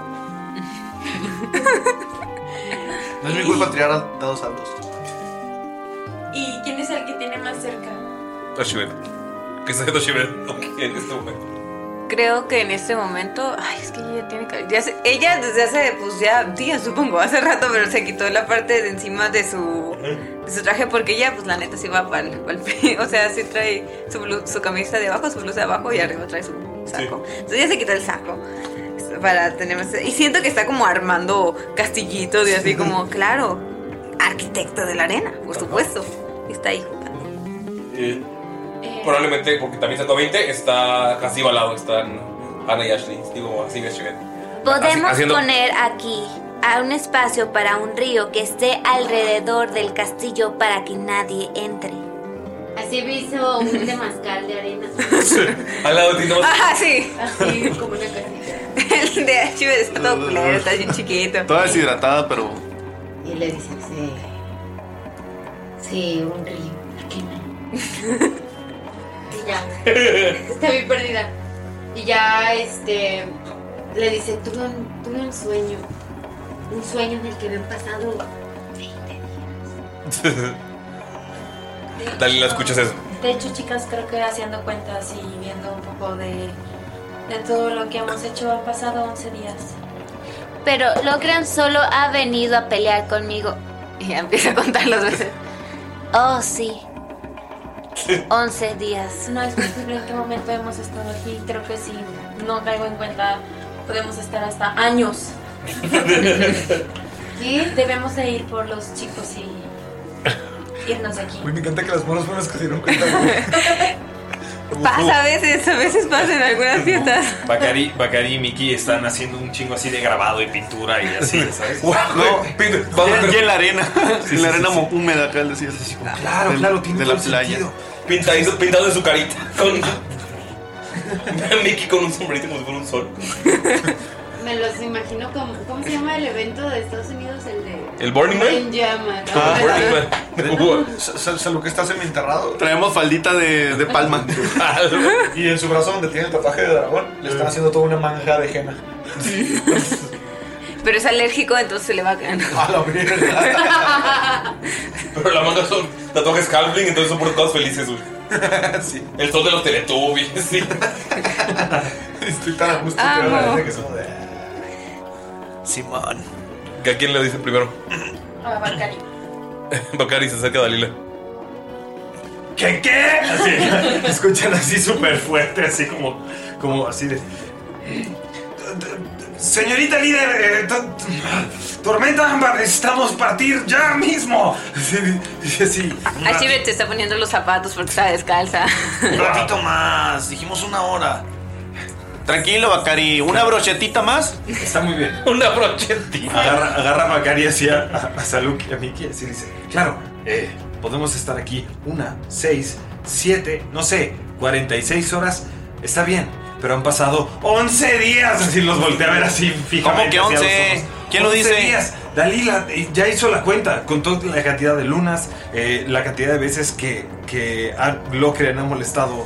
No es mi culpa tirar dados
*laughs*
altos.
¿Y quién es el que tiene más cerca?
Toshibe. ¿Qué está haciendo *laughs* Toshibe en este momento?
Creo que en este momento, ay, es que ella tiene que, ya se- ella desde hace, pues ya días supongo, hace rato, pero se quitó la parte de encima de su, de su traje porque ella, pues la neta sí va para o sea, sí trae su, blu- su camisa de abajo, su blusa de abajo y arriba trae su saco. Entonces ya se quitó el saco para tener más, y siento que está como armando castillitos y así como, claro, arquitecto de la arena, por supuesto, está ahí. *laughs*
Eh, probablemente, porque también sacó 20, está casi al lado, están Ana y Ashley. Digo, así es Shivet.
Podemos
haciendo-
poner aquí a un espacio para un río que esté alrededor del castillo para que nadie entre.
Así me hizo
*laughs*
un temazcal de arena.
Al lado de ti, no.
Ah, sí.
Así como una casita.
El de Ashibet está todo culero, está bien chiquito.
Toda deshidratada, pero.
Y le dice, sí. Sí, un río. Aquí no. Y ya. Está bien perdida. Y ya, este. Le dice, tuve un, tuve un sueño. un sueño del que me han pasado.
Dalila, escuchas eso. *laughs*
De hecho, chicas, creo que haciendo cuentas y viendo un poco de, de todo lo que hemos hecho, han pasado 11 días.
Pero Locran solo ha venido a pelear conmigo.
Y ya empieza a contar las veces.
Oh, sí. 11 días.
No es posible en qué momento hemos estado aquí. Creo que si no caigo en cuenta, podemos estar hasta años. ¿Y? Debemos de ir por los chicos y irnos de aquí.
Güey, *laughs* me encanta que las moras buenas que se dieron cuenta.
*laughs* Pasa a veces, a veces pasa en algunas fiestas.
Bacari, Bacari y Miki están haciendo un chingo así de grabado y pintura y
*laughs*
así, ¿sabes?
Y en la arena. en la arena mo- húmeda acá del desierto. así como
Claro,
del-
claro, tiene
De la
todo el
playa.
sentido.
Pintado, pintado en su carita. Con... Mickey con un sombrerito como si fuera un sol.
Me los imagino como. ¿Cómo se llama el evento de Estados Unidos? El de.
¿El Burning Man? Ah,
En llamas. ¿no?
lo que está semi-enterrado.
Traemos faldita de,
*laughs*
de palma.
y en su brazo donde tiene el tatuaje de dragón, le están haciendo toda una manja de henna.
*laughs* Pero es alérgico, entonces se le va
*laughs*
a caer. *laughs*
A la
Pero la manga son tatuajes Halfling, entonces son por todos
*laughs*
felices, güey. El sol de los Teletubbies, sí.
Estoy tan a gusto
Amo.
que ahora dice que es como de.
Simón. ¿A quién le dice primero?
A Bacari.
Bacari se acerca a Dalila.
¿Qué qué? Así, escuchan así súper fuerte, así como, como así de. Señorita líder, eh, to- tormenta ámbar, necesitamos partir ya mismo. Así, así, así.
A Chive te está poniendo los zapatos porque está descalza.
Un ratito más, dijimos una hora. Tranquilo, Bacari, una brochetita más.
Está muy bien.
Una brochetita.
Agarra, agarra a Bacari así a, a, a Saluk y a Miki, así dice: Claro, eh, podemos estar aquí una, seis, siete, no sé, 46 horas. Está bien, pero han pasado 11 días. Así los voltea a ver así fijamente.
¿Cómo que
hacia los
11?
ojos.
¿Quién lo
11
dice?
días. Dalila eh, ya hizo la cuenta con toda la cantidad de lunas, eh, la cantidad de veces que, que a Locre han molestado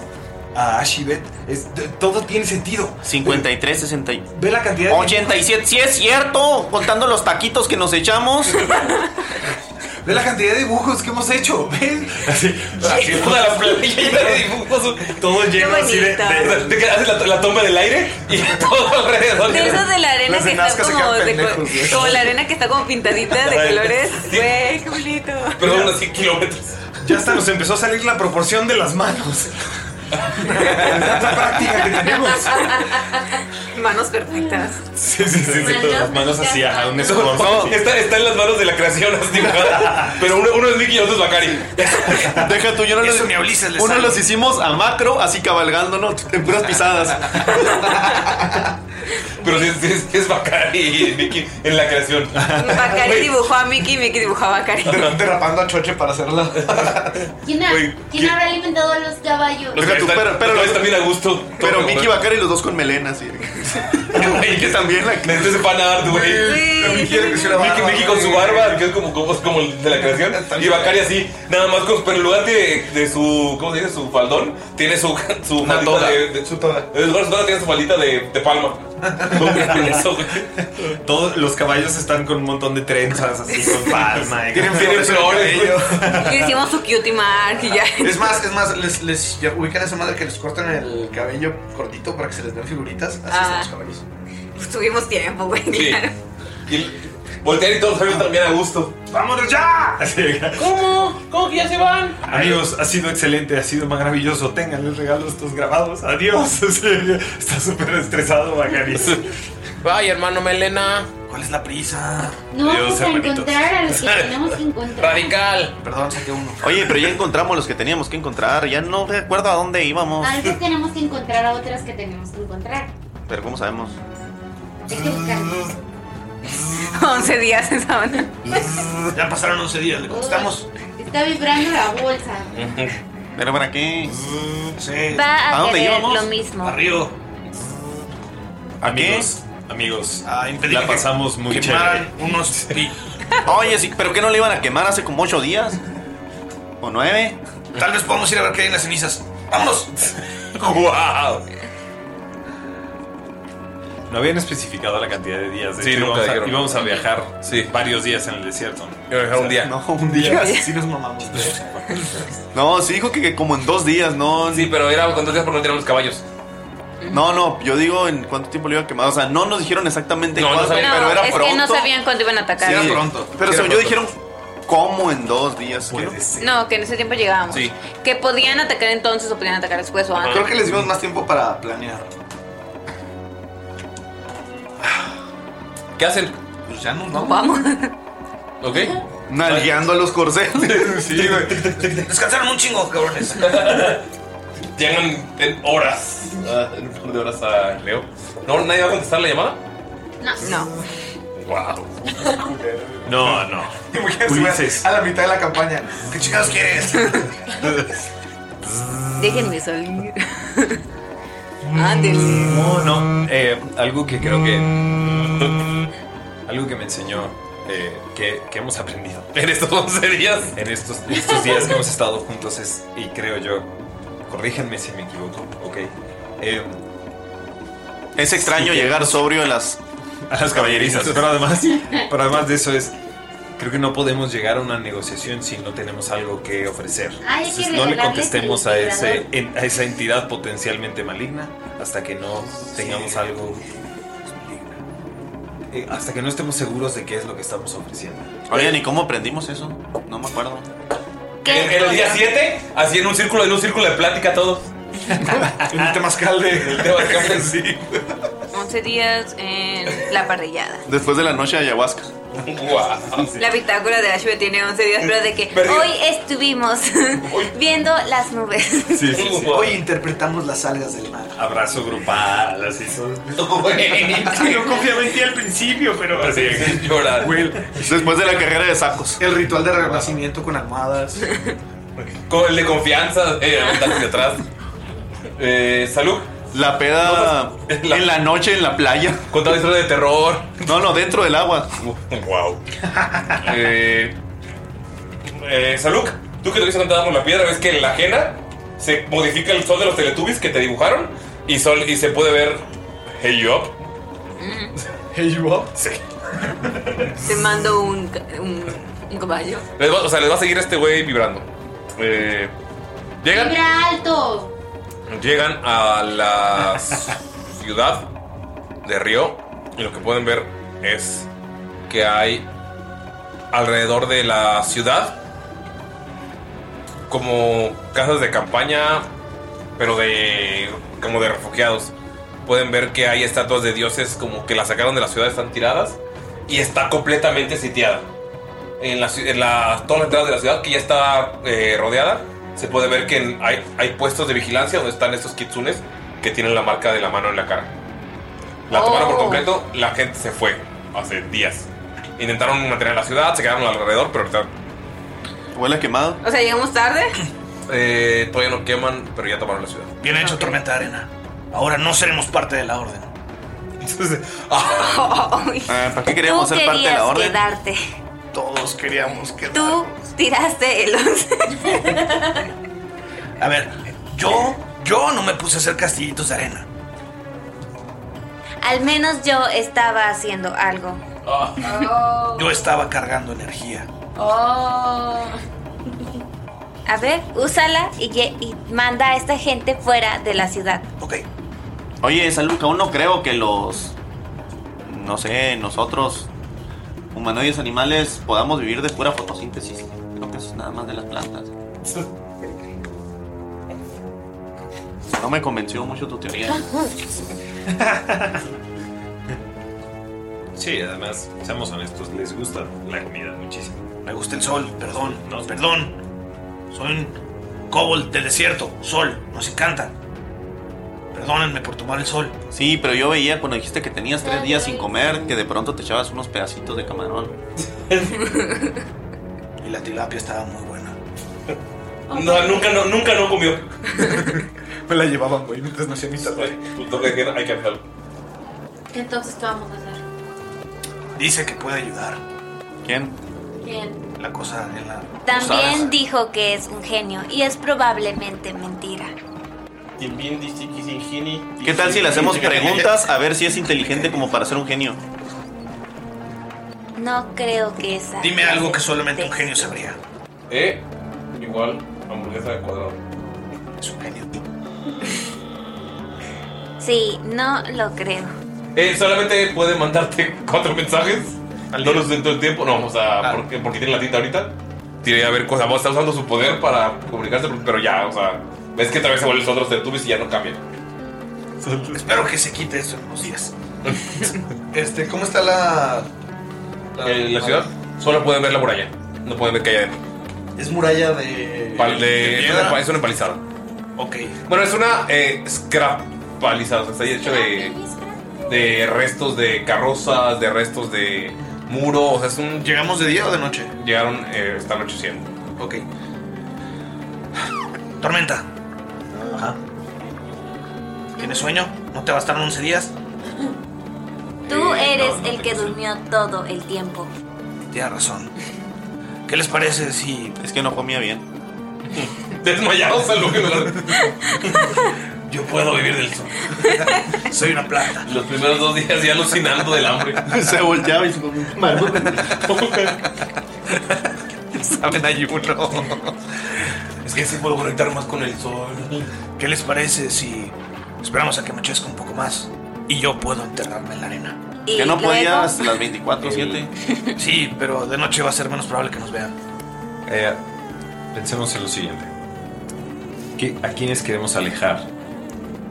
a Ashibet. Es- de- todo tiene sentido.
53, 60. y-
Ve la cantidad de
87, sí es cierto. Contando los taquitos que nos echamos.
Ve la cantidad de dibujos que hemos hecho.
*laughs*
Ve. Así,
así toda la playa llena de dibujos.
Todo lleno así de. de-
de que haces la, la toma del aire y *laughs* todo alrededor.
De esas de la arena que está como, de co- como la arena que está como pintadita de
Ay.
colores. Güey, qué bonito.
Perdón, así kilómetros.
Ya hasta nos empezó a salir la proporción de las
*laughs*
manos. Tanta práctica que tenemos.
Manos perfectas.
Sí, sí, sí. sí. Las manos así, ajá, un escorzo.
Está, está en las manos de la creación, así
*laughs*
dibujada. *laughs* Pero uno, uno es Mickey y otro es Bacari.
Deja tú, yo no
Eso
los-
ni a Ulises le
Uno
sale.
los hicimos a macro, así cabalgándonos en puras pisadas.
Pero si es, si es, si es Bacari y Mickey en la creación.
Bacari dibujó a Mickey y Mickey dibujó a Bacari.
Derrapando a Choche para hacerla.
¿Quién, ha-
Güey,
quién
¿qué?
habrá alimentado a *laughs* los caballos?
Deja tú, pero, pero,
también a gusto.
Pero Mickey Bacari y los dos con melenas.
*laughs*
Y... que también la
Necesito ese pan art, güey. Mickey, Mickey con su barba, que es como, como, como el de la creación. Y Bacari así, nada más con. Pero en lugar de, de su. ¿Cómo se dice? Su faldón, tiene su. Su faldita
toga.
de, de-
Su toga.
En lugar de su toga, tiene su faldita de, de palma. Eso, güey.
Todos los caballos están con un montón de trenzas, así con palma. y- *laughs*
Tienen flores en el *laughs*
Y hicimos su cutie mark y
*laughs*
ya.
Es más, es más, les, les ya ubican a esa madre que les cortan el cabello cortito para que se les den figuritas. Así están
Ah.
los caballos.
Pues tuvimos tiempo, güey. claro.
Voltear y todos saben también a gusto.
¡Vámonos ya! Así,
¿Cómo? ¿Cómo que ya se van?
Amigos, ha sido excelente, ha sido maravilloso. Tengan el regalo estos grabados. Adiós. *laughs* Sí, Está súper estresado, Bacari.
Bye, hermano Melena.
¿Cuál es la prisa?
No pues, vamos a
hermanitos.
encontrar a
*laughs*
los que tenemos que encontrar.
Radical.
Perdón, saqué uno.
Oye, pero ya encontramos los que teníamos que encontrar. Ya no recuerdo a dónde íbamos.
A veces tenemos que encontrar a otras que tenemos que encontrar.
Pero ¿cómo sabemos?
Hay que buscarlas.
11 días en sábana.
Ya pasaron 11 días, le
contestamos. Está vibrando la bolsa.
*laughs* ¿Pero para qué?
Va a,
¿A dónde
querer
íbamos?
lo mismo.
Arriba.
Amigos, amigos, la pasamos muy chévere.
Quemaran unos. *laughs* Oye, sí, pero ¿qué no le iban a quemar hace como ocho días? ¿O nueve?
Tal vez podamos ir a ver qué hay en las cenizas. ¡Vámonos!
¡Wow!
No habían especificado la cantidad de días. De
Sí, nunca
íbamos a,
dijeron.
íbamos a viajar varios días en el desierto.
Iba a viajar un día.
No, un día.
*laughs*
*laughs*
Sí nos mamamos.
No, sí dijo que, que como en dos días, ¿no? Sí,
pero era con dos días porque no tenían los caballos.
No, no, yo digo en cuánto tiempo le iba a quemar. O sea, no nos dijeron exactamente
No, no
cuándo,
sabían.
pero
No,
era
es
pronto.
que no sabían cuándo iban a atacar.
Sí, Pero
Sí, era
según yo
pronto.
dijeron como en dos días. Puede
No, que en ese tiempo llegábamos.
Sí.
Que podían atacar entonces o podían atacar después o antes.
Creo que les dimos más tiempo para planear.
¿Qué hacen?
Pues ya nos
Nos vamos.
¿Ok?
Nalgueando a los corceles.
*laughs* sí, güey.
Descansaron un chingo, cabrones.
*laughs* Llegan en horas. ah, en un par de horas a Leo. ¿No? ¿Nadie va a contestar la llamada?
No. No.
Wow.
No,
*laughs*
no.
A la mitad de la campaña. ¿Qué chingados quieres?
Déjenme salir. *laughs* Ándale.
No, no. eh, algo que creo que. mm, Algo que me enseñó. eh, que, que hemos aprendido *laughs*
en estos 11 días
en estos, estos días que hemos estado juntos es y creo yo corríjanme si me equivoco ok eh,
es extraño llegar sobrio a las
a las caballerizas pero además pero además de eso es creo que no podemos llegar a una negociación si no tenemos algo que ofrecer
Ay, hay que
entonces no le
regalarles
contestemos
el
a ese en- a esa entidad potencialmente maligna hasta que no tengamos algo eh, hasta que no estemos seguros de qué es lo que estamos ofreciendo
Oigan, ¿y cómo aprendimos eso? No me acuerdo.
En, en el día 7, así en un círculo, en un círculo de plática todos. en el temazcal de... El temazcal de... Sí.
11 días en la parrillada.
Después de la noche de ayahuasca.
La bitácora de Ashby tiene 11 días, pero
*laughs*
de que
Hoy estuvimos viendo las
*laughs*
nubes.
Sí, sí, sí.
Hoy interpretamos las algas del mar.
abrazo grupal
*laughs*
así son
Yo confiaba en ti al principio, pero. *laughs*
así
*laughs* llorar
*laughs* Después de la carrera de sacos.
El ritual de renacimiento con almohadas.
Con el de confianza, eh, aventarse
*laughs*
hacia atrás. Eh, salud. pues,
La peda en la noche en la playa.
Contaba historias de terror.
No, no, dentro del agua.
Wow. Eh, eh, Saluk, tú que tuviste contado con la piedra, ves que en la ajena se modifica el sol de los teletubbies que te dibujaron y, sol, y se puede ver Hey You Up.
¿Hey You Up?
Sí.
te mando un, ca- un, un caballo.
Les va- o sea, les va a seguir este güey vibrando. Eh, llegan,
Vibra alto.
llegan a la ciudad de Río y lo que pueden ver es que hay alrededor de la ciudad como casas de campaña, pero de como de refugiados. Pueden ver que hay estatuas de dioses como que las sacaron de la ciudad, están tiradas y está completamente sitiada. En, la, ci- en la- todas las entradas de la ciudad que ya está eh, rodeada, se puede ver que en- hay, hay puestos de vigilancia donde están estos kitsunes que tienen la marca de la mano en la cara. La tomaron por
Oh.
completo, la gente se fue hace días. Intentaron mantener la ciudad, se quedaron alrededor, pero ahorita
Huele a quemado.
O sea, llegamos
*laughs*
tarde.
Eh, todavía no queman, pero ya tomaron la ciudad.
Bien hecho, Tormenta de Arena. Ahora no seremos parte de la orden. *laughs* ah.
¿Para qué
queríamos
Tú
ser parte de la
querías
orden?
quedarte.
Todos queríamos que.
Tú tiraste el 11.
A ver, yo. Yo no me puse a hacer castillitos de arena.
Al menos yo estaba haciendo algo.
Yo estaba
*laughs*
cargando energía.
Oh. A ver, úsala y, ye- y manda a esta gente fuera de la ciudad.
Oye, Saluca, aún no creo que los. No sé, nosotros, humanoides animales, podamos vivir de pura fotosíntesis. Creo que eso es nada más de las plantas. No me convenció mucho tu teoría.
Sí, además, seamos honestos, les gusta la comida muchísimo.
Me gusta el sol, perdón, no, perdón. Soy un kobold del desierto, sol, nos encanta. Perdónenme por tomar el sol.
Sí, pero yo veía cuando dijiste que tenías tres días sin comer, que de pronto te echabas unos pedacitos de camarón.
y la tilapia estaba muy buena.
No, nunca no, nunca
*laughs*
no comió.
*laughs* Me la llevaban, güey, mientras no hacía mi tatuaje.
Hay Pues, que hacerlo.
Entonces, ¿qué vamos a hacer?
Dice que puede ayudar.
¿Quién?
Bien.
La cosa en la.
También dijo que es un genio y es probablemente mentira.
Timbindi, Sticky, Singini.
¿Qué tal si
*laughs*
le hacemos preguntas a ver si es inteligente como para ser un genio?
No creo que esa.
Dime algo que solamente un genio sabría.
E
Eh,
igual hamburguesa de cuadrado.
Es un genio.
Sí, no lo creo.
Eh, solamente puede mandarte *laughs* cuatro mensajes. No los en todo el tiempo. No, o sea, porque, porque tiene la tinta ahorita. Tiene a ver cosas. Vos está usando su poder para comunicarse, pero ya, o sea, ves que otra vez se vuelven los otros Teletubbies y ya no cambian.
Espero que se quite eso en unos días. este, ¿cómo está *laughs* la.
En la ciudad solo pueden ver la muralla. No pueden ver que hay adentro.
Es muralla de.
Pal- de-
de
es,
piedra?
una, es una empalizada.
Ok.
Bueno, es una eh, scrap palizada. O sea, está hecho de, de restos de carrozas, de restos de muro. O sea, es un.
¿Llegamos de día o de noche?
Llegaron eh, esta noche siendo.
Ok. Tormenta. Ajá. ¿Tienes sueño? ¿No te bastaron 11 días?
Tú
Eh,
eres
no, no
el que durmió todo el tiempo.
Tienes razón. ¿Qué les parece si.?
Es que no comía bien.
Desmayados al
*laughs* Yo puedo vivir del sol. *laughs* Soy una planta.
Los primeros dos días ya alucinando del hambre.
Se volteaba y se *laughs*
Saben ayuno. Es que así puedo conectar más con el sol. ¿Qué les parece si esperamos a que anochezca un poco más y yo puedo enterrarme en la arena?
Y Que no luego- podías las 24/7.
Sí, pero de noche va a ser menos probable que nos vean.
Eh, pensemos en lo siguiente. ¿Qué- ¿A quiénes queremos alejar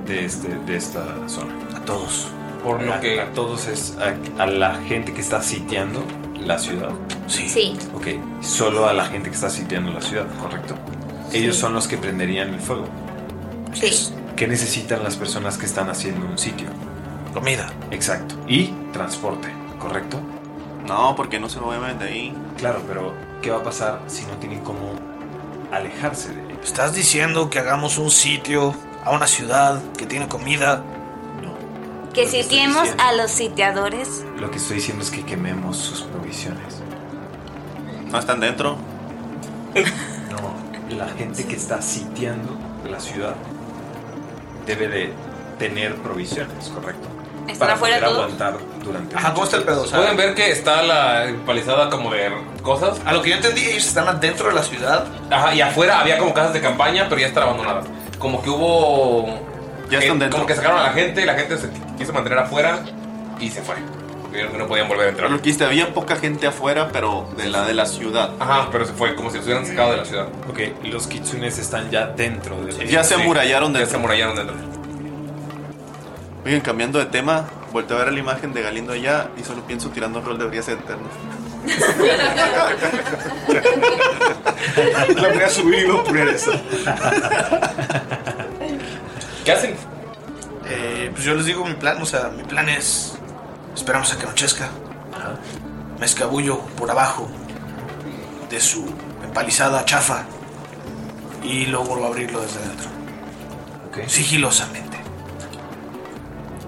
de, este, de esta zona?
A todos.
Por lo que... A todos es a, a la gente que está sitiando la ciudad.
Sí.
Sí.
Ok, solo a la gente que está sitiando la ciudad, correcto. Ellos son los que prenderían el fuego.
Sí.
¿Qué necesitan las personas que están haciendo un sitio?
Comida.
Exacto. Y transporte, ¿correcto?
No, porque no se mueven de ahí.
Claro, pero ¿qué va a pasar si no tienen cómo alejarse de ellos?
¿Estás diciendo que hagamos un sitio a una ciudad que tiene comida?
Que sitiemos a los sitiadores.
Lo que estoy diciendo es que quememos sus provisiones.
¿No están dentro?
*laughs* No, la gente que está sitiando la ciudad debe de tener provisiones, correcto.
¿Están
Para
afuera
poder
todos?
aguantar durante.
Ajá, ¿cómo está el pedo? O sea,
Pueden ver que está la empalizada como de cosas.
A lo que yo entendí, ellos están adentro de la ciudad.
Ajá, y afuera había como casas de campaña, pero ya están abandonadas. Como que hubo. Ya están dentro. Como que sacaron a la gente, la gente se quiso mantener afuera y se fue. Porque vieron que no podían volver a entrar.
Lo que dijiste, había poca gente afuera, pero de la de la ciudad.
Ajá, pero se fue, como si los hubieran sacado de la ciudad.
Ok, los kitsunes están ya dentro de la
Ya se amurallaron
de
dentro.
Ya se amurallaron dentro.
Oigan, cambiando de tema, volteo a ver la imagen de Galindo allá y solo pienso tirando rol debería ser eterno.
*laughs* La voy a subir y voy a poner eso. ¿Qué hacen?
Eh, pues yo les digo mi plan, o sea, mi plan es esperamos a que anochezca. Me escabullo por abajo de su empalizada chafa y luego vuelvo a abrirlo desde adentro. Sigilosamente.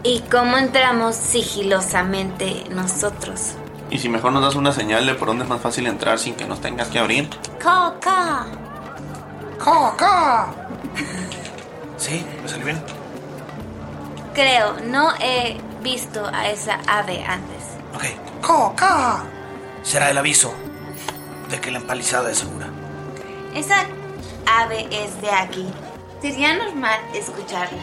¿Y cómo entramos sigilosamente nosotros?
Y si mejor nos das una señal de por dónde es más fácil entrar sin que nos tengas que abrir.
¡Coca!
¡Coca! Sí, me salió bien.
Creo, no he visto a esa ave antes.
Ok. ¡Coca! Será el aviso de que la empalizada es segura.
Esa ave es de aquí. Sería normal escucharla.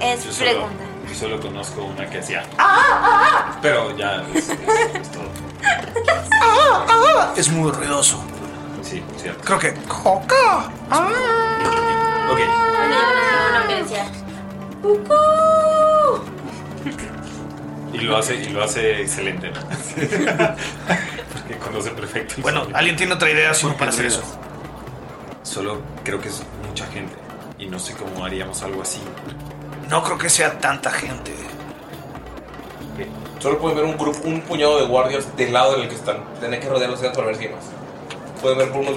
Es
Yo solo-
pregunta.
Yo solo conozco una que hacía.
¡Ah!
Pero ya pues, es, es todo.
Es muy ruidoso.
Sí, cierto.
Creo que. ¡Coca!
Ok. Y lo hace, y lo hace excelente, ¿no? *laughs* Porque conoce perfecto.
Bueno, alguien tiene otra idea sino para hacer eso.
Solo creo que es mucha gente. Y no sé cómo haríamos algo así.
No creo que sea tanta gente.
Solo pueden ver un grupo, un puñado de guardias del lado en el que están. Tienen que rodear la ciudad para ver si hay más. Pueden ver por unos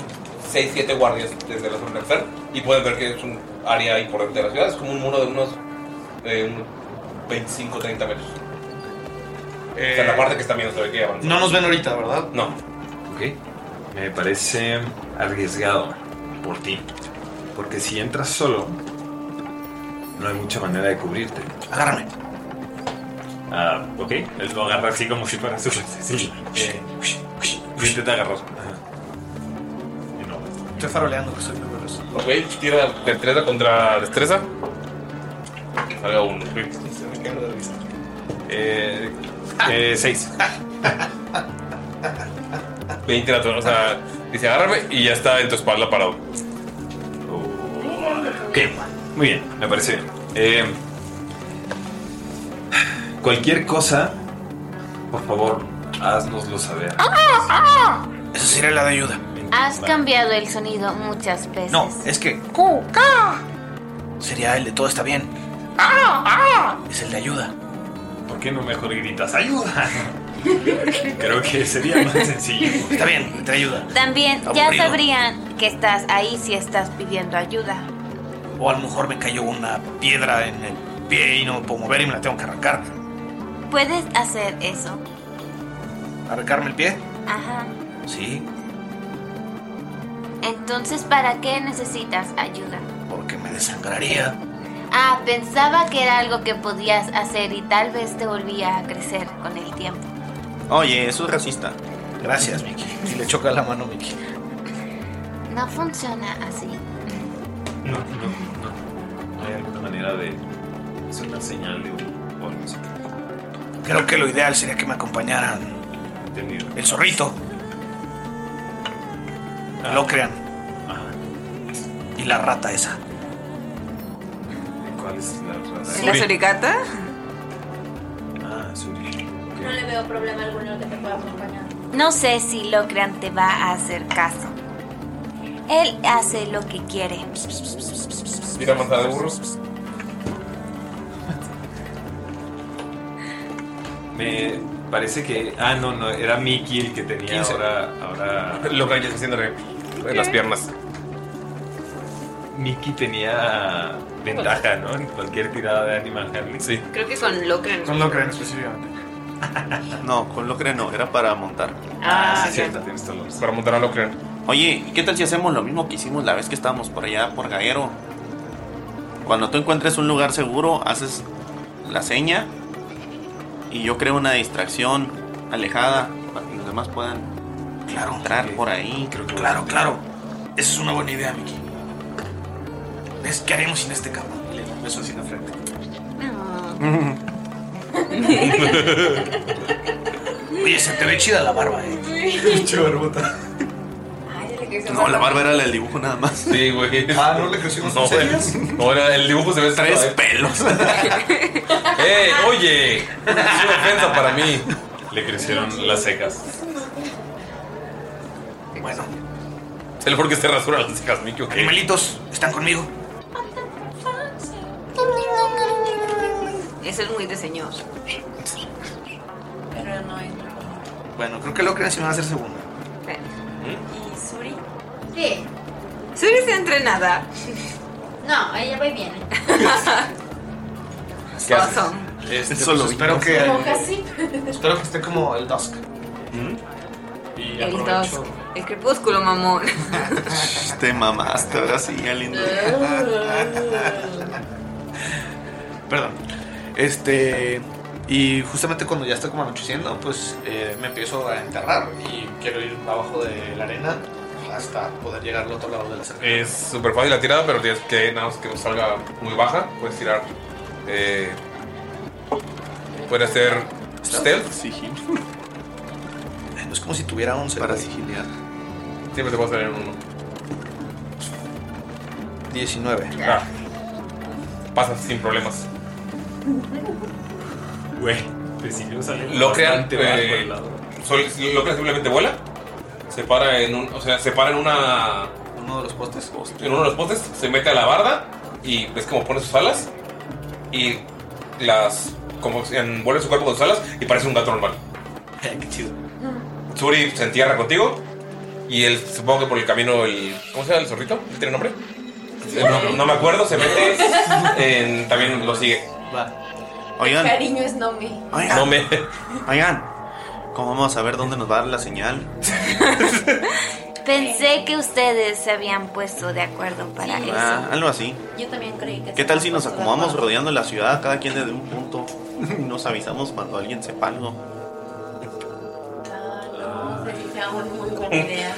6, 7 guardias desde la zona del ser y pueden ver que es un área importante de la ciudad. Es como un muro de unos, eh, unos 25, 30 metros. o sea, la parte que está viendo se ve que avanza.
Eh, No nos ven ahorita, ¿verdad?
No.
Ok. Me parece arriesgado por ti. Porque si entras solo, no hay mucha manera de cubrirte. Agárrame. Ah, ok. Él lo agarra así como si fuera su sí. eh, Intenta agarrar.
Estoy faroleando, que soy números.
Ok, tira destreza contra destreza. Salga uno.
Eh, eh, seis.
20 natural, o sea, dice agárrame y ya está en tu espalda parado.
Ok, muy bien, me parece bien. Eh, cualquier cosa, por favor, haznoslo saber.
Eso sería la de ayuda.
Ah, Has cambiado el sonido muchas veces.
No, es que
Cuca.
sería el de todo está bien.
Ah,
Es el de ayuda.
¿Por qué no mejor gritas ayuda? Creo que sería más sencillo.
Está bien, te ayuda.
También ya
Aburrido.
sabrían que estás ahí si estás pidiendo ayuda.
O a lo mejor me cayó una piedra en el pie y no me puedo mover y me la tengo que arrancar.
Puedes hacer eso.
¿Arrancarme el pie?
Ajá.
Sí,
Entonces, ¿para qué necesitas ayuda?
porque me desangraría.
Ah, pensaba que era algo que podías hacer y tal vez te volvía a crecer con el tiempo.
Oye, eso es racista.
Gracias, Mickey. Y le choca la mano, Mickey.
No funciona así.
No, no, no. ¿Hay alguna manera de hacer una señal de un o no sé
Creo que lo ideal sería que me acompañaran
qué? Entendido.
el zorrito.
Ah.
Lo crean. Y la rata esa.
¿Cuál es la rata?
¿La suricata?
Ah, Suri.
No le veo problema alguno que te pueda acompañar.
No sé si Locrean te va a hacer caso. Él hace lo que quiere.
Tira manzana de burro.
Me parece que. Ah, no, no, era Mickey el que tenía
15.
ahora. ahora...
Lo que ya está haciendo re- en las piernas.
Mickey tenía ventaja, ¿no? En cualquier
*laughs*
tirada de Animal Handling. Sí.
Creo que con Locran.
Locran específicamente.
*laughs* No, con Locre no, era para montar.
Ah, *laughs*
sí, cierto, tienes todo Para montar a Locre. Oye, ¿y qué tal si hacemos lo mismo que hicimos la vez que estábamos por allá, por Gaero? Cuando tú encuentres un lugar seguro, haces la seña y yo creo una distracción alejada para que los demás puedan entrar por ahí.
Claro, claro. Esa es una buena idea, Mickey. Es que haremos sin este cabrón. Y Le beso así en la frente. Oye, se te ve chida la barba, eh.
Pinche barbota.
No, la barba era la del dibujo nada más.
Sí, güey.
Ah, no le
*laughs*
crecimos
No, no, era- el dibujo se ve
Tres
pelos. ¡Eh, oye! Es una ofensa para mí.
Le crecieron las secas.
Bueno.
El por qué se rasura las cejas, Mickey, ok.
Animalitos, están conmigo.
Eso es muy de señor.
Pero no es.
Bueno, creo que lo creen si me va a hacer segunda. ¿Eh?
¿Y Suri?
Sí.
Suri está entrenada.
No, ella va y viene.
¿Qué haces?
Este,
Eso
pues,
lo
espero
vimos.
que
Como casi.
espero que esté como el dusk. ¿Mm?
Y
El dos. El crepúsculo, mamón.
Te mamaste, ahora sí, ya lindo.
Uh.
Perdón. Este. Y justamente cuando ya está como anocheciendo, pues eh, me empiezo a enterrar y quiero ir abajo de la arena hasta poder llegar al otro lado de la cerca.
Es súper fácil la tirada, pero tienes que nada más que no salga muy baja. Puedes tirar. Eh, puede hacer stealth.
No es como si tuviera 11. Para sigiliar.
Siempre te puedo salir en uno.
19.
Ah. Pasas sin problemas.
Güey, te siguió saliendo.
Lo crean.
bastante bajo
eh,
el lado.
sol- lo crean simplemente vuela. Se para en un. O sea, se para en una.
Uno de los postes.
En uno de los postes. Se mete a la barda. Y ves como pone sus alas. Y las. Como si envuelve su cuerpo con sus alas. Y parece un gato normal.
*laughs* Qué chido.
Suri se entierra contigo. Y él, supongo que por el camino, el. ¿Cómo se llama el zorrito? ¿Él tiene nombre? Eh, No, no me acuerdo, se mete. *laughs* en- también lo sigue.
Oigan,
Cariño es Nomi.
oigan.
me.
Oigan, ¿cómo vamos a ver dónde nos va a dar la señal?
Pensé que ustedes se habían puesto de acuerdo para eso.
Ah, algo así.
Yo también creí que...
¿Qué tal si nos acomodamos rodeando la ciudad, cada quien desde un punto? *laughs* Y nos avisamos cuando alguien sepa algo.
muy buena idea.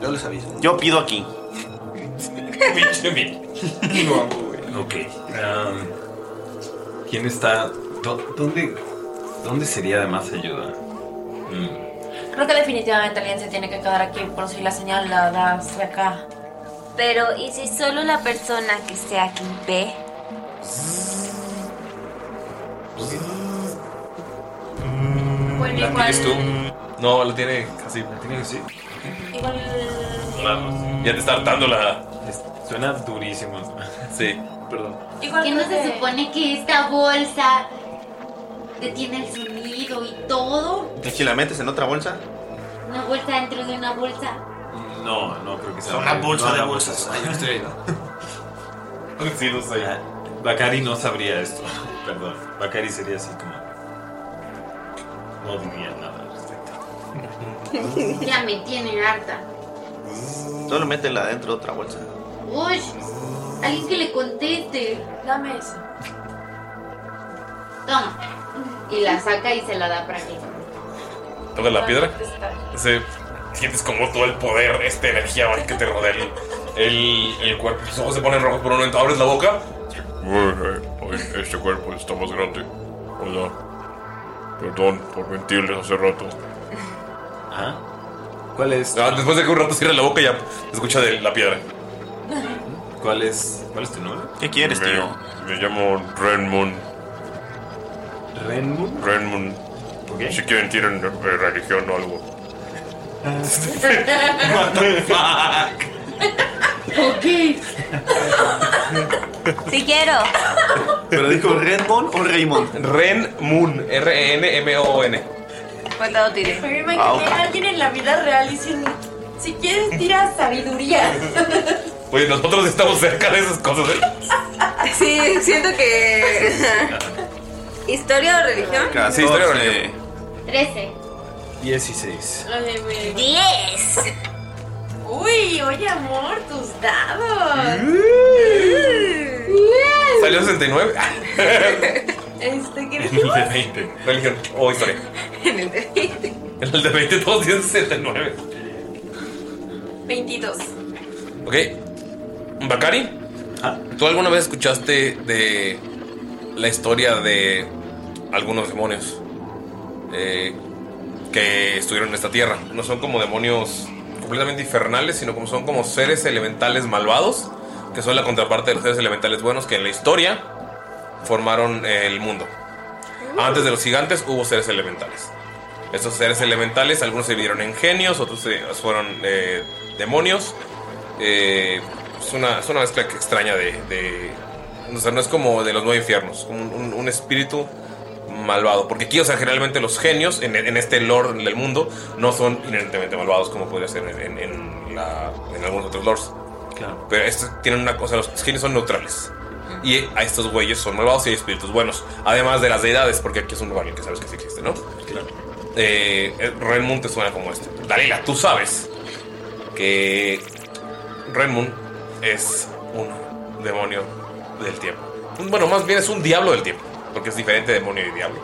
Yo les aviso. Yo pido aquí.
*laughs* Ok. am, ¿Quién está? dó- ¿Dónde, dónde sería de más ayuda? Mm,
Creo que definitivamente alguien se tiene que quedar aquí por si la señal la das de acá.
Pero, ¿y si solo la persona que esté aquí ve?
Bueno,
¿La
igual,
tienes tú? No, la tiene casi. ¿La tiene así?
igual,
Ya te está hartando la. Suena durísimo. Sí. Perdón.
¿Qué no se supone que esta bolsa detiene el sonido y todo?
¿Y si la metes en otra bolsa?
Una bolsa dentro de una *laughs* bolsa.
No, no creo que sea.
Son una bolsa
no,
de
la
bolsas. Ay, yo estoy
*laughs* Sí, no sé. Ah, Bakari no sabría esto. *laughs* Perdón. Bakari sería así como. No diría nada al respecto.
Ya me tiene harta.
Solo métela dentro de otra
*laughs*
bolsa.
Uy, alguien que le conteste.
Dame eso.
Toma. Y la saca y se la da para mí.
Toca la piedra. Sí. Sientes como todo el poder, esta energía mágica que te rodea el, el, el cuerpo. Tus ojos se ponen rojos por un momento. Abres la boca.
Uy, ay, ay, este cuerpo está más grande. Hola. Perdón por mentirles hace rato.
¿Ah? ¿Cuál es?
Ah, después de que un rato cierra la boca, ya escucha de la piedra.
¿Cuál es, cuál es tu nombre?
¿Qué quieres,
me,
tío?
Me llamo Renmun.
¿Renmun?
Renmun. Si quieren, tienen eh, religión o algo.
*laughs*
*laughs*
*laughs*
Ok.
Sí quiero.
Pero dijo Redmond o Raymond.
Ren Moon. E R-E-N-M-O-N.
¿Cuál dado tiré?
Me imaginé a alguien en la vida real diciendo, si quieres tira sabiduría.
Oye, nosotros estamos cerca de esas cosas. ¿eh?
Sí, siento que. *laughs* ¿Historia o religión?
Sí, historia o religión.
13.
16.
10. Uy, oye amor, tus dados.
Salió 69.
Este, ¿qué
*laughs* En el de 20. Religión o historia.
En el de
En el de 20 todos tienen 69.
*laughs*
22.
Ok. Bakari, ¿tú alguna vez escuchaste de la historia de algunos demonios eh, que estuvieron en esta tierra? No son como demonios completamente infernales, sino como son como seres elementales malvados, que son la contraparte de los seres elementales buenos que en la historia formaron el mundo. Antes de los gigantes hubo seres elementales. Estos seres elementales, algunos se vieron en genios, otros se- fueron eh, demonios. Eh, es, una, es una mezcla que extraña de, de- O sea, no es como de los nueve infiernos, como un, un- un espíritu malvado. Porque aquí, o sea, generalmente los genios en, en este lore del mundo no son inherentemente malvados como podría ser en, en- en la- en algunos otros lores.
Claro.
Pero estos tienen una cosa, los genios son neutrales. Y a estos güeyes son malvados y hay espíritus buenos. Además de las deidades, porque aquí es un lugar en el que sabes que sí existe, ¿no?
Claro.
Eh, eh, Renmun te suena como este. Dalila, tú sabes que Renmun es un demonio del tiempo. Bueno, más bien es un diablo del tiempo, porque es diferente de demonio y diablo.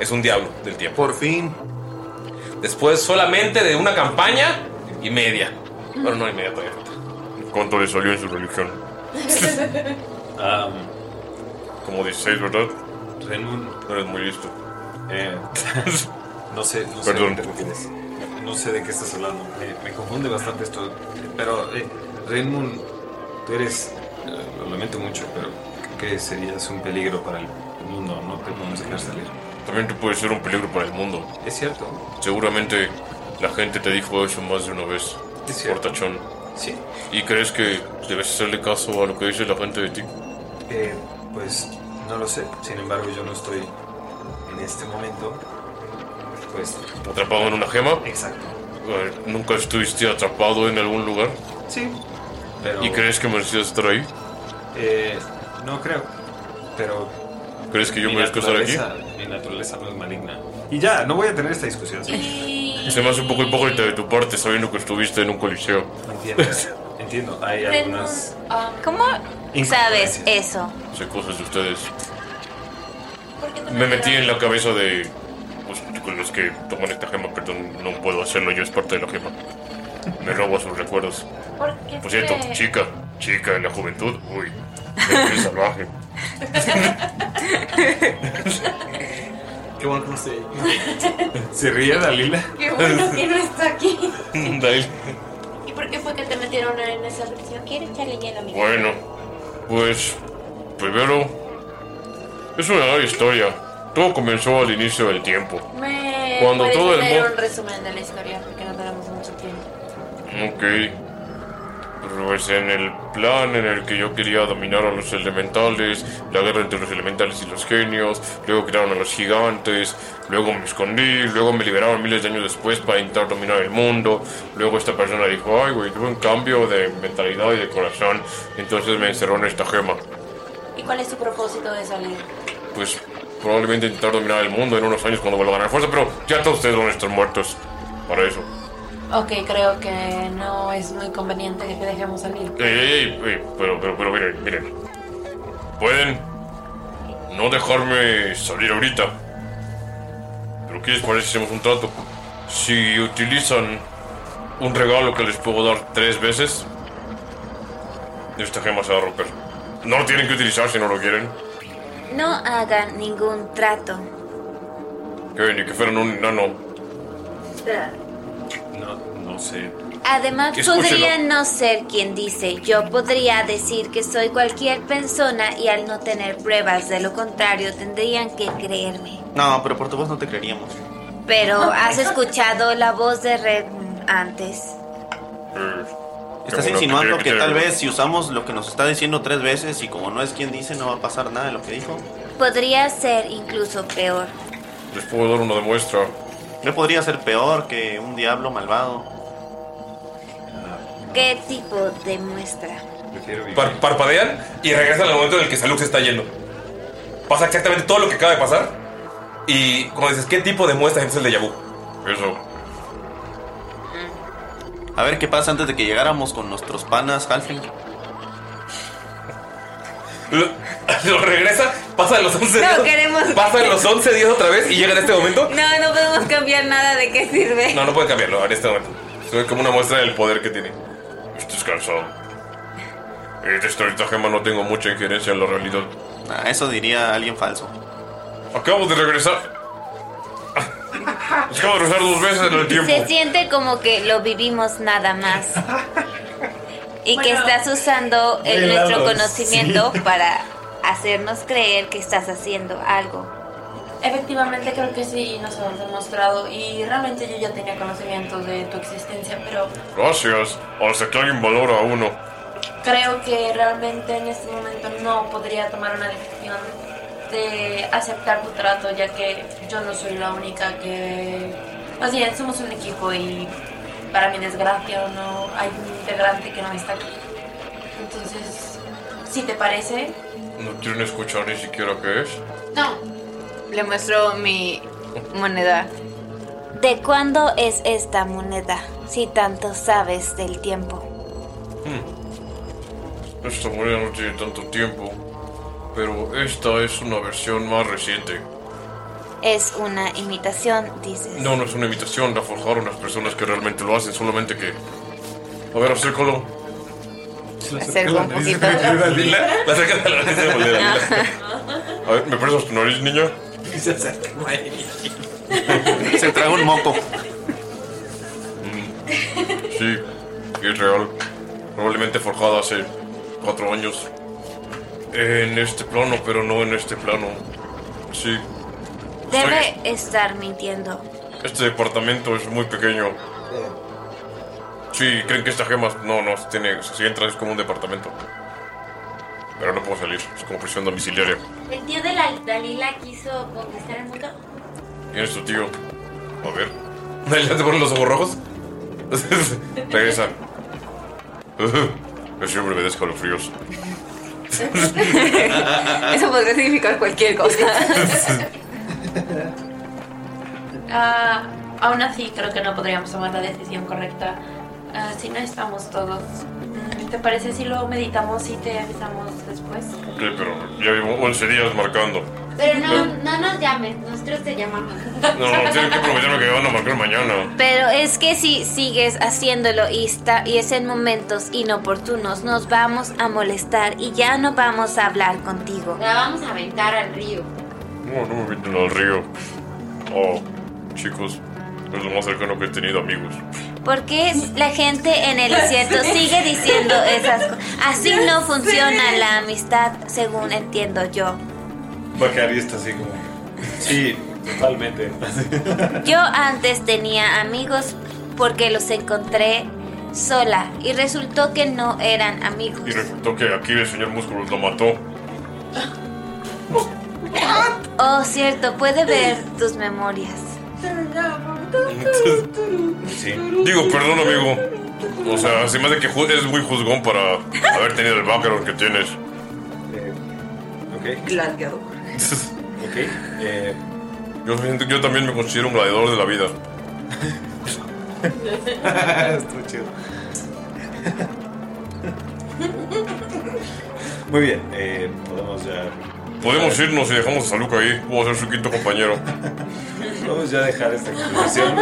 Es un diablo del tiempo.
Por fin.
Después solamente de una campaña y media. Bueno, no y media todavía.
¿Cuánto le salió en su religión?
Ah,
Como 16, ¿verdad?
Renmun.
No eres muy listo.
Eh, *laughs* no sé, no
Perdón.
sé. de qué eres. No sé de qué estás hablando. Me, me confunde bastante esto. Pero, eh, Raymond, tú eres. eh, lo lamento mucho, pero creo que serías un peligro para el mundo. No te podemos dejar salir.
También tú puedes ser un peligro para el mundo.
Es cierto.
Seguramente la gente te dijo eso más de una vez.
Es cierto.
Portachón.
Sí.
¿Y crees que debes hacerle caso a lo que dice la gente de ti?
Eh, pues no lo sé. Sin embargo, yo no estoy en este momento. Pues.
¿Atrapado en una gema?
Exacto.
Eh, ¿Nunca estuviste atrapado en algún lugar?
Sí. Pero-
¿Y crees que merecías estar ahí?
Eh, no creo. Pero.
¿Crees que yo
mi
merezco estar aquí?
naturaleza- Mi naturaleza no es maligna. Y ya, no voy a tener esta discusión.
Y
Se me hace un poco hipócrita de tu parte sabiendo que estuviste en un coliseo. *laughs*
Entiendo. Entiendo. Hay algunas
um,
¿Cómo sabes eso?
sé cosas de ustedes. Me metí en la cabeza de pues, con los que toman esta gema, perdón, no puedo hacerlo, yo es parte de la gema. Me robo sus recuerdos.
¿Por qué
Por cierto,
te-
chica, chica en la juventud, uy, qué
*laughs*
salvaje.
Qué bueno que no estoy
*laughs*
¿Se ríe Dalila?
Qué bueno que no está aquí.
Dalila.
¿Y por qué fue que te metieron en esa relación? ¿Quieres echarle hielo, amigo?
Bueno, pues primero es una larga historia. Todo comenzó al inicio del tiempo.
Me
Cuando
puedes
todo el
leer
mundo-
un resumen de la historia porque no tenemos mucho tiempo.
Ok. Pues en el plan en el que yo quería dominar a los elementales, la guerra entre los elementales y los genios, luego crearon a los gigantes, luego me escondí, luego me liberaron miles de años después para intentar dominar el mundo, luego esta persona dijo, ay güey, tuve un cambio de mentalidad y de corazón, entonces me encerró en esta gema.
¿Y cuál es tu propósito de salir?
Pues probablemente intentar dominar el mundo en unos años cuando vuelva a ganar fuerza, pero ya todos ustedes van a estar muertos para eso.
Ok, creo que no es muy conveniente que te dejemos salir.
Ey, ey, ey, pero, pero, pero miren, miren. Pueden no dejarme salir ahorita. Pero ¿qué les parece si hacemos un trato? Si utilizan un regalo que les puedo dar tres veces, esta gema se va a romper. No lo tienen que utilizar si no lo quieren.
No hagan ningún trato.
Que ni que fueran un enano.
No, no sé.
Además,
Escúchelo.
podría no ser quien dice. Yo podría decir que soy cualquier persona y al no tener pruebas de lo contrario tendrían que creerme.
No, pero por tu voz no te creeríamos.
Pero has escuchado la voz de Red antes.
Estás insinuando que tal vez si usamos lo que nos está diciendo tres veces y como no es quien dice, no va a pasar nada de lo que dijo.
Podría ser incluso peor.
Les puedo dar una demuestra.
No podría ser peor que un diablo malvado.
¿Qué tipo de muestra?
Par- parpadean y regresan al momento en el que Saluk se está yendo. Pasa exactamente todo lo que acaba de pasar. Y cuando dices, ¿qué tipo de muestra es el de vu?
Eso.
A ver qué pasa antes de que llegáramos con nuestros panas, Halfling.
*laughs* Lo, lo regresa, pasa los 11
No,
días.
queremos-
*laughs* Pasan los 11 días otra vez y llega en este momento.
No, no podemos cambiar nada de qué sirve.
No, no pueden cambiarlo en este momento. Es como una muestra del poder que tiene.
Estás cansado. Eh, de esta, esta gema no tengo mucha injerencia en la realidad.
Ah, eso diría alguien falso.
Acabo de
*laughs*
regresar. Acabo de regresar dos veces en el tiempo.
Se siente como que lo vivimos
*laughs*
nada más. Y que estás usando el-
Velados,
nuestro conocimiento
sí.
para hacernos creer que estás haciendo algo.
Efectivamente, creo que sí nos han demostrado y realmente yo ya tenía conocimiento de tu existencia, pero
Gracias. Hasta que alguien valora a uno.
creo que realmente en este momento no podría tomar una decisión de aceptar tu trato, ya que yo no soy la única que... Más bien, somos un equipo y para mi desgracia no hay un integrante que no está aquí. Entonces, si te parece,
No quieren escuchar ni siquiera qué es.
no.
Le muestro mi moneda.
¿De cuándo es esta moneda? Si tanto sabes del tiempo.
Hmm. Esta moneda no tiene tanto tiempo. Pero esta es una versión más reciente.
Es una imitación, dices.
No, no es una imitación. La forjaron las personas que realmente lo hacen. Solamente que. A ver,
*laughs*
acércalo.
Le acerco un poquito.
La acerca a la nariz de Dalila.
A ver, ¿me prestas tu nariz, niña?
Se acerca, güey.
*laughs*
Se traga un moco.
Sí, es real. Probablemente forjado hace cuatro años. En este plano, pero no en este plano. Sí,
Debe estar mintiendo.
este departamento es muy pequeño. Sí, creen que esta gema no, no tiene. o sea, si entras es como un departamento. Pero no puedo salir, es como prisión domiciliaria.
El tío de la Dalila quiso conquistar el mundo.
¿Quién es tu tío? A ver. *laughs* Dalila te ponen los ojos rojos. *laughs* Regresa. *laughs* Yo siempre me des fríos.
*laughs* Eso podría *laughs*
*laughs*
significar cualquier cosa.
Ah, Aún así, creo que no podríamos tomar la decisión correcta ah, si no estamos todos. Mm, ¿Te parece si lo meditamos y te avisamos después?
Sí, pero ya llevo 11 días marcando.
Pero no, no nos llames, nosotros te llamamos.
No, tienen que prometerme que van a marcar mañana.
Pero es que si sigues haciéndolo y, está, y es en momentos inoportunos, nos vamos a molestar y ya no vamos a hablar contigo.
La vamos a aventar al río.
No, no me venden al río. Oh, chicos, es lo más cercano que he tenido amigos.
¿Por qué la gente en el
*laughs*
desierto sigue diciendo esas cosas? Así no funciona la amistad, según entiendo yo.
Bacari está así como. Sí, totalmente.
Yo antes tenía amigos porque los encontré sola y resultó que no eran amigos.
*laughs*
Y resultó que aquí el señor Músculo lo mató. *laughs*
Oh, cierto, puede ver tus memorias.
Sí. Digo, perdón, amigo. O sea, se me hace que ju- es muy juzgón para haber tenido el background que tienes.
Ok.
Gladiador.
Ok. eh, *laughs*
Yo, siento- yo también me considero un gladiador de la vida.
Estuvo chido.
*laughs*
Muy bien, eh, podemos ya.
Podemos irnos y dejamos a Saluca ahí. Puedo ser su quinto compañero.
Podemos ya dejar este- esta conversación.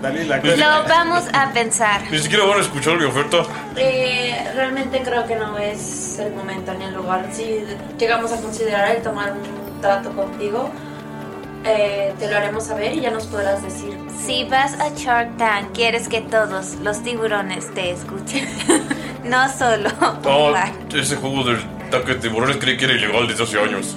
Dale la
Lo vamos a pensar.
Ni siquiera van a escuchar mi oferta.
Eh, realmente creo que no es el momento ni el lugar. Si llegamos a considerar el tomar un trato contigo, eh, te lo haremos saber y ya nos podrás decir.
Si vas a Shark Tank, quieres que todos los tiburones
*laughs*
te escuchen. No solo.
Oh,
Bye.
ese juego del ataque de tiburones creí que era ilegal desde hace años.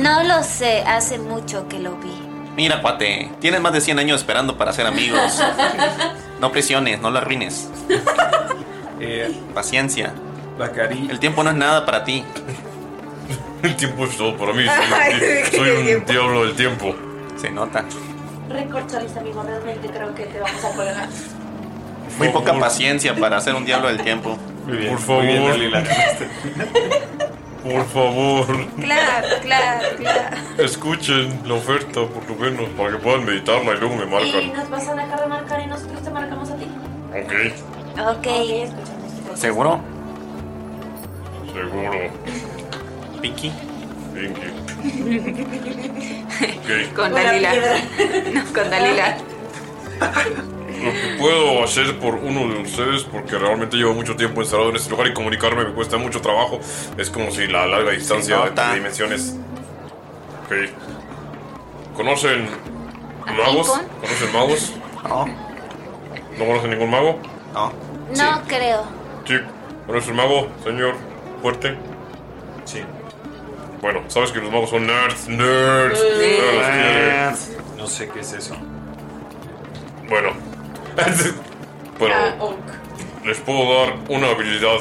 No lo sé, hace mucho que lo vi.
Mira, cuate, tienes más de 100 años esperando para ser
*laughs*
amigos. No presiones, no la
*laughs*
arruines. Eh, Paciencia. El tiempo no es nada para ti.
*laughs* El tiempo es
*laughs*
todo para mí. Soy, soy un diablo del tiempo.
Se nota.
Recorcholis, amigo, realmente creo que te vamos a colgar.
Muy poca paciencia para ser un diablo del tiempo.
Por favor.
bien,
Por favor,
Claro, claro, claro.
escuchen la oferta, por lo menos, para que puedan meditarla y luego me
Y
marcan.
nos vas a dejar de marcar y nosotros te marcamos a ti.
Ok,
Ok.
¿Seguro?
seguro.
Pinky.
Pinky.
*laughs*
*laughs* Con
Una
Dalila.
piedra.
No, con Dalila.
Lo que puedo hacer por uno de ustedes, porque realmente llevo mucho tiempo encerrado en este lugar y comunicarme me cuesta mucho trabajo, es como si la larga distancia de dimensiones. Ok. ¿Conocen magos?
Lincoln?
¿Conocen magos?
No.
¿No conocen ningún mago?
No.
No creo.
Sí. ¿Conoces un mago, señor fuerte? Sí. Bueno, sabes que los magos son nerds, nerds.
Nerds.
No sé qué es eso. Bueno. Pero les puedo dar una habilidad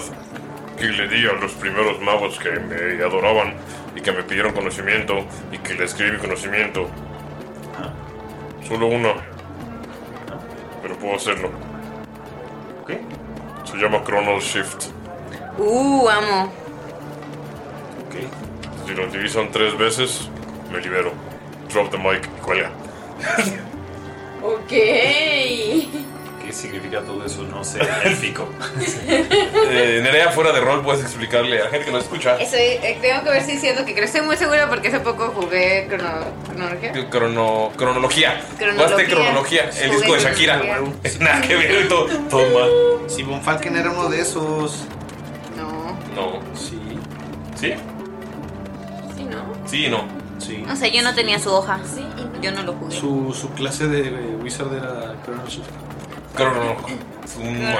que le di a los primeros magos que me adoraban y que me pidieron conocimiento y que les escribí conocimiento.
Ah.
Solo una. Pero puedo hacerlo.
¿Qué?
Se llama Chronal Shift.
Uh, amo.
Si lo utilizan tres veces, me libero. Drop the mic y cuelga.
*laughs*
Ok.
¿Qué significa todo eso? No sé, élfico. Eh,
Nerea, fuera de rol, puedes explicarle a la gente que lo escucha.
Estoy, eh, tengo que ver si es cierto que creo. Estoy muy segura porque hace poco jugué crono, cronología.
Crono, cronología.
Cronología.
Jugaste cronología. El
Jugué
disco de Shakira. Nada que ver y todo. Toma.
Si Von Falken era uno de esos.
No.
No. Sí. ¿Sí?
Sí, ¿no?
Sí y no.
Sí.
O sea, yo no tenía su hoja. Yo no lo jugué.
Su, su clase de eh, Wizard era Chrono Shift.
Crono.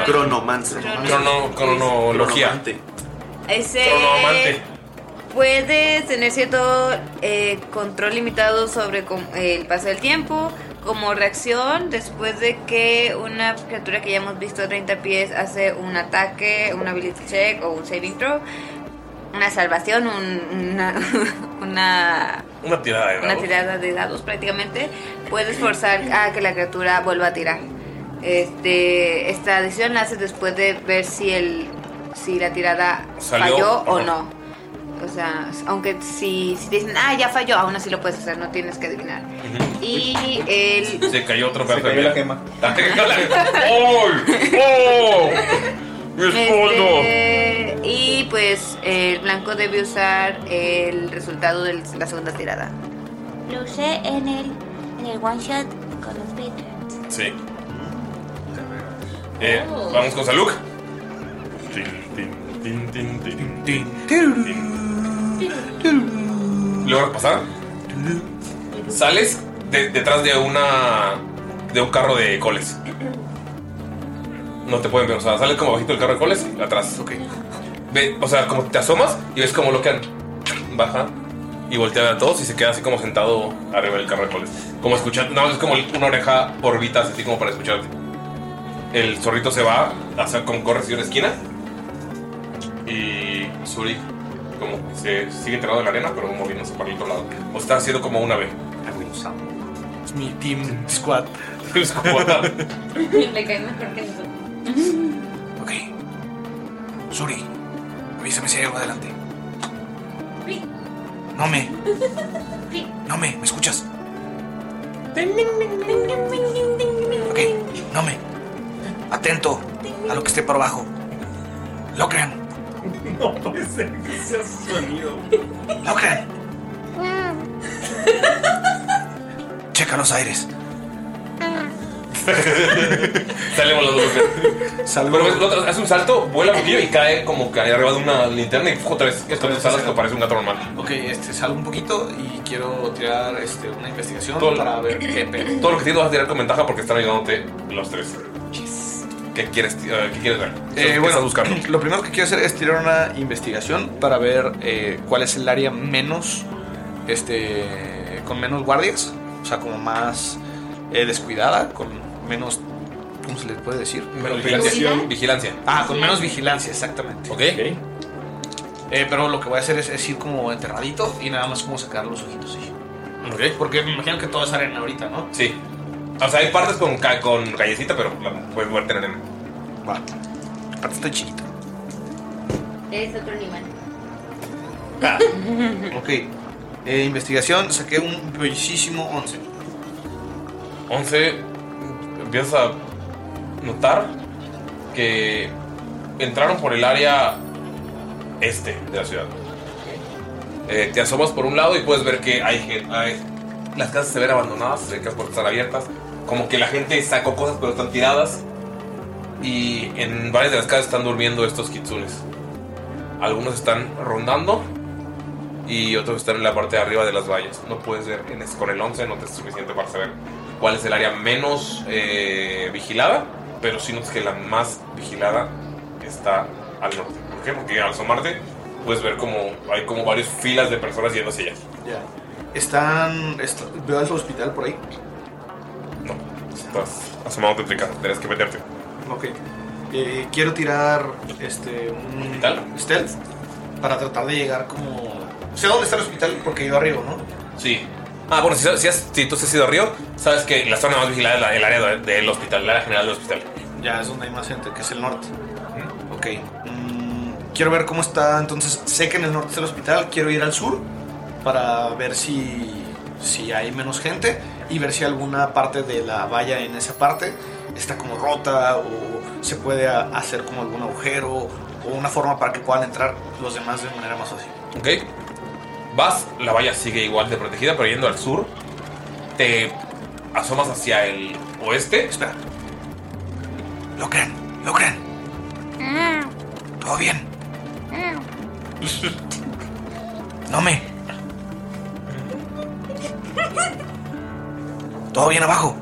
Cronomancer.
Crono, cronología.
Ese.
Cronomante.
Puedes tener cierto eh, control limitado sobre com- eh, el paso del tiempo como reacción después de que una criatura que ya hemos visto a 30 pies hace un ataque, un ability check o un saving throw, una salvación, un- una, *laughs* una,
Una tirada de
una
dados.
tirada de dados prácticamente, puedes forzar a que la criatura vuelva a tirar. Este, esta adición la haces después de ver si el si la tirada
Salió
falló
o
o
no.
no. O sea, aunque si, si te dicen, ah, ya falló, aún así lo puedes hacer, no tienes que adivinar. Y el.
Se cayó otro pedazo de
cayó la
gema. *laughs* ¡Ay! ¡Oh! ¡Mi escudo!
este, y pues el blanco debe usar el resultado de la segunda tirada.
Lo usé en el, en el one shot con los Patriots.
Sí. Eh,
Oh.
Vamos con Saluk. Logras pasar. Sales de- detrás de una. de un carro de coles. No te pueden ver, o sea, sales como bajito del carro de coles, atrás, ok. Ve, o sea, como te asomas y ves como lo que baja y voltea a todos y se queda así como sentado arriba del carro de coles. Como escuchando, nada más es como una oreja orbita, así como para escucharte. El zorrito se va, hacia, como corre hacia una esquina y Zuri como que se sigue enterrado en la arena, pero moviéndose para el otro lado. O está haciendo como una B.
Es mi team squad.
Le cae mejor que nosotros.
Ok. *laughs* Suri, avísame si hay algo adelante. No me, no me, ¿me escuchas? Ok, no me. Atento a lo que esté por abajo. Lo crean,
No puede ser que sea sonido.
lo crean. Checa los aires.
Salimos los dos. Pero ves, lo otro- hace un salto, vuela un poquillo y cae como que arriba de una linterna y otra vez esto tus alas que parece un gato normal.
Ok, este, salgo un poquito y quiero tirar este, una investigación
Todo,
para ver qué pedo.
todo lo que tienes vas a tirar con ventaja porque están ayudándote los tres. ¿Qué quieres, ti- eh, ¿qué quieres ver?
Eh,
¿Qué
bueno,
estás buscando?
*clears throat* Lo primero que quiero hacer es tirar una investigación para ver eh, cuál es el área menos, este, con menos guardias, o sea, como más eh, descuidada, con menos, ¿cómo se le puede decir?
Menos vigilancia. Vigilancia.
Ah, con menos vigilancia, exactamente.
Ok.
Eh, pero lo que voy a hacer es, es ir como enterradito y nada más como sacar los ojitos. sí. Porque me imagino que todo es arena ahorita, ¿no?
Sí. O sea, hay partes con, ca- con callecita, pero la puedes moverte en arena.
Va. Aparte estoy chiquito.
Eres otro animal.
ok. Eh, investigación, saqué un bellísimo 11.
11 empiezas a notar que entraron por el área este de la ciudad. Eh, te asomas por un lado y puedes ver que hay gente. las casas se ven abandonadas, se ven que las puertas están abiertas. Como que la gente sacó cosas pero están tiradas. Y en varias de las casas están durmiendo estos kitsunes. Algunos están rondando y otros están en la parte de arriba de las vallas. No puedes ver, en es- con el 11 no te es suficiente para saber cuál es el área menos eh, vigilada, pero sí notas que la más vigilada está al norte. ¿Por qué? Porque al asomarte puedes ver como hay como varias filas de personas yendo hacia allá.
Ya. Están. est- ¿Veo el hospital por ahí?
No. Estás asomándote de casa, tienes que meterte.
Ok. Eh, quiero tirar este un stealth para tratar de llegar como. Sé dónde está el hospital porque yo arriba, ¿no?
Sí. Ah, bueno, si, si, has- si tú has ido a Río, sabes que la zona más vigilada es la- el área de- del hospital, el área general del hospital.
Ya es donde hay más gente, que es el norte. Ok. mm, quiero ver cómo está. Entonces, sé que en el norte está el hospital. Quiero ir al sur para ver si, si hay menos gente y ver si alguna parte de la valla en esa parte está como rota o se puede a- hacer como algún agujero o una forma para que puedan entrar los demás de manera más fácil.
Ok. Vas, la valla sigue igual de protegida, pero yendo al sur, te asomas hacia el oeste.
Espera. Lo crean, lo crean. ¿Todo bien? No me. ¿Todo bien abajo?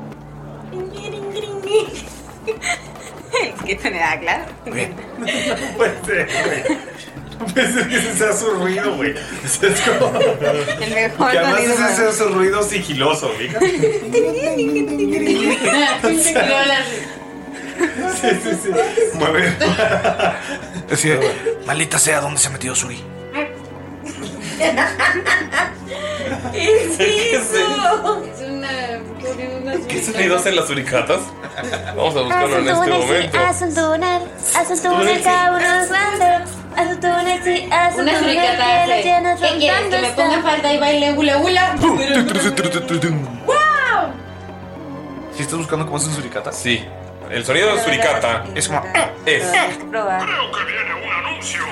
*laughs* Es que te me da claro.
No puede ser, güey. No puede ser que ese sea su ruido, güey. O sea, Es como.
El mejor
Que además
sonido.
ese sea su ruido sigiloso,
*laughs*
mija.
Sí, sí, sí. Mueve. Así de, Maldita sea, ¿dónde se ha metido Suri?
*laughs* ¿Qué es
¿Qué es
eso? Es
*laughs*
una. *laughs*
¿Qué sonidos hacen las
*laughs*
suricatas? Vamos a buscarlo en
Haz un
este
túnel, Ah, sí,
momento.
haz un túnel, haz un
Túnel,
túnel,
sí.
cabros, mando,
Una fricata hace. ¿Qué quieres? Que me ponga falda y baile hula hula.
Uh.
¡Wow!
¿Sí estás buscando cómo es un suricata? Sí. El sonido de suricata es como. Es.
Creo
*laughs*
que viene un anuncio.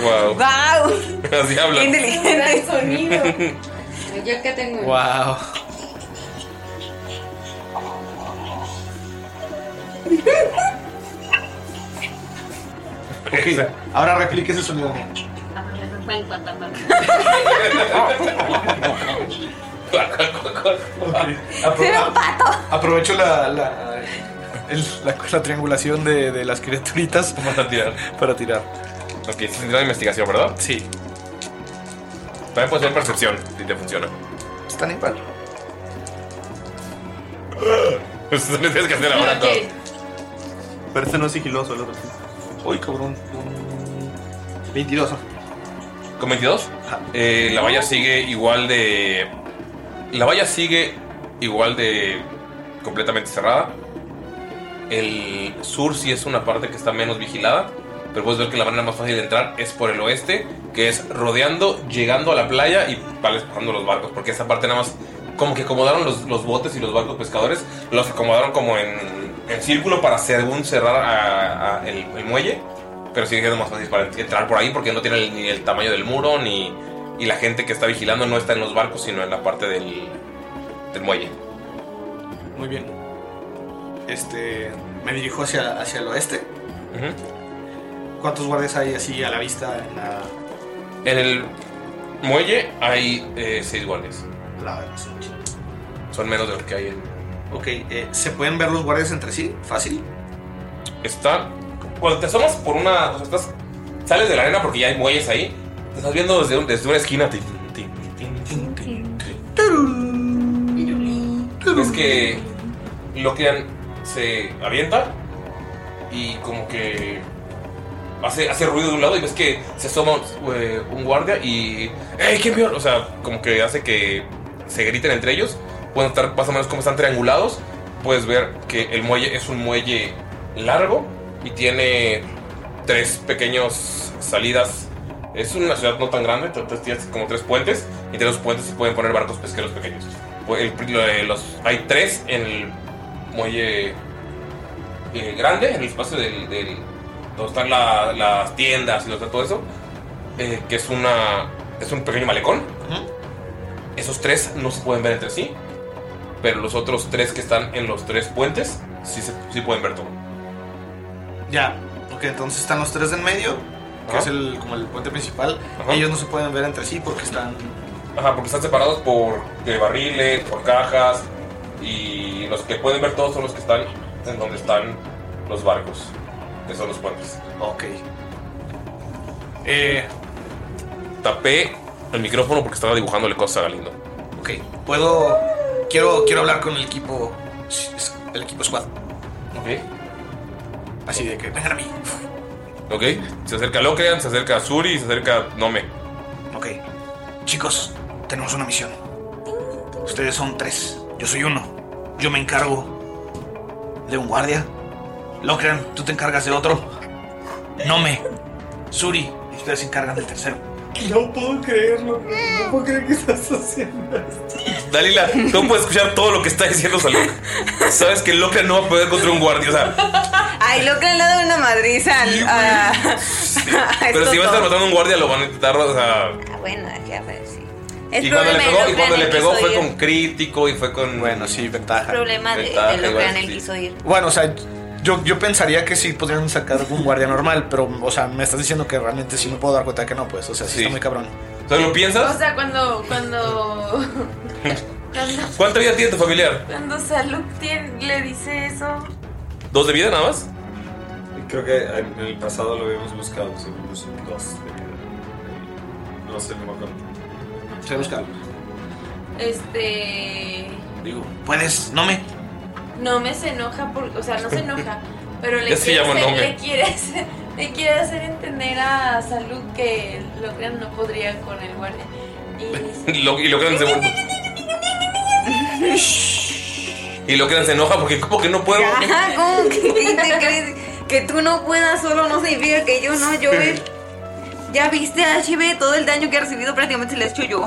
wow.
¡Wow!
*laughs* Así habla.
Qué inteligente sonido.
Yo que tengo.
wow.
Ok, ahora replique ese sonido.
Era un pato.
Aprovecho la, la, el- la- la triangulación de, de las criaturitas
para tirar.
Para tirar.
Ok, es una investigación, ¿verdad? Sí. También puede ser percepción, si te funciona.
Están igual.
Eso le Pues, *laughs* tienes que hacer ahora todo.
Pero este no es sigiloso, el otro sí.
Uy, cabrón. 22.
¿Con 22? Eh, la valla sigue igual de. La valla sigue igual de. completamente cerrada. El sur sí es una parte que está menos vigilada. Pero puedes ver que la manera más fácil de entrar es por el oeste, que es rodeando, llegando a la playa y vales bajando los barcos. Porque esa parte nada más. Como que acomodaron los, los botes y los barcos pescadores, los acomodaron como en, en círculo para según cerrar a- a el- el muelle pero sigue siendo más fácil para entrar por ahí porque no tiene el- ni el tamaño del muro ni y la gente que está vigilando no está en los barcos sino en la parte del, del muelle.
Muy bien. Este. Me dirijo hacia, hacia el oeste. ¿Cuántos guardias hay así a la vista? En la...
En el muelle hay eh, seis guardias. Son menos de los que hay en.
Ok, eh, ¿se pueden ver los guardias entre sí? Fácil.
Está. Cuando te asomas por una. O sea, estás. Sales de la arena porque ya hay muelles ahí. Te estás viendo desde, un- desde una esquina. tin, tin, tin, tin, tin, tin. Es que. Locrian se avienta. Y como que. Hace, hace ruido de un lado y ves que se asoma eh, un guardia y. ¡Ey, quién vio! O sea, como que hace que se griten entre ellos. Pueden estar más o menos como están triangulados. Puedes ver que el muelle es un muelle largo y tiene tres pequeños salidas. Es una ciudad no tan grande, entonces tienes como tres puentes y entre los puentes se pueden poner barcos pesqueros pequeños. Pues el pri- lo de los- hay tres en el muelle eh, grande, en el espacio del, del- donde están la- las tiendas y donde está todo eso, eh, que es una es un pequeño malecón. Esos tres no se pueden ver entre sí, pero los otros tres que están en los tres puentes sí, se, sí pueden ver todo.
Ya. Ok, entonces están los tres en medio, que
Ajá.
es el, como el puente principal.
Ajá.
Ellos no se pueden ver entre sí porque están.
Ajá, porque están separados por eh, barriles, por cajas. Y los que pueden ver todos son los que están en donde están los barcos. Que son los puentes. Eh,
Ok.
Tapé el micrófono porque estaba dibujándole cosas a Galindo.
Ok, puedo. Quiero, quiero hablar con el equipo. El equipo squad.
Ok.
Así de que vengan a mí.
Ok. Se acerca Locrian, se acerca Suri, se acerca Nome.
Ok. Chicos, tenemos una misión. Ustedes son tres. Yo soy uno. Yo me encargo de un guardia. Locran, tú te encargas de otro. Nome, Suri, y ustedes se encargan del tercero.
No puedo creerlo. No puedo creer que estás haciendo esto.
Dalila, no puedes escuchar todo lo que está diciendo Salud. Sabes que Locrian no va a poder contra un guardia. O sea,
Ay, lo que le dado una madriza al. a- *laughs* a
pero
estos
si va a
dos.
estar matando a un guardia, lo van a intentar. O sea,
Ah, Bueno, ya ves, sí.
y cuando
problema de
le pegó, y
Locran,
cuando le
él
pegó
quiso
fue
ir.
con crítico y fue con.
Bueno, sí, ventaja.
Problema de,
Ventaja,
de Locran,
igual,
él
sí.
quiso ir.
Bueno, o sea, yo, yo pensaría que sí podrían sacar un guardia normal, pero, o sea, me estás diciendo que realmente sí me puedo dar cuenta que no, pues, o sea, sí, está muy cabrón.
O sea, ¿lo
O
piensas?
sea, cuando. Cuando. Cuando,
¿Cuánta vida tiene tu familiar?
cuando Saluk tiene- le dice eso.
¿Dos de vida nada más? *laughs*
Creo que en el pasado lo habíamos buscado, según los dos de vida. No sé, no me acuerdo.
Se busca.
Este.
Digo, ¿puedes? Nome.
No me se enoja, por, o sea, no se
*laughs*
enoja, pero le
Ya se
quiere,
llama
hacer,
nombre.
le, quiere hacer, le quiere hacer entender a Salud que lo crean no podría con el guardia. Y
Lo- y Locrian se. Y Locrian se enoja porque, ¿cómo que no puedo?
Ajá, ¿cómo que- qué te crees? Que tú no puedas solo no significa que yo no, yo eh, Ya viste a HB todo el daño que ha recibido prácticamente se le he hecho yo.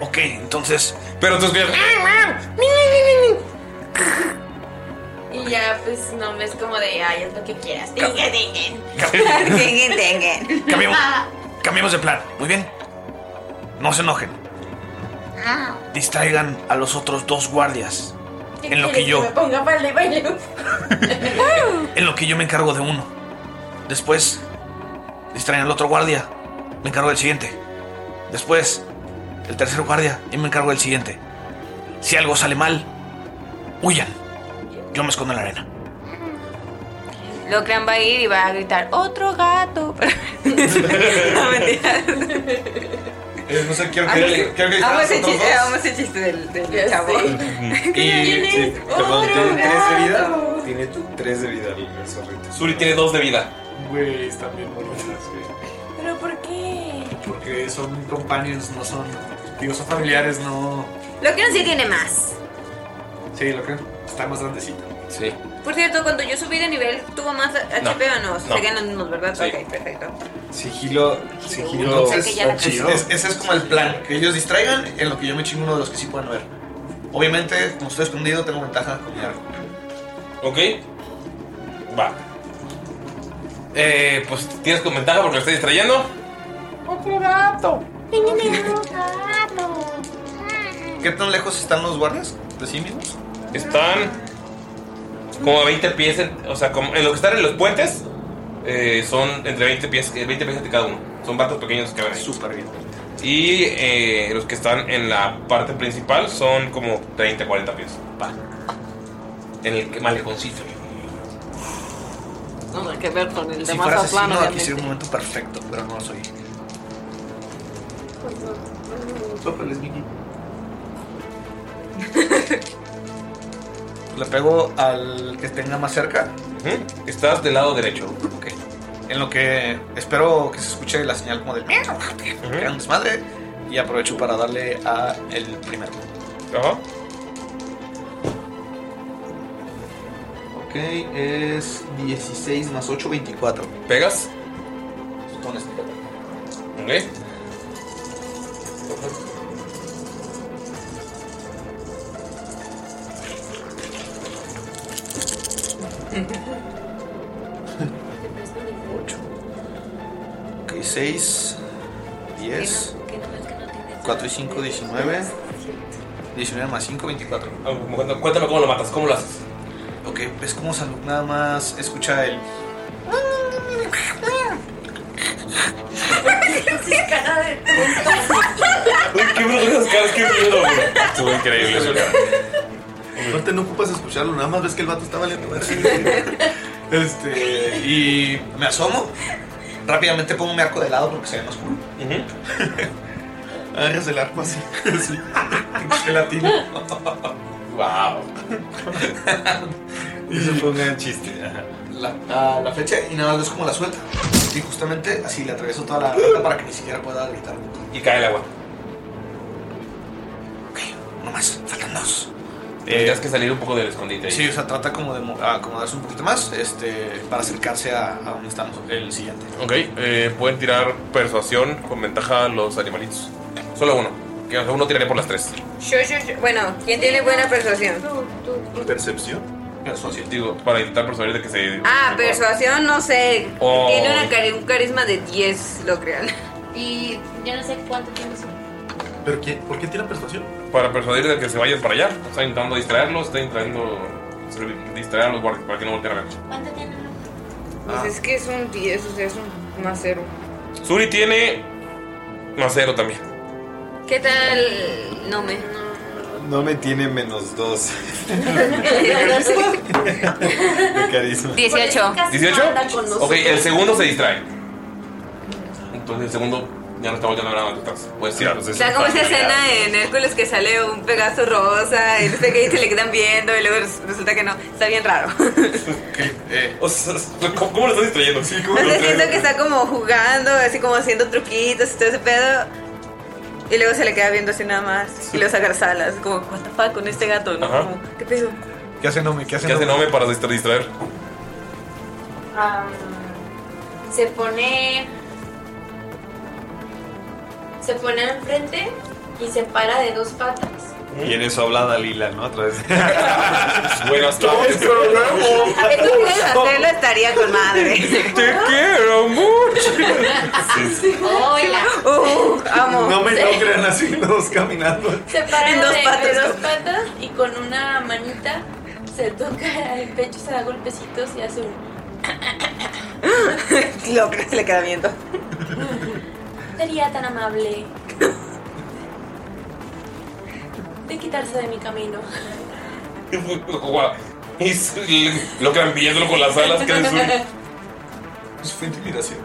Ok, entonces.
Pero tú escuchas.
Y ya, pues no es como de, ay, es lo que quieras. Tengan, tengan. *laughs*
Tengan,
tengan.
Cambiamos. *laughs*
Ah,
Cambiemos de plan. Muy bien. No se enojen.
Ah.
Distraigan a los otros dos guardias.
¿Qué
En lo que
quieres
yo.
me ponga falda y baile. *laughs*
En lo que yo me encargo de uno. Después, distraen al otro guardia. Me encargo del siguiente. Después, el tercer guardia. Y me encargo del siguiente. Si algo sale mal, huyan. Yo me escondo en la arena.
Locran va a ir y va a gritar, otro gato. no mentiras.
Eh,
no sé, quiero
que- Amigo.
*laughs*
quiero
Amo ese chiste, amo ese chiste del, del chavo.
Y, sí, perdón,
Otro
tiene tres de
gato.
vida. Tiene tres de vida el zorrito.
Suri tiene dos de vida.
Güey, están bien bonitas, güey.
¿Pero por qué?
Porque son companions, no son. Digo, son familiares, no.
Lo que no sí tiene más.
Sí, lo creo. Está más grandecito.
Sí.
Por cierto, cuando yo subí de nivel, ¿tuvo más
No,
HP o no?
no.
Seguían los mismos, ¿verdad?
Sí.
Ok, perfecto.
Sigilo. Sigilo.
Entonces,
O sea, que ya la
sí,
canceló.
es- ese es como el plan, que ellos distraigan en lo que yo me chingo uno de los que sí pueden ver. Obviamente, como estoy escondido, tengo ventaja con mi arco.
Ok. Va. Eh, pues tienes con ventaja porque lo estoy distrayendo.
Otro gato.
¿Qué tan lejos están los guardias de sí mismos?
Están como a 20 pies, en- o sea, como en lo que están en los puentes, eh, son entre 20 pies, eh, 20 pies entre cada uno. Son barcos pequeños que van ahí.
Súper bien.
Y eh, los que están en la parte principal son como 30, 40 pies. Va. Eh, En el que- maleconcito.
Nada que ver con el de
Si fuera
Mazatlán,
asesino, aquí
obviamente.
sería un momento perfecto, pero no lo soy. Sóplales, Miki. *laughs* Le pego al que tenga más cerca.
Estás del lado derecho.
Ok. En lo que espero que se escuche la señal como del. Era un desmadre. Y aprovecho para darle a el primero.
Ajá.
Ok, es 16 más 8, 24.
¿Pegas?
Con este.
¿Ok?
Ok, 6, 10,
Que no es que no tiene.
4 y 5, 19. 19 más 5, 24.
Ah, Cuéntame cómo lo matas, cómo lo haces.
Ok, es como Salud nada más escucha el.
qué brujas caras, qué miedo, güey. Estuvo increíble eso, cara.
*laughs* Aparte, no ocupas escucharlo, nada más ves que el vato está valiendo verga.
*laughs* Este. Y me asomo. Rápidamente pongo mi arco de lado porque se ve más oscuro. *laughs* Agarras el arco así. sí.
*laughs*
Gelatino.
wow.
*laughs* y se fue un gran chiste. La, a la flecha y nada más ves como la suelta. Y justamente así le atravieso toda la garganta para que ni siquiera pueda gritar.
Y cae el agua.
No más, faltan dos.
Tendrías que salir un poco del escondite. ahí.
Sí, o sea, trata como de mo- acomodarse un poquito más este, para acercarse a, a donde estamos, el siguiente.
Ok, eh, pueden tirar persuasión con ventaja los animalitos. Solo uno. Que o sea, uno tiraré por las tres.
Yo, yo, yo. Bueno, ¿quién tiene buena persuasión?
¿Percepción? Persuasión. Digo, para intentar persuadir de que se.
Ah, persuasión, no sé.
Oh.
Tiene una cari- un carisma de 10, lo crean.
Y yo no sé cuánto tiempo son.
¿Pero qué? ¿Por qué tira persuasión? Para persuadir de que se vayan para allá. Está intentando distraerlos, está intentando distraer a los guardias para que no volteen a ver.
¿Cuánto tiempo?
Ah.
Pues es que es un 10, o sea, es un más cero.
Suri tiene. Más cero también.
¿Qué tal? No me.
No me tiene menos dos
No. *laughs*
de carisma.
18.
¿18? Ok, el segundo se distrae. Entonces el segundo ya no está volteando a ver a donde estás. Puedes tirar.
O sea, como esa escena en Hércules que sale un Pegaso rosa y no sé qué y se le quedan viendo y luego res- resulta que no. Está bien raro.
O sea, ¿cómo, cómo lo estás distrayendo? Sí,
O sea, *laughs* siento que está como jugando, así como haciendo truquitos y todo ese pedo. Y luego se le queda viendo así nada más. Y luego saca las alas. Como, ¿what the fuck con este gato? ¿no?
Ajá.
Como, ¿Qué pedo?
¿Qué hace Nome? ¿Qué hace Nome para distra- distraer?
am, se pone. Se pone al frente y se para de dos patas.
Y en eso habla Dalila, ¿no? A través de... Buenas tardes.
Si tú quieres hacerlo, estaría con madre.
Te quiero mucho.
*laughs*
Hola.
Uh, amo.
No me
Sí.
no crean así los caminando.
Se
*laughs*
para
En dos
de,
patas,
de dos
¿no?
patas y con una manita se toca el pecho, se da golpecitos y hace un.
Lo que se le queda viendo.
Sería tan amable
*laughs*
de quitarse de mi camino.
Guau. Y se- *laughs* lo quedan viéndolo con las alas que es
*laughs*
un-
Pues Fue intimidación.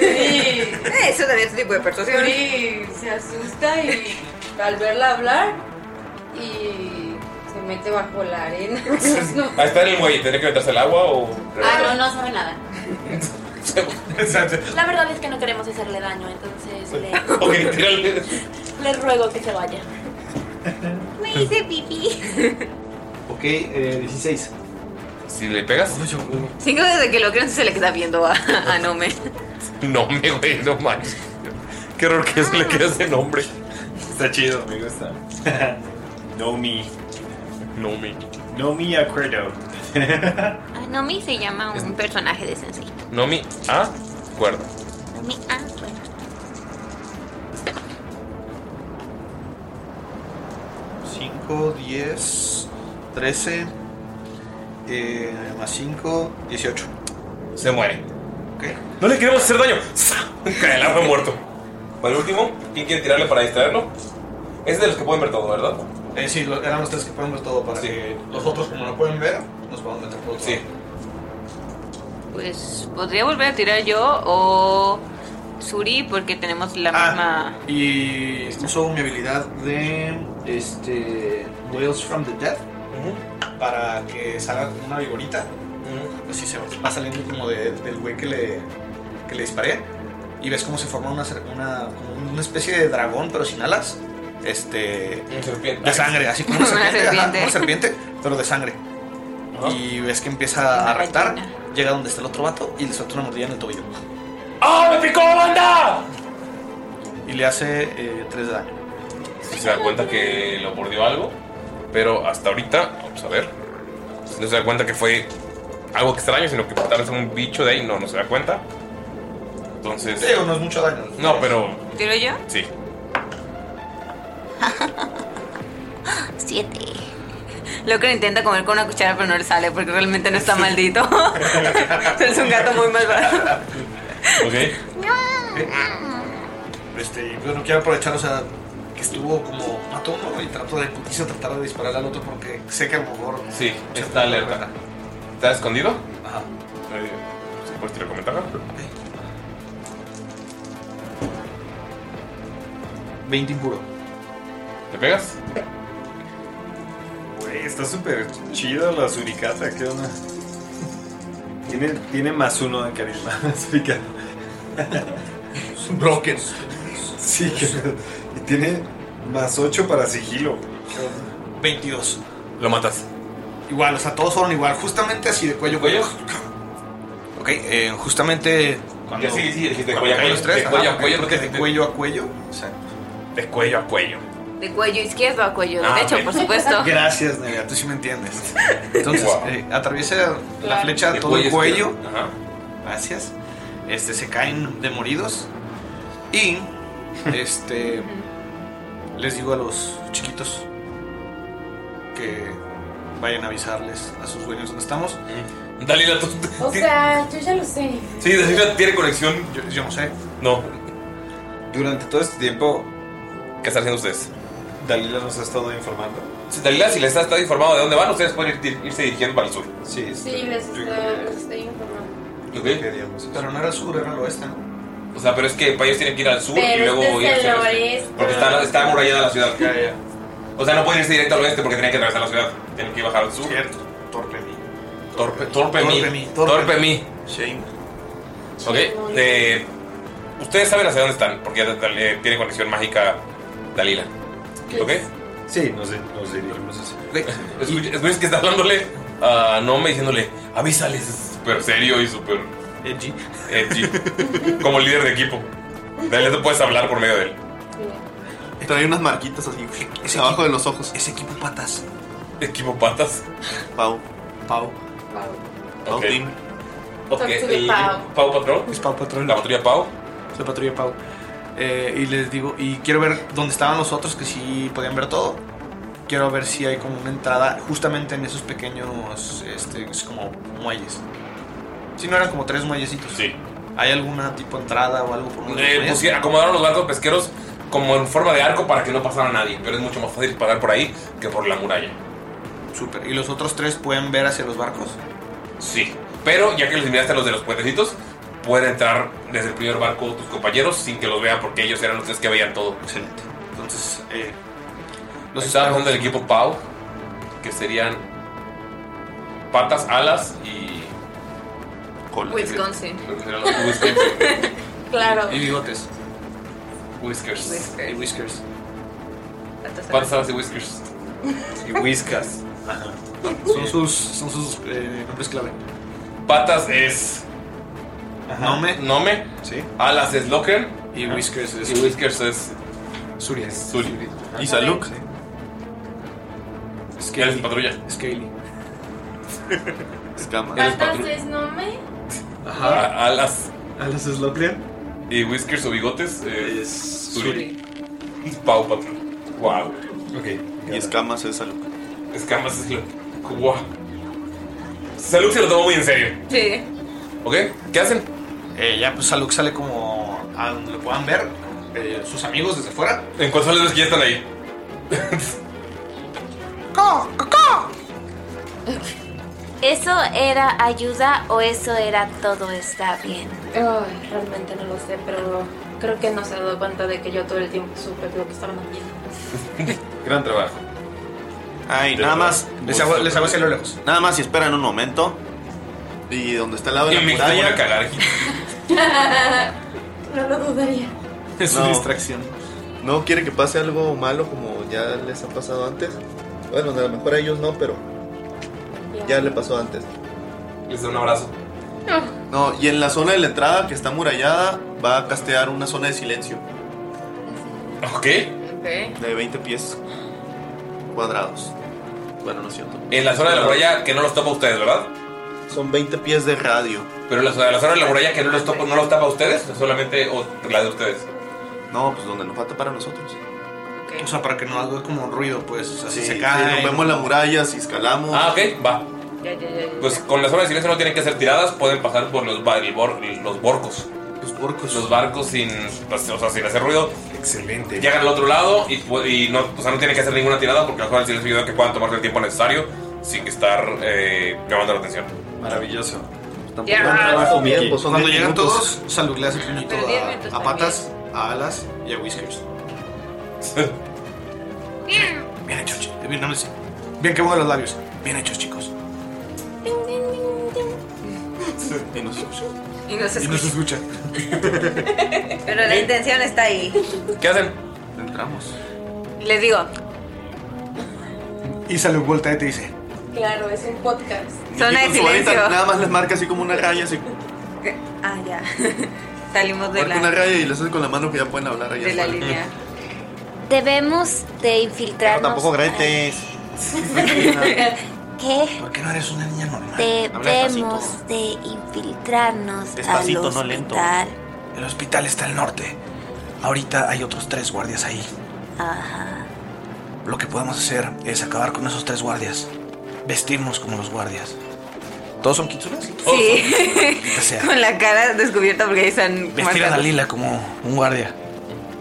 Eh, Eso también es un tipo de persuasión.
Yuri se asusta y al verla hablar y se mete bajo la arena.
Ah, está en el muelle, tendría que meterse el agua
*laughs*
o.
Ah, no, no sabe nada.
Exacto.
La verdad es que no queremos hacerle daño, entonces
*laughs*
le,
ok, tírale.
le ruego que se vaya.
Me hice pipí.
Ok,
eh,
16. Si le pegas.
Cinco desde que lo creo, se le queda viendo a, a Nome.
No me güey, no manches. Qué horror que se le queda ese nombre.
Está chido, me gusta. no me.
No me.
No me acuerdo.
Ah, Nomi se
*laughs*
llama un personaje de Sensei.
Nomi A. ¿ah? Cuerda.
Nomi, ah, bueno.
Cinco, diez, trece, eh, más cinco, dieciocho.
Se muere. No le queremos hacer daño. Cae el agua muerto. Para el último, ¿quién quiere tirarle para distraerlo? Es de los que pueden ver todo, ¿verdad?
Eh, sí, lo- eran los tres que pueden ver todo para que los otros, como lo pueden ver, nos podamos meter por Sí.
Pues podría volver a tirar yo o Suri porque tenemos la
Ah.
misma.
Y uso mi habilidad de este Whales from the Dead para que salga como una viborita. Así se va saliendo como de- del güey que le, que le disparé. Y ves cómo se forma una, cer- una, como una especie de dragón, pero sin alas. Este. De sangre, así como una
Una
serpiente. ajá,
serpiente.
una serpiente, pero de sangre. Y ves que empieza a reptar, llega donde está el otro vato y le suelta una mordida en el tobillo.
¡Ah, me picó, banda!
Y le hace 3 de daño.
Si se da cuenta que lo mordió algo, pero hasta ahorita, vamos a ver. No se da cuenta que fue algo extraño, sino que tal vez un bicho de ahí, no, no se da cuenta. Entonces.
Te digo, no es mucho daño.
No, pero
¿Tiro yo?
sí.
Siete.
Locro intenta comer con una cuchara, pero no le sale porque realmente no está maldito. es un gato muy malvado.
Ok.
Este, y bueno, quiero aprovechar, o sea, que estuvo como mató a uno y trato de putiza tratar de disparar al otro porque sé que a lo mejor.
Sí,
se
está
puede
alerta.
dar
¿Está escondido?
Ajá.
¿Se puede tirar con ventaja?
20 impuro.
¿Le pegas?
Güey, está súper chido la suricata, ¿qué onda? Tiene, tiene más uno de carisma, *laughs* explica.
Broken.
Sí, que, y tiene más ocho para sigilo.
22.
Lo matas.
Igual, o sea, todos fueron igual, justamente así de cuello a cuello. Ok, eh, justamente. Cuando,
Ya, sí, sí, dijiste
cuando
cuello a
caen
cuello,
los tres,
de cuello a
ajá,
cuello,
porque
porque
de cuello a cuello. Exacto.
De cuello a cuello.
De cuello izquierdo a cuello
Ah,
derecho,
ok.
por supuesto.
Gracias, Nerea, tú sí me
*laughs*
entiendes. Entonces, eh, atraviesa la
Claro.
flecha
De
todo el
cuello
cuello.
izquierdo. Ajá.
Gracias. Este, se caen de moridos. Y, este, les digo a los chiquitos que vayan a avisarles a sus dueños dónde estamos.
Dalila, tú.
O sea, yo ya lo sé.
Sí, Dalila tiene conexión.
Yo, yo no sé.
No.
Durante todo este tiempo,
¿qué están haciendo ustedes?
Dalila nos ha estado informando.
Si Dalila, si les está, está informado de dónde van, ustedes pueden ir- irse dirigiendo para el sur.
Sí,
Sí, les estoy, les estoy informando.
Pero no era el sur, era el oeste, este, ¿no?
O sea, pero es que para ellos tienen que ir al sur y
Pero
luego
este
ir
es
hacia
el
el oeste.
oeste.
Porque está, está amurallada la ciudad. O sea, no pueden irse directo al oeste porque tenían que atravesar la ciudad. Tienen que bajar al sur. Cierto.
Torpe mí.
Torpe, torpe,
Torpe
mí.
mí,
Torpe,
torpe
mí.
Shame.
Ok. eh, ustedes saben hacia dónde están porque ya eh, tiene conexión mágica Dalila. ¿Ok?
Sí, nos, nos dirigimos así.
ah, Escuchas que está hablándome diciéndole, avísales, súper serio y súper. Edgy. Como líder de equipo. De él no puedes hablar por medio de él.
Trae unas marquitas así abajo de los ojos.
Es equipo patas.
Equipo patas.
Pau. Pau. Pau.
Ok.
Team.
Ok,
Patrulla
el-
Pau.
Pau Patrón.
Es Pau Patrón.
La patrulla Pau.
La patrulla Pau. Eh, y les digo, y quiero ver dónde estaban los otros que sí podían ver todo. Quiero ver si hay como una entrada justamente en esos pequeños, este, es como muelles. Si no eran como tres muellecitos.
Sí.
¿Hay alguna tipo entrada o algo por uno de los
Eh,
muelles?
pusieron- acomodaron los barcos pesqueros como en forma de arco para que no pasara nadie. Pero es mucho más fácil parar por ahí que por la muralla.
Súper. ¿Y los otros tres pueden ver hacia los barcos?
Sí. Pero ya que los miraste a los de los puentecitos, pueden entrar desde el primer barco tus compañeros sin que los vean porque ellos eran los tres que veían todo.
Excelente. Entonces, eh,
los estaba hablando del equipo Pau, que serían patas, alas y. cola.
Wisconsin.
Creo que serían los Wisconsin.
Claro.
y bigotes. Whiskers.
Whiskers.
Y whiskers.
Patas, alas y whiskers.
Y whiskas. Son sus, son sus eh, nombres clave.
Patas es. Nome. Nome.
Sí.
Alas es Locker.
Y Whiskers es-
Y Whiskers es.
Surya.
Suri.
Y Saluk.
Él es patrulla.
*laughs* Scaly.
Escama. Él es
¿Patas
patrulla.
es nombre?
A- Alas.
Alas es Locker.
Y Whiskers o bigotes es. Suri. Pau patrulla. Wow.
Ok. Y escamas es salud.
Escamas es lo. Wow. Saluk se lo tomó muy en serio.
Sí.
¿Ok? ¿Qué hacen?
ya, pues Saluk sale como a donde lo puedan ver. eh, sus amigos desde fuera.
¿En cuántos salen los que ya están ahí?
*laughs* ¿Eso era ayuda o eso era todo está bien?
Ay, realmente no lo sé, pero creo que no se ha dado cuenta de que yo todo el tiempo supe lo que estaban haciendo.
Gran trabajo.
Ay, nada más.
Les hago- les hago hacia lo lejos.
Nada más y esperan un momento. Y donde está al lado de
Y
la
me voy a
muralla.
cagar. *laughs*
no lo dudaría.
Es
No.
una distracción.
No quiere que pase algo malo como ya les ha pasado antes. Bueno, a lo mejor a ellos no, pero ya le pasó antes.
Les doy un abrazo.
No, y en la zona de la entrada que está murallada va a castear una zona de silencio
Ok.
Ok.
de 20 pies cuadrados. Bueno, no es cierto.
En la zona de la muralla que no los topa a ustedes, ¿verdad?
Son 20 pies de radio.
Pero la, la zona de la muralla que no los topa, no los tapa a ustedes, o solamente o la de ustedes.
No, pues donde nos falta para nosotros.
O sea, para que no haga como ruido, pues. O sea, si
Sí,
se
sí,
cae.
nos vemos en la muralla, si escalamos.
Ah, ok, va. Pues con la zona de silencio no tienen que hacer tiradas, pueden pasar por los, ba- el bor- los borcos.
Los borcos.
Los barcos sin, pues, o sea, sin hacer ruido. Excelente. Este, Llegan al otro lado y, pu- y no, o sea, no tienen que hacer ninguna tirada porque la zona del silencio ayuda a que puedan tomarse el tiempo necesario sin estar eh, llamando la atención.
Maravilloso.
Ya.
trabajo, Miki.
Pues,
Son
Cuando
diez
llegan
minutos.
todos, Salud le hace puñito
Pero diez minutos
a, a patas, a alas y a whiskers. Bien hecho, chicos. Bien, no me sé. Bien que mueven los labios. Bien hechos, chicos.
Y nos escucha.
Y no se
Y nos escucha.
*laughs*
Pero la intención está ahí.
¿Qué hacen?
Entramos.
Les digo,
Y Salud voltea y te dice:
Claro, es un podcast.
Zona de
Con su varita
silencio.
Nada más les marca así como una raya, así
Ah, ya. *laughs* Salimos de
marca una
la,
raya y les hace con la mano que ya pueden hablar allá.
de la
afuera.
línea.
Debemos de
No,
infiltrarnos.
tampoco
*laughs*
gretes.
*laughs* ¿Qué?
¿Por qué no eres una niña normal?
Debemos de infiltrarnos
Despacito,
al
no lento.
hospital.
El hospital está al norte. Ahorita hay otros tres guardias ahí.
Ajá.
Lo que podemos hacer es acabar con esos tres guardias. Vestirnos como los guardias. ¿Todos son kitsunes?
*laughs* Sí.
O sea,
Con la cara descubierta porque ahí están
vestir a
marcando.
Dalila como un guardia.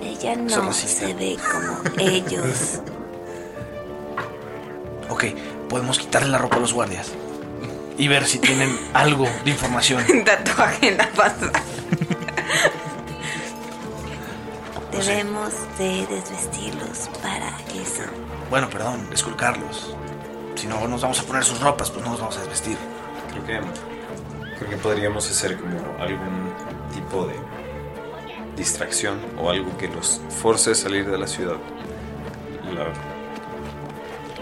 Ella
Soy
no
racista.
se ve como ellos.
Ok, podemos quitarle la ropa a los guardias. Y ver si tienen algo de información.
tatuaje en la pata.
Debemos de desvestirlos para eso.
Bueno, perdón, esculcarlos. Si no nos vamos a poner sus ropas, pues no nos vamos a desvestir.
Creo que, creo que podríamos hacer como algún tipo de distracción o algo que los force a salir de la ciudad.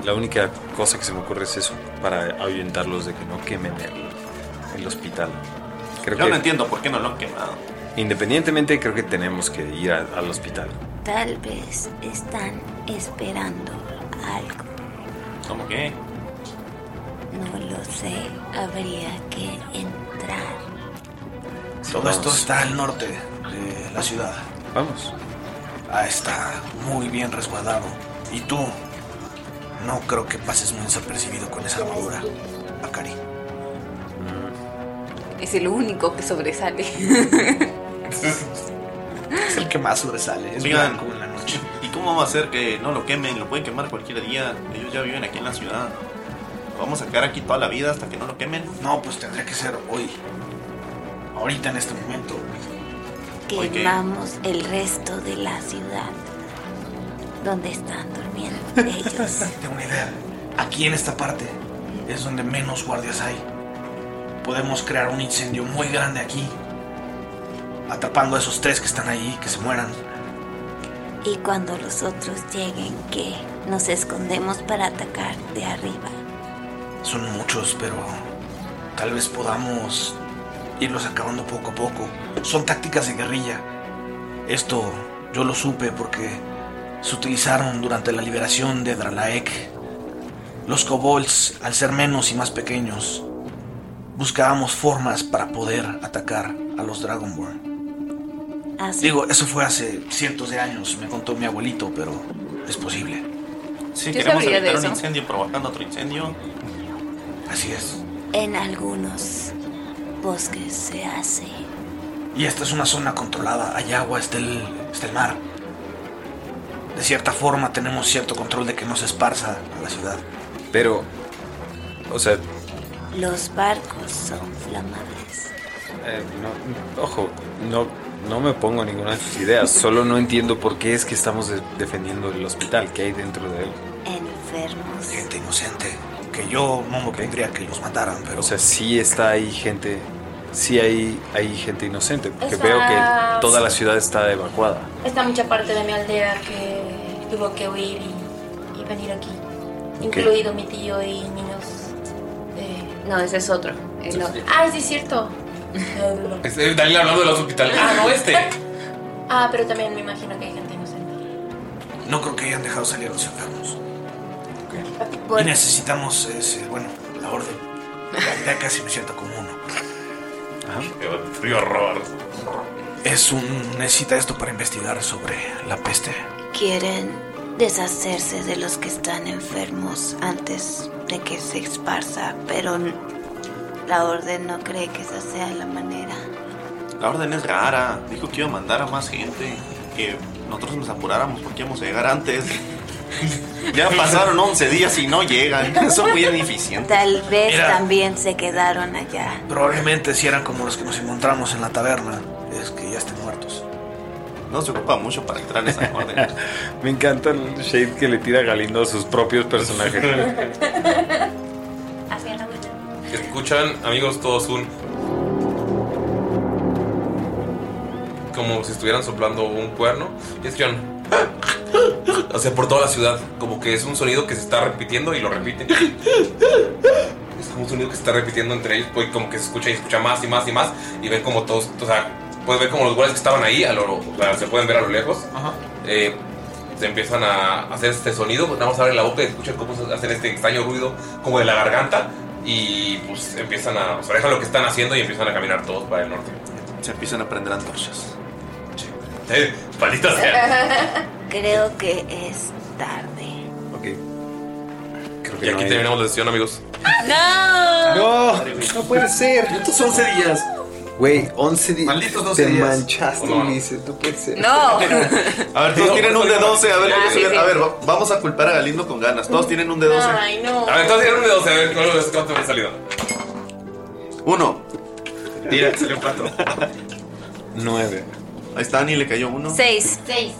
La, la única cosa que se me ocurre es eso, para ahuyentarlos de que no quemen el el hospital. Creo
Yo
que-
no entiendo por qué no lo han quemado.
Independientemente, creo que tenemos que ir a- al hospital.
Tal vez están esperando algo.
¿Cómo qué?
No lo sé. Habría que entrar.
Todo
Vamos.
esto está al norte de la ciudad.
Vamos.
Ah, está muy bien resguardado. Y tú, no creo que pases muy desapercibido con esa armadura, Akari.
*laughs* Es el único que
*laughs*
sobresale.
Es el que más sobresale. Es
Oigan,
blanco en la noche.
¿y cómo vamos a hacer que no lo quemen? Lo pueden quemar cualquier día. Ellos ya viven aquí en la ciudad. ¿Lo vamos a quedar aquí toda la vida hasta que no lo quemen?
No, pues tendría que ser hoy. Ahorita en este momento.
Quemamos el resto de la ciudad. Donde están durmiendo ellos.
Tengo una idea. Aquí en esta parte es donde menos guardias hay. Podemos crear un incendio muy grande aquí. Atrapando a esos tres que están ahí, que se mueran.
Y cuando los otros lleguen, que nos escondemos para atacar de arriba.
Son muchos, pero tal vez podamos irlos acabando poco a poco. Son tácticas de guerrilla. Esto yo lo supe porque se utilizaron durante la liberación de Dralaek. Los kobolds, al ser menos y más pequeños, buscábamos formas para poder atacar a los Dragonborn. Digo, eso fue hace cientos de años, me contó mi abuelito, pero es posible.
Sí,
Yo
queremos
sabría de
evitar un
eso.
incendio provocando otro incendio.
Así es.
En algunos bosques se hace.
Y esta es una zona controlada. Hay agua, está el, está el mar. De cierta forma tenemos cierto control de que no se esparza a la ciudad.
Pero, o sea,
Los barcos son flamables.
Eh, no, ojo, no, no me pongo ninguna de sus ideas. Solo no entiendo por qué es que estamos de- defendiendo el hospital. ¿Qué hay dentro de él?
Enfermos.
Gente inocente. Que yo no me pondría que los mataran, pero.
O sea, sí está ahí gente. Sí hay, hay gente inocente. Porque
Está-
veo que toda la ciudad está evacuada.
Está mucha parte de mi aldea que tuvo que huir y, y venir aquí.
Ok.
Incluido mi tío y niños. de-
Eh, No, ese es otro. El otro.
Ay, Ah, sí, es cierto.
Es- eh, Daniel hablando de los hospitales. Ah,
*laughs*
no, este.
Ah, pero también me imagino que hay gente inocente.
No creo que hayan dejado salir a los enfermos. Y
Bueno.
necesitamos, ese, bueno, la orden. Ya casi me siento como uno.
Frío horror.
Es un. Necesita esto para investigar sobre la peste.
Quieren deshacerse de los que están enfermos antes de que se esparza, pero n- la orden no cree que esa sea la manera.
La orden es rara. Dijo que iba a mandar a más gente. Que nosotros nos apuráramos porque íbamos a llegar
*laughs*
antes. ya pasaron 11 días y no llegan.
*laughs*
Eso es muy ineficiente.
Tal vez
Mira.
también se quedaron allá.
Probablemente si eran como los que nos encontramos en la taberna, es que ya estén muertos.
No se ocupa mucho para entrar en esa orden.
*laughs* Me encanta el shade que le tira Galindo a sus propios personajes.
*laughs*
Escuchan, amigos, todos un. Como si estuvieran soplando un cuerno. Y escuchan. O sea, por toda la ciudad. Como que es un sonido que se está repitiendo y lo repiten. Es como un sonido que se está repitiendo entre ellos. Pues como que se escucha y escucha más y más y más. Y ven como todos. O sea, puedes ver como los guardias que estaban ahí. A lo, o sea, se pueden ver a lo lejos. Eh, se empiezan a hacer este sonido. Nada más abren la boca y escuchan cómo se- hacen este extraño ruido como de la garganta. Y pues empiezan a. O sea, dejan lo que están haciendo y empiezan a caminar todos para el norte.
Se empiezan a prender antorchas.
Eh, palitas sean.
Creo que es tarde.
Y aquí terminamos la sesión, amigos.
¡No!
¡No! ¡No puede ser! Estos 11 días. Güey, 11 días.
Malditos
12
12
Te
días.
manchaste,
No, no.
Ulises. No puede ser.
*laughs*
A ver, todos tienen un de 12. A ver,
Ah, sí, sí.
a ver, va- vamos a culpar a Galindo con ganas. Todos tienen un de 12.
Ay, no.
A ver, entonces tienen un de 12, a ver cuál es- cuánto me ha salido.
Uno.
Tira, salió
*laughs*
cuatro.
Nueve.
Ahí está, Ani le cayó uno.
Seis.
Seis.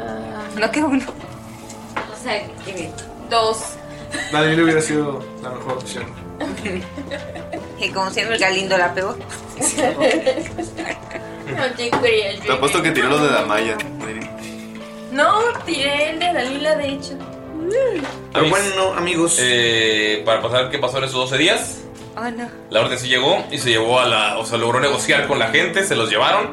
Ah, No, que uno.
O sea, que-
eh, Dos.
Nadie hubiera sido la mejor opción.
Y Eh, como siempre, el Galindo la pegó.
No te creas,
Te apuesto que tiró los de Damaya.
No, tiré el de Dalila, de hecho.
Eh, bueno, amigos. para pasar qué pasó en esos 12 días.
Oh, no.
La orden sí llegó y se llevó a la. O sea, logró negociar con la gente, se los llevaron. *laughs*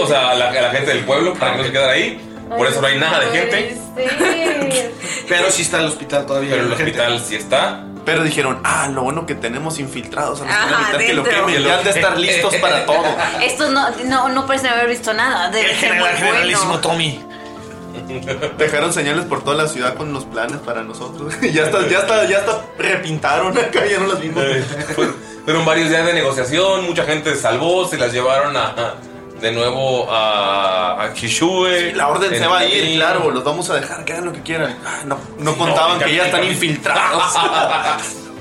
o sea, a la, a la gente del pueblo para que no se quedara ahí. Por eso no hay nada de gente.
este.
Pero sí está el hospital todavía.
Pero el hospital sí está.
Pero dijeron, ah, lo bueno que tenemos infiltrados a los
Ajá,
militares que lo
dentro.
quemen, ya han de
*laughs*
estar listos para todo.
Estos no, no, no parecen haber visto nada. Debe ser muy bueno.
Tommy. Dejaron señales por toda la ciudad con los planes para nosotros. *laughs* ya está, ya está, ya está, repintaron acá, ya no las vimos.
Eh, Fueron varios días de negociación, mucha gente se salvó, se las llevaron a. De nuevo a, a Kishue.
La orden se
en
va a ir,
Berlín.
claro, los vamos a dejar, que hagan lo que quieran. Ah, No, no
Sí,
contaban
no,
que ya están
capitán. *laughs*
infiltrados.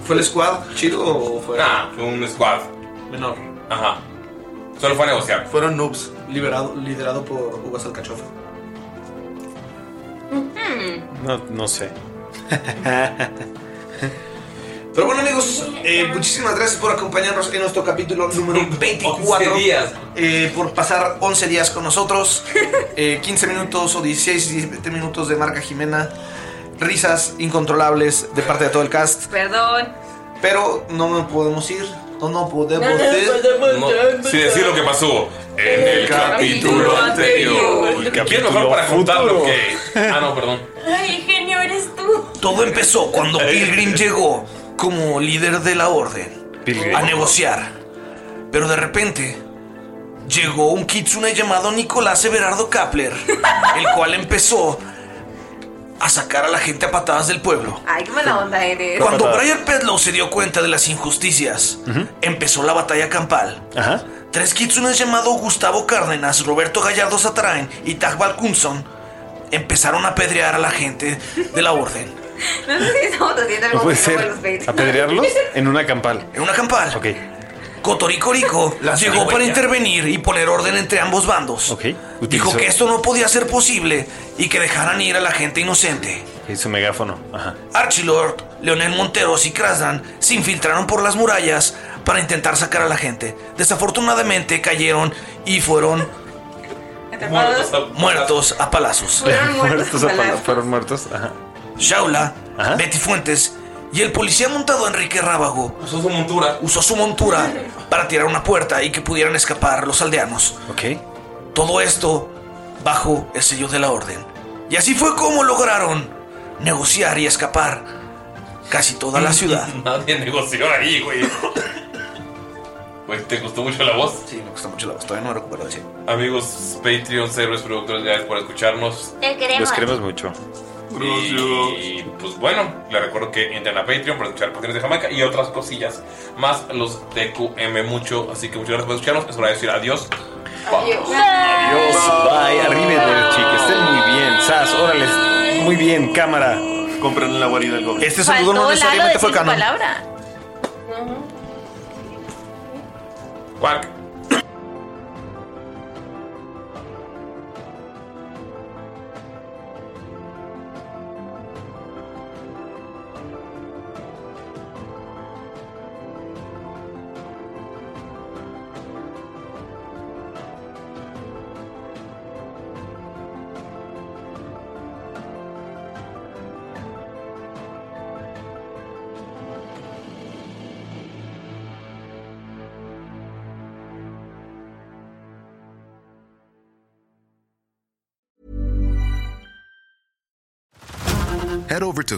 ¿Fue el squad chido o fue.? Nah, Ah, fue un squad. Menor. Ajá. Solo fue a negociar.
Fueron noobs.
Liberado, liderado por Uvas Alcachofa.
No,
*laughs*
no sé.
Pero bueno amigos, eh, muchísimas gracias por acompañarnos en nuestro capítulo
*laughs*
número 24.
11 días.
Eh, por pasar 11 días con
*laughs*
nosotros. Eh, 15 minutos o 16, 17 minutos de marca Jimena. Risas incontrolables de parte de todo el cast.
Perdón.
Pero no nos podemos ir. No nos podemos
No nos
ir.
*laughs* No, sí, decir lo que pasó en el capítulo anterior. ¿Quién mejor para contarlo que.? Ah, no, perdón.
Ay, genio, eres tú.
Todo empezó cuando Pilgrim llegó como líder de la orden a negociar. Pero de repente llegó un kitsune llamado Nicolás Everardo Kapler, el cual empezó a sacar a la gente a patadas del pueblo.
Ay, qué mala onda eres.
Cuando Brian Pedlow se dio cuenta de las injusticias, empezó la batalla campal.
Ajá.
Tres kitsunes llamados Gustavo Cárdenas, Roberto Gallardo Satarain y Tagbal Kunson empezaron a apedrear a la gente de la orden.
No sé si estamos haciendo algo
No puede
que no vuelves
ser.
a ver. *laughs*
*laughs*
¿Apedrearlos? En una campal.
En una campal.
Ok.
Cotoricorico
Las
llegó para
huellas.
intervenir y poner orden entre ambos bandos. Dijo
utilizó-
que esto no podía ser posible y que dejaran ir a la gente inocente.
Y su megáfono. Ajá.
Archilord, Leonel Monteros y Krasdan se infiltraron por las murallas para intentar sacar a la gente. Desafortunadamente cayeron y fueron
Muertos
muertos a palazos.
Fueron muertos a palazos.
Fueron muertos. Shaula, Betty Fuentes y el policía montado Enrique Rábago
usó su montura.
Usó su montura para tirar una puerta y que pudieran escapar los aldeanos.
Ok.
Todo esto bajo el sello de la orden. Y así fue como lograron negociar y escapar casi toda
Mm,
la ciudad.
*laughs* Nadie negoció ahí, güey. Pues, ¿te gustó mucho la voz?
Sí, me gustó mucho la voz. Todavía no me recupero sí.
Amigos, Patreon, héroes, productores, gracias por escucharnos.
Te queremos. Los queremos
mucho.
Y, pues bueno, les recuerdo que entren a Patreon para escuchar patrones de Jamaica y otras cosillas más los TQM mucho. Así que muchas gracias por escucharnos. Es hora de decir adiós.
Adiós.
Adiós. Bye. Arriba, chicos. Estén muy bien. Sas, órale. Muy bien, cámara.
Compren la guarida del
Este
Faltó Lalo decir su
canon.
palabra.
Cuac.
Head over to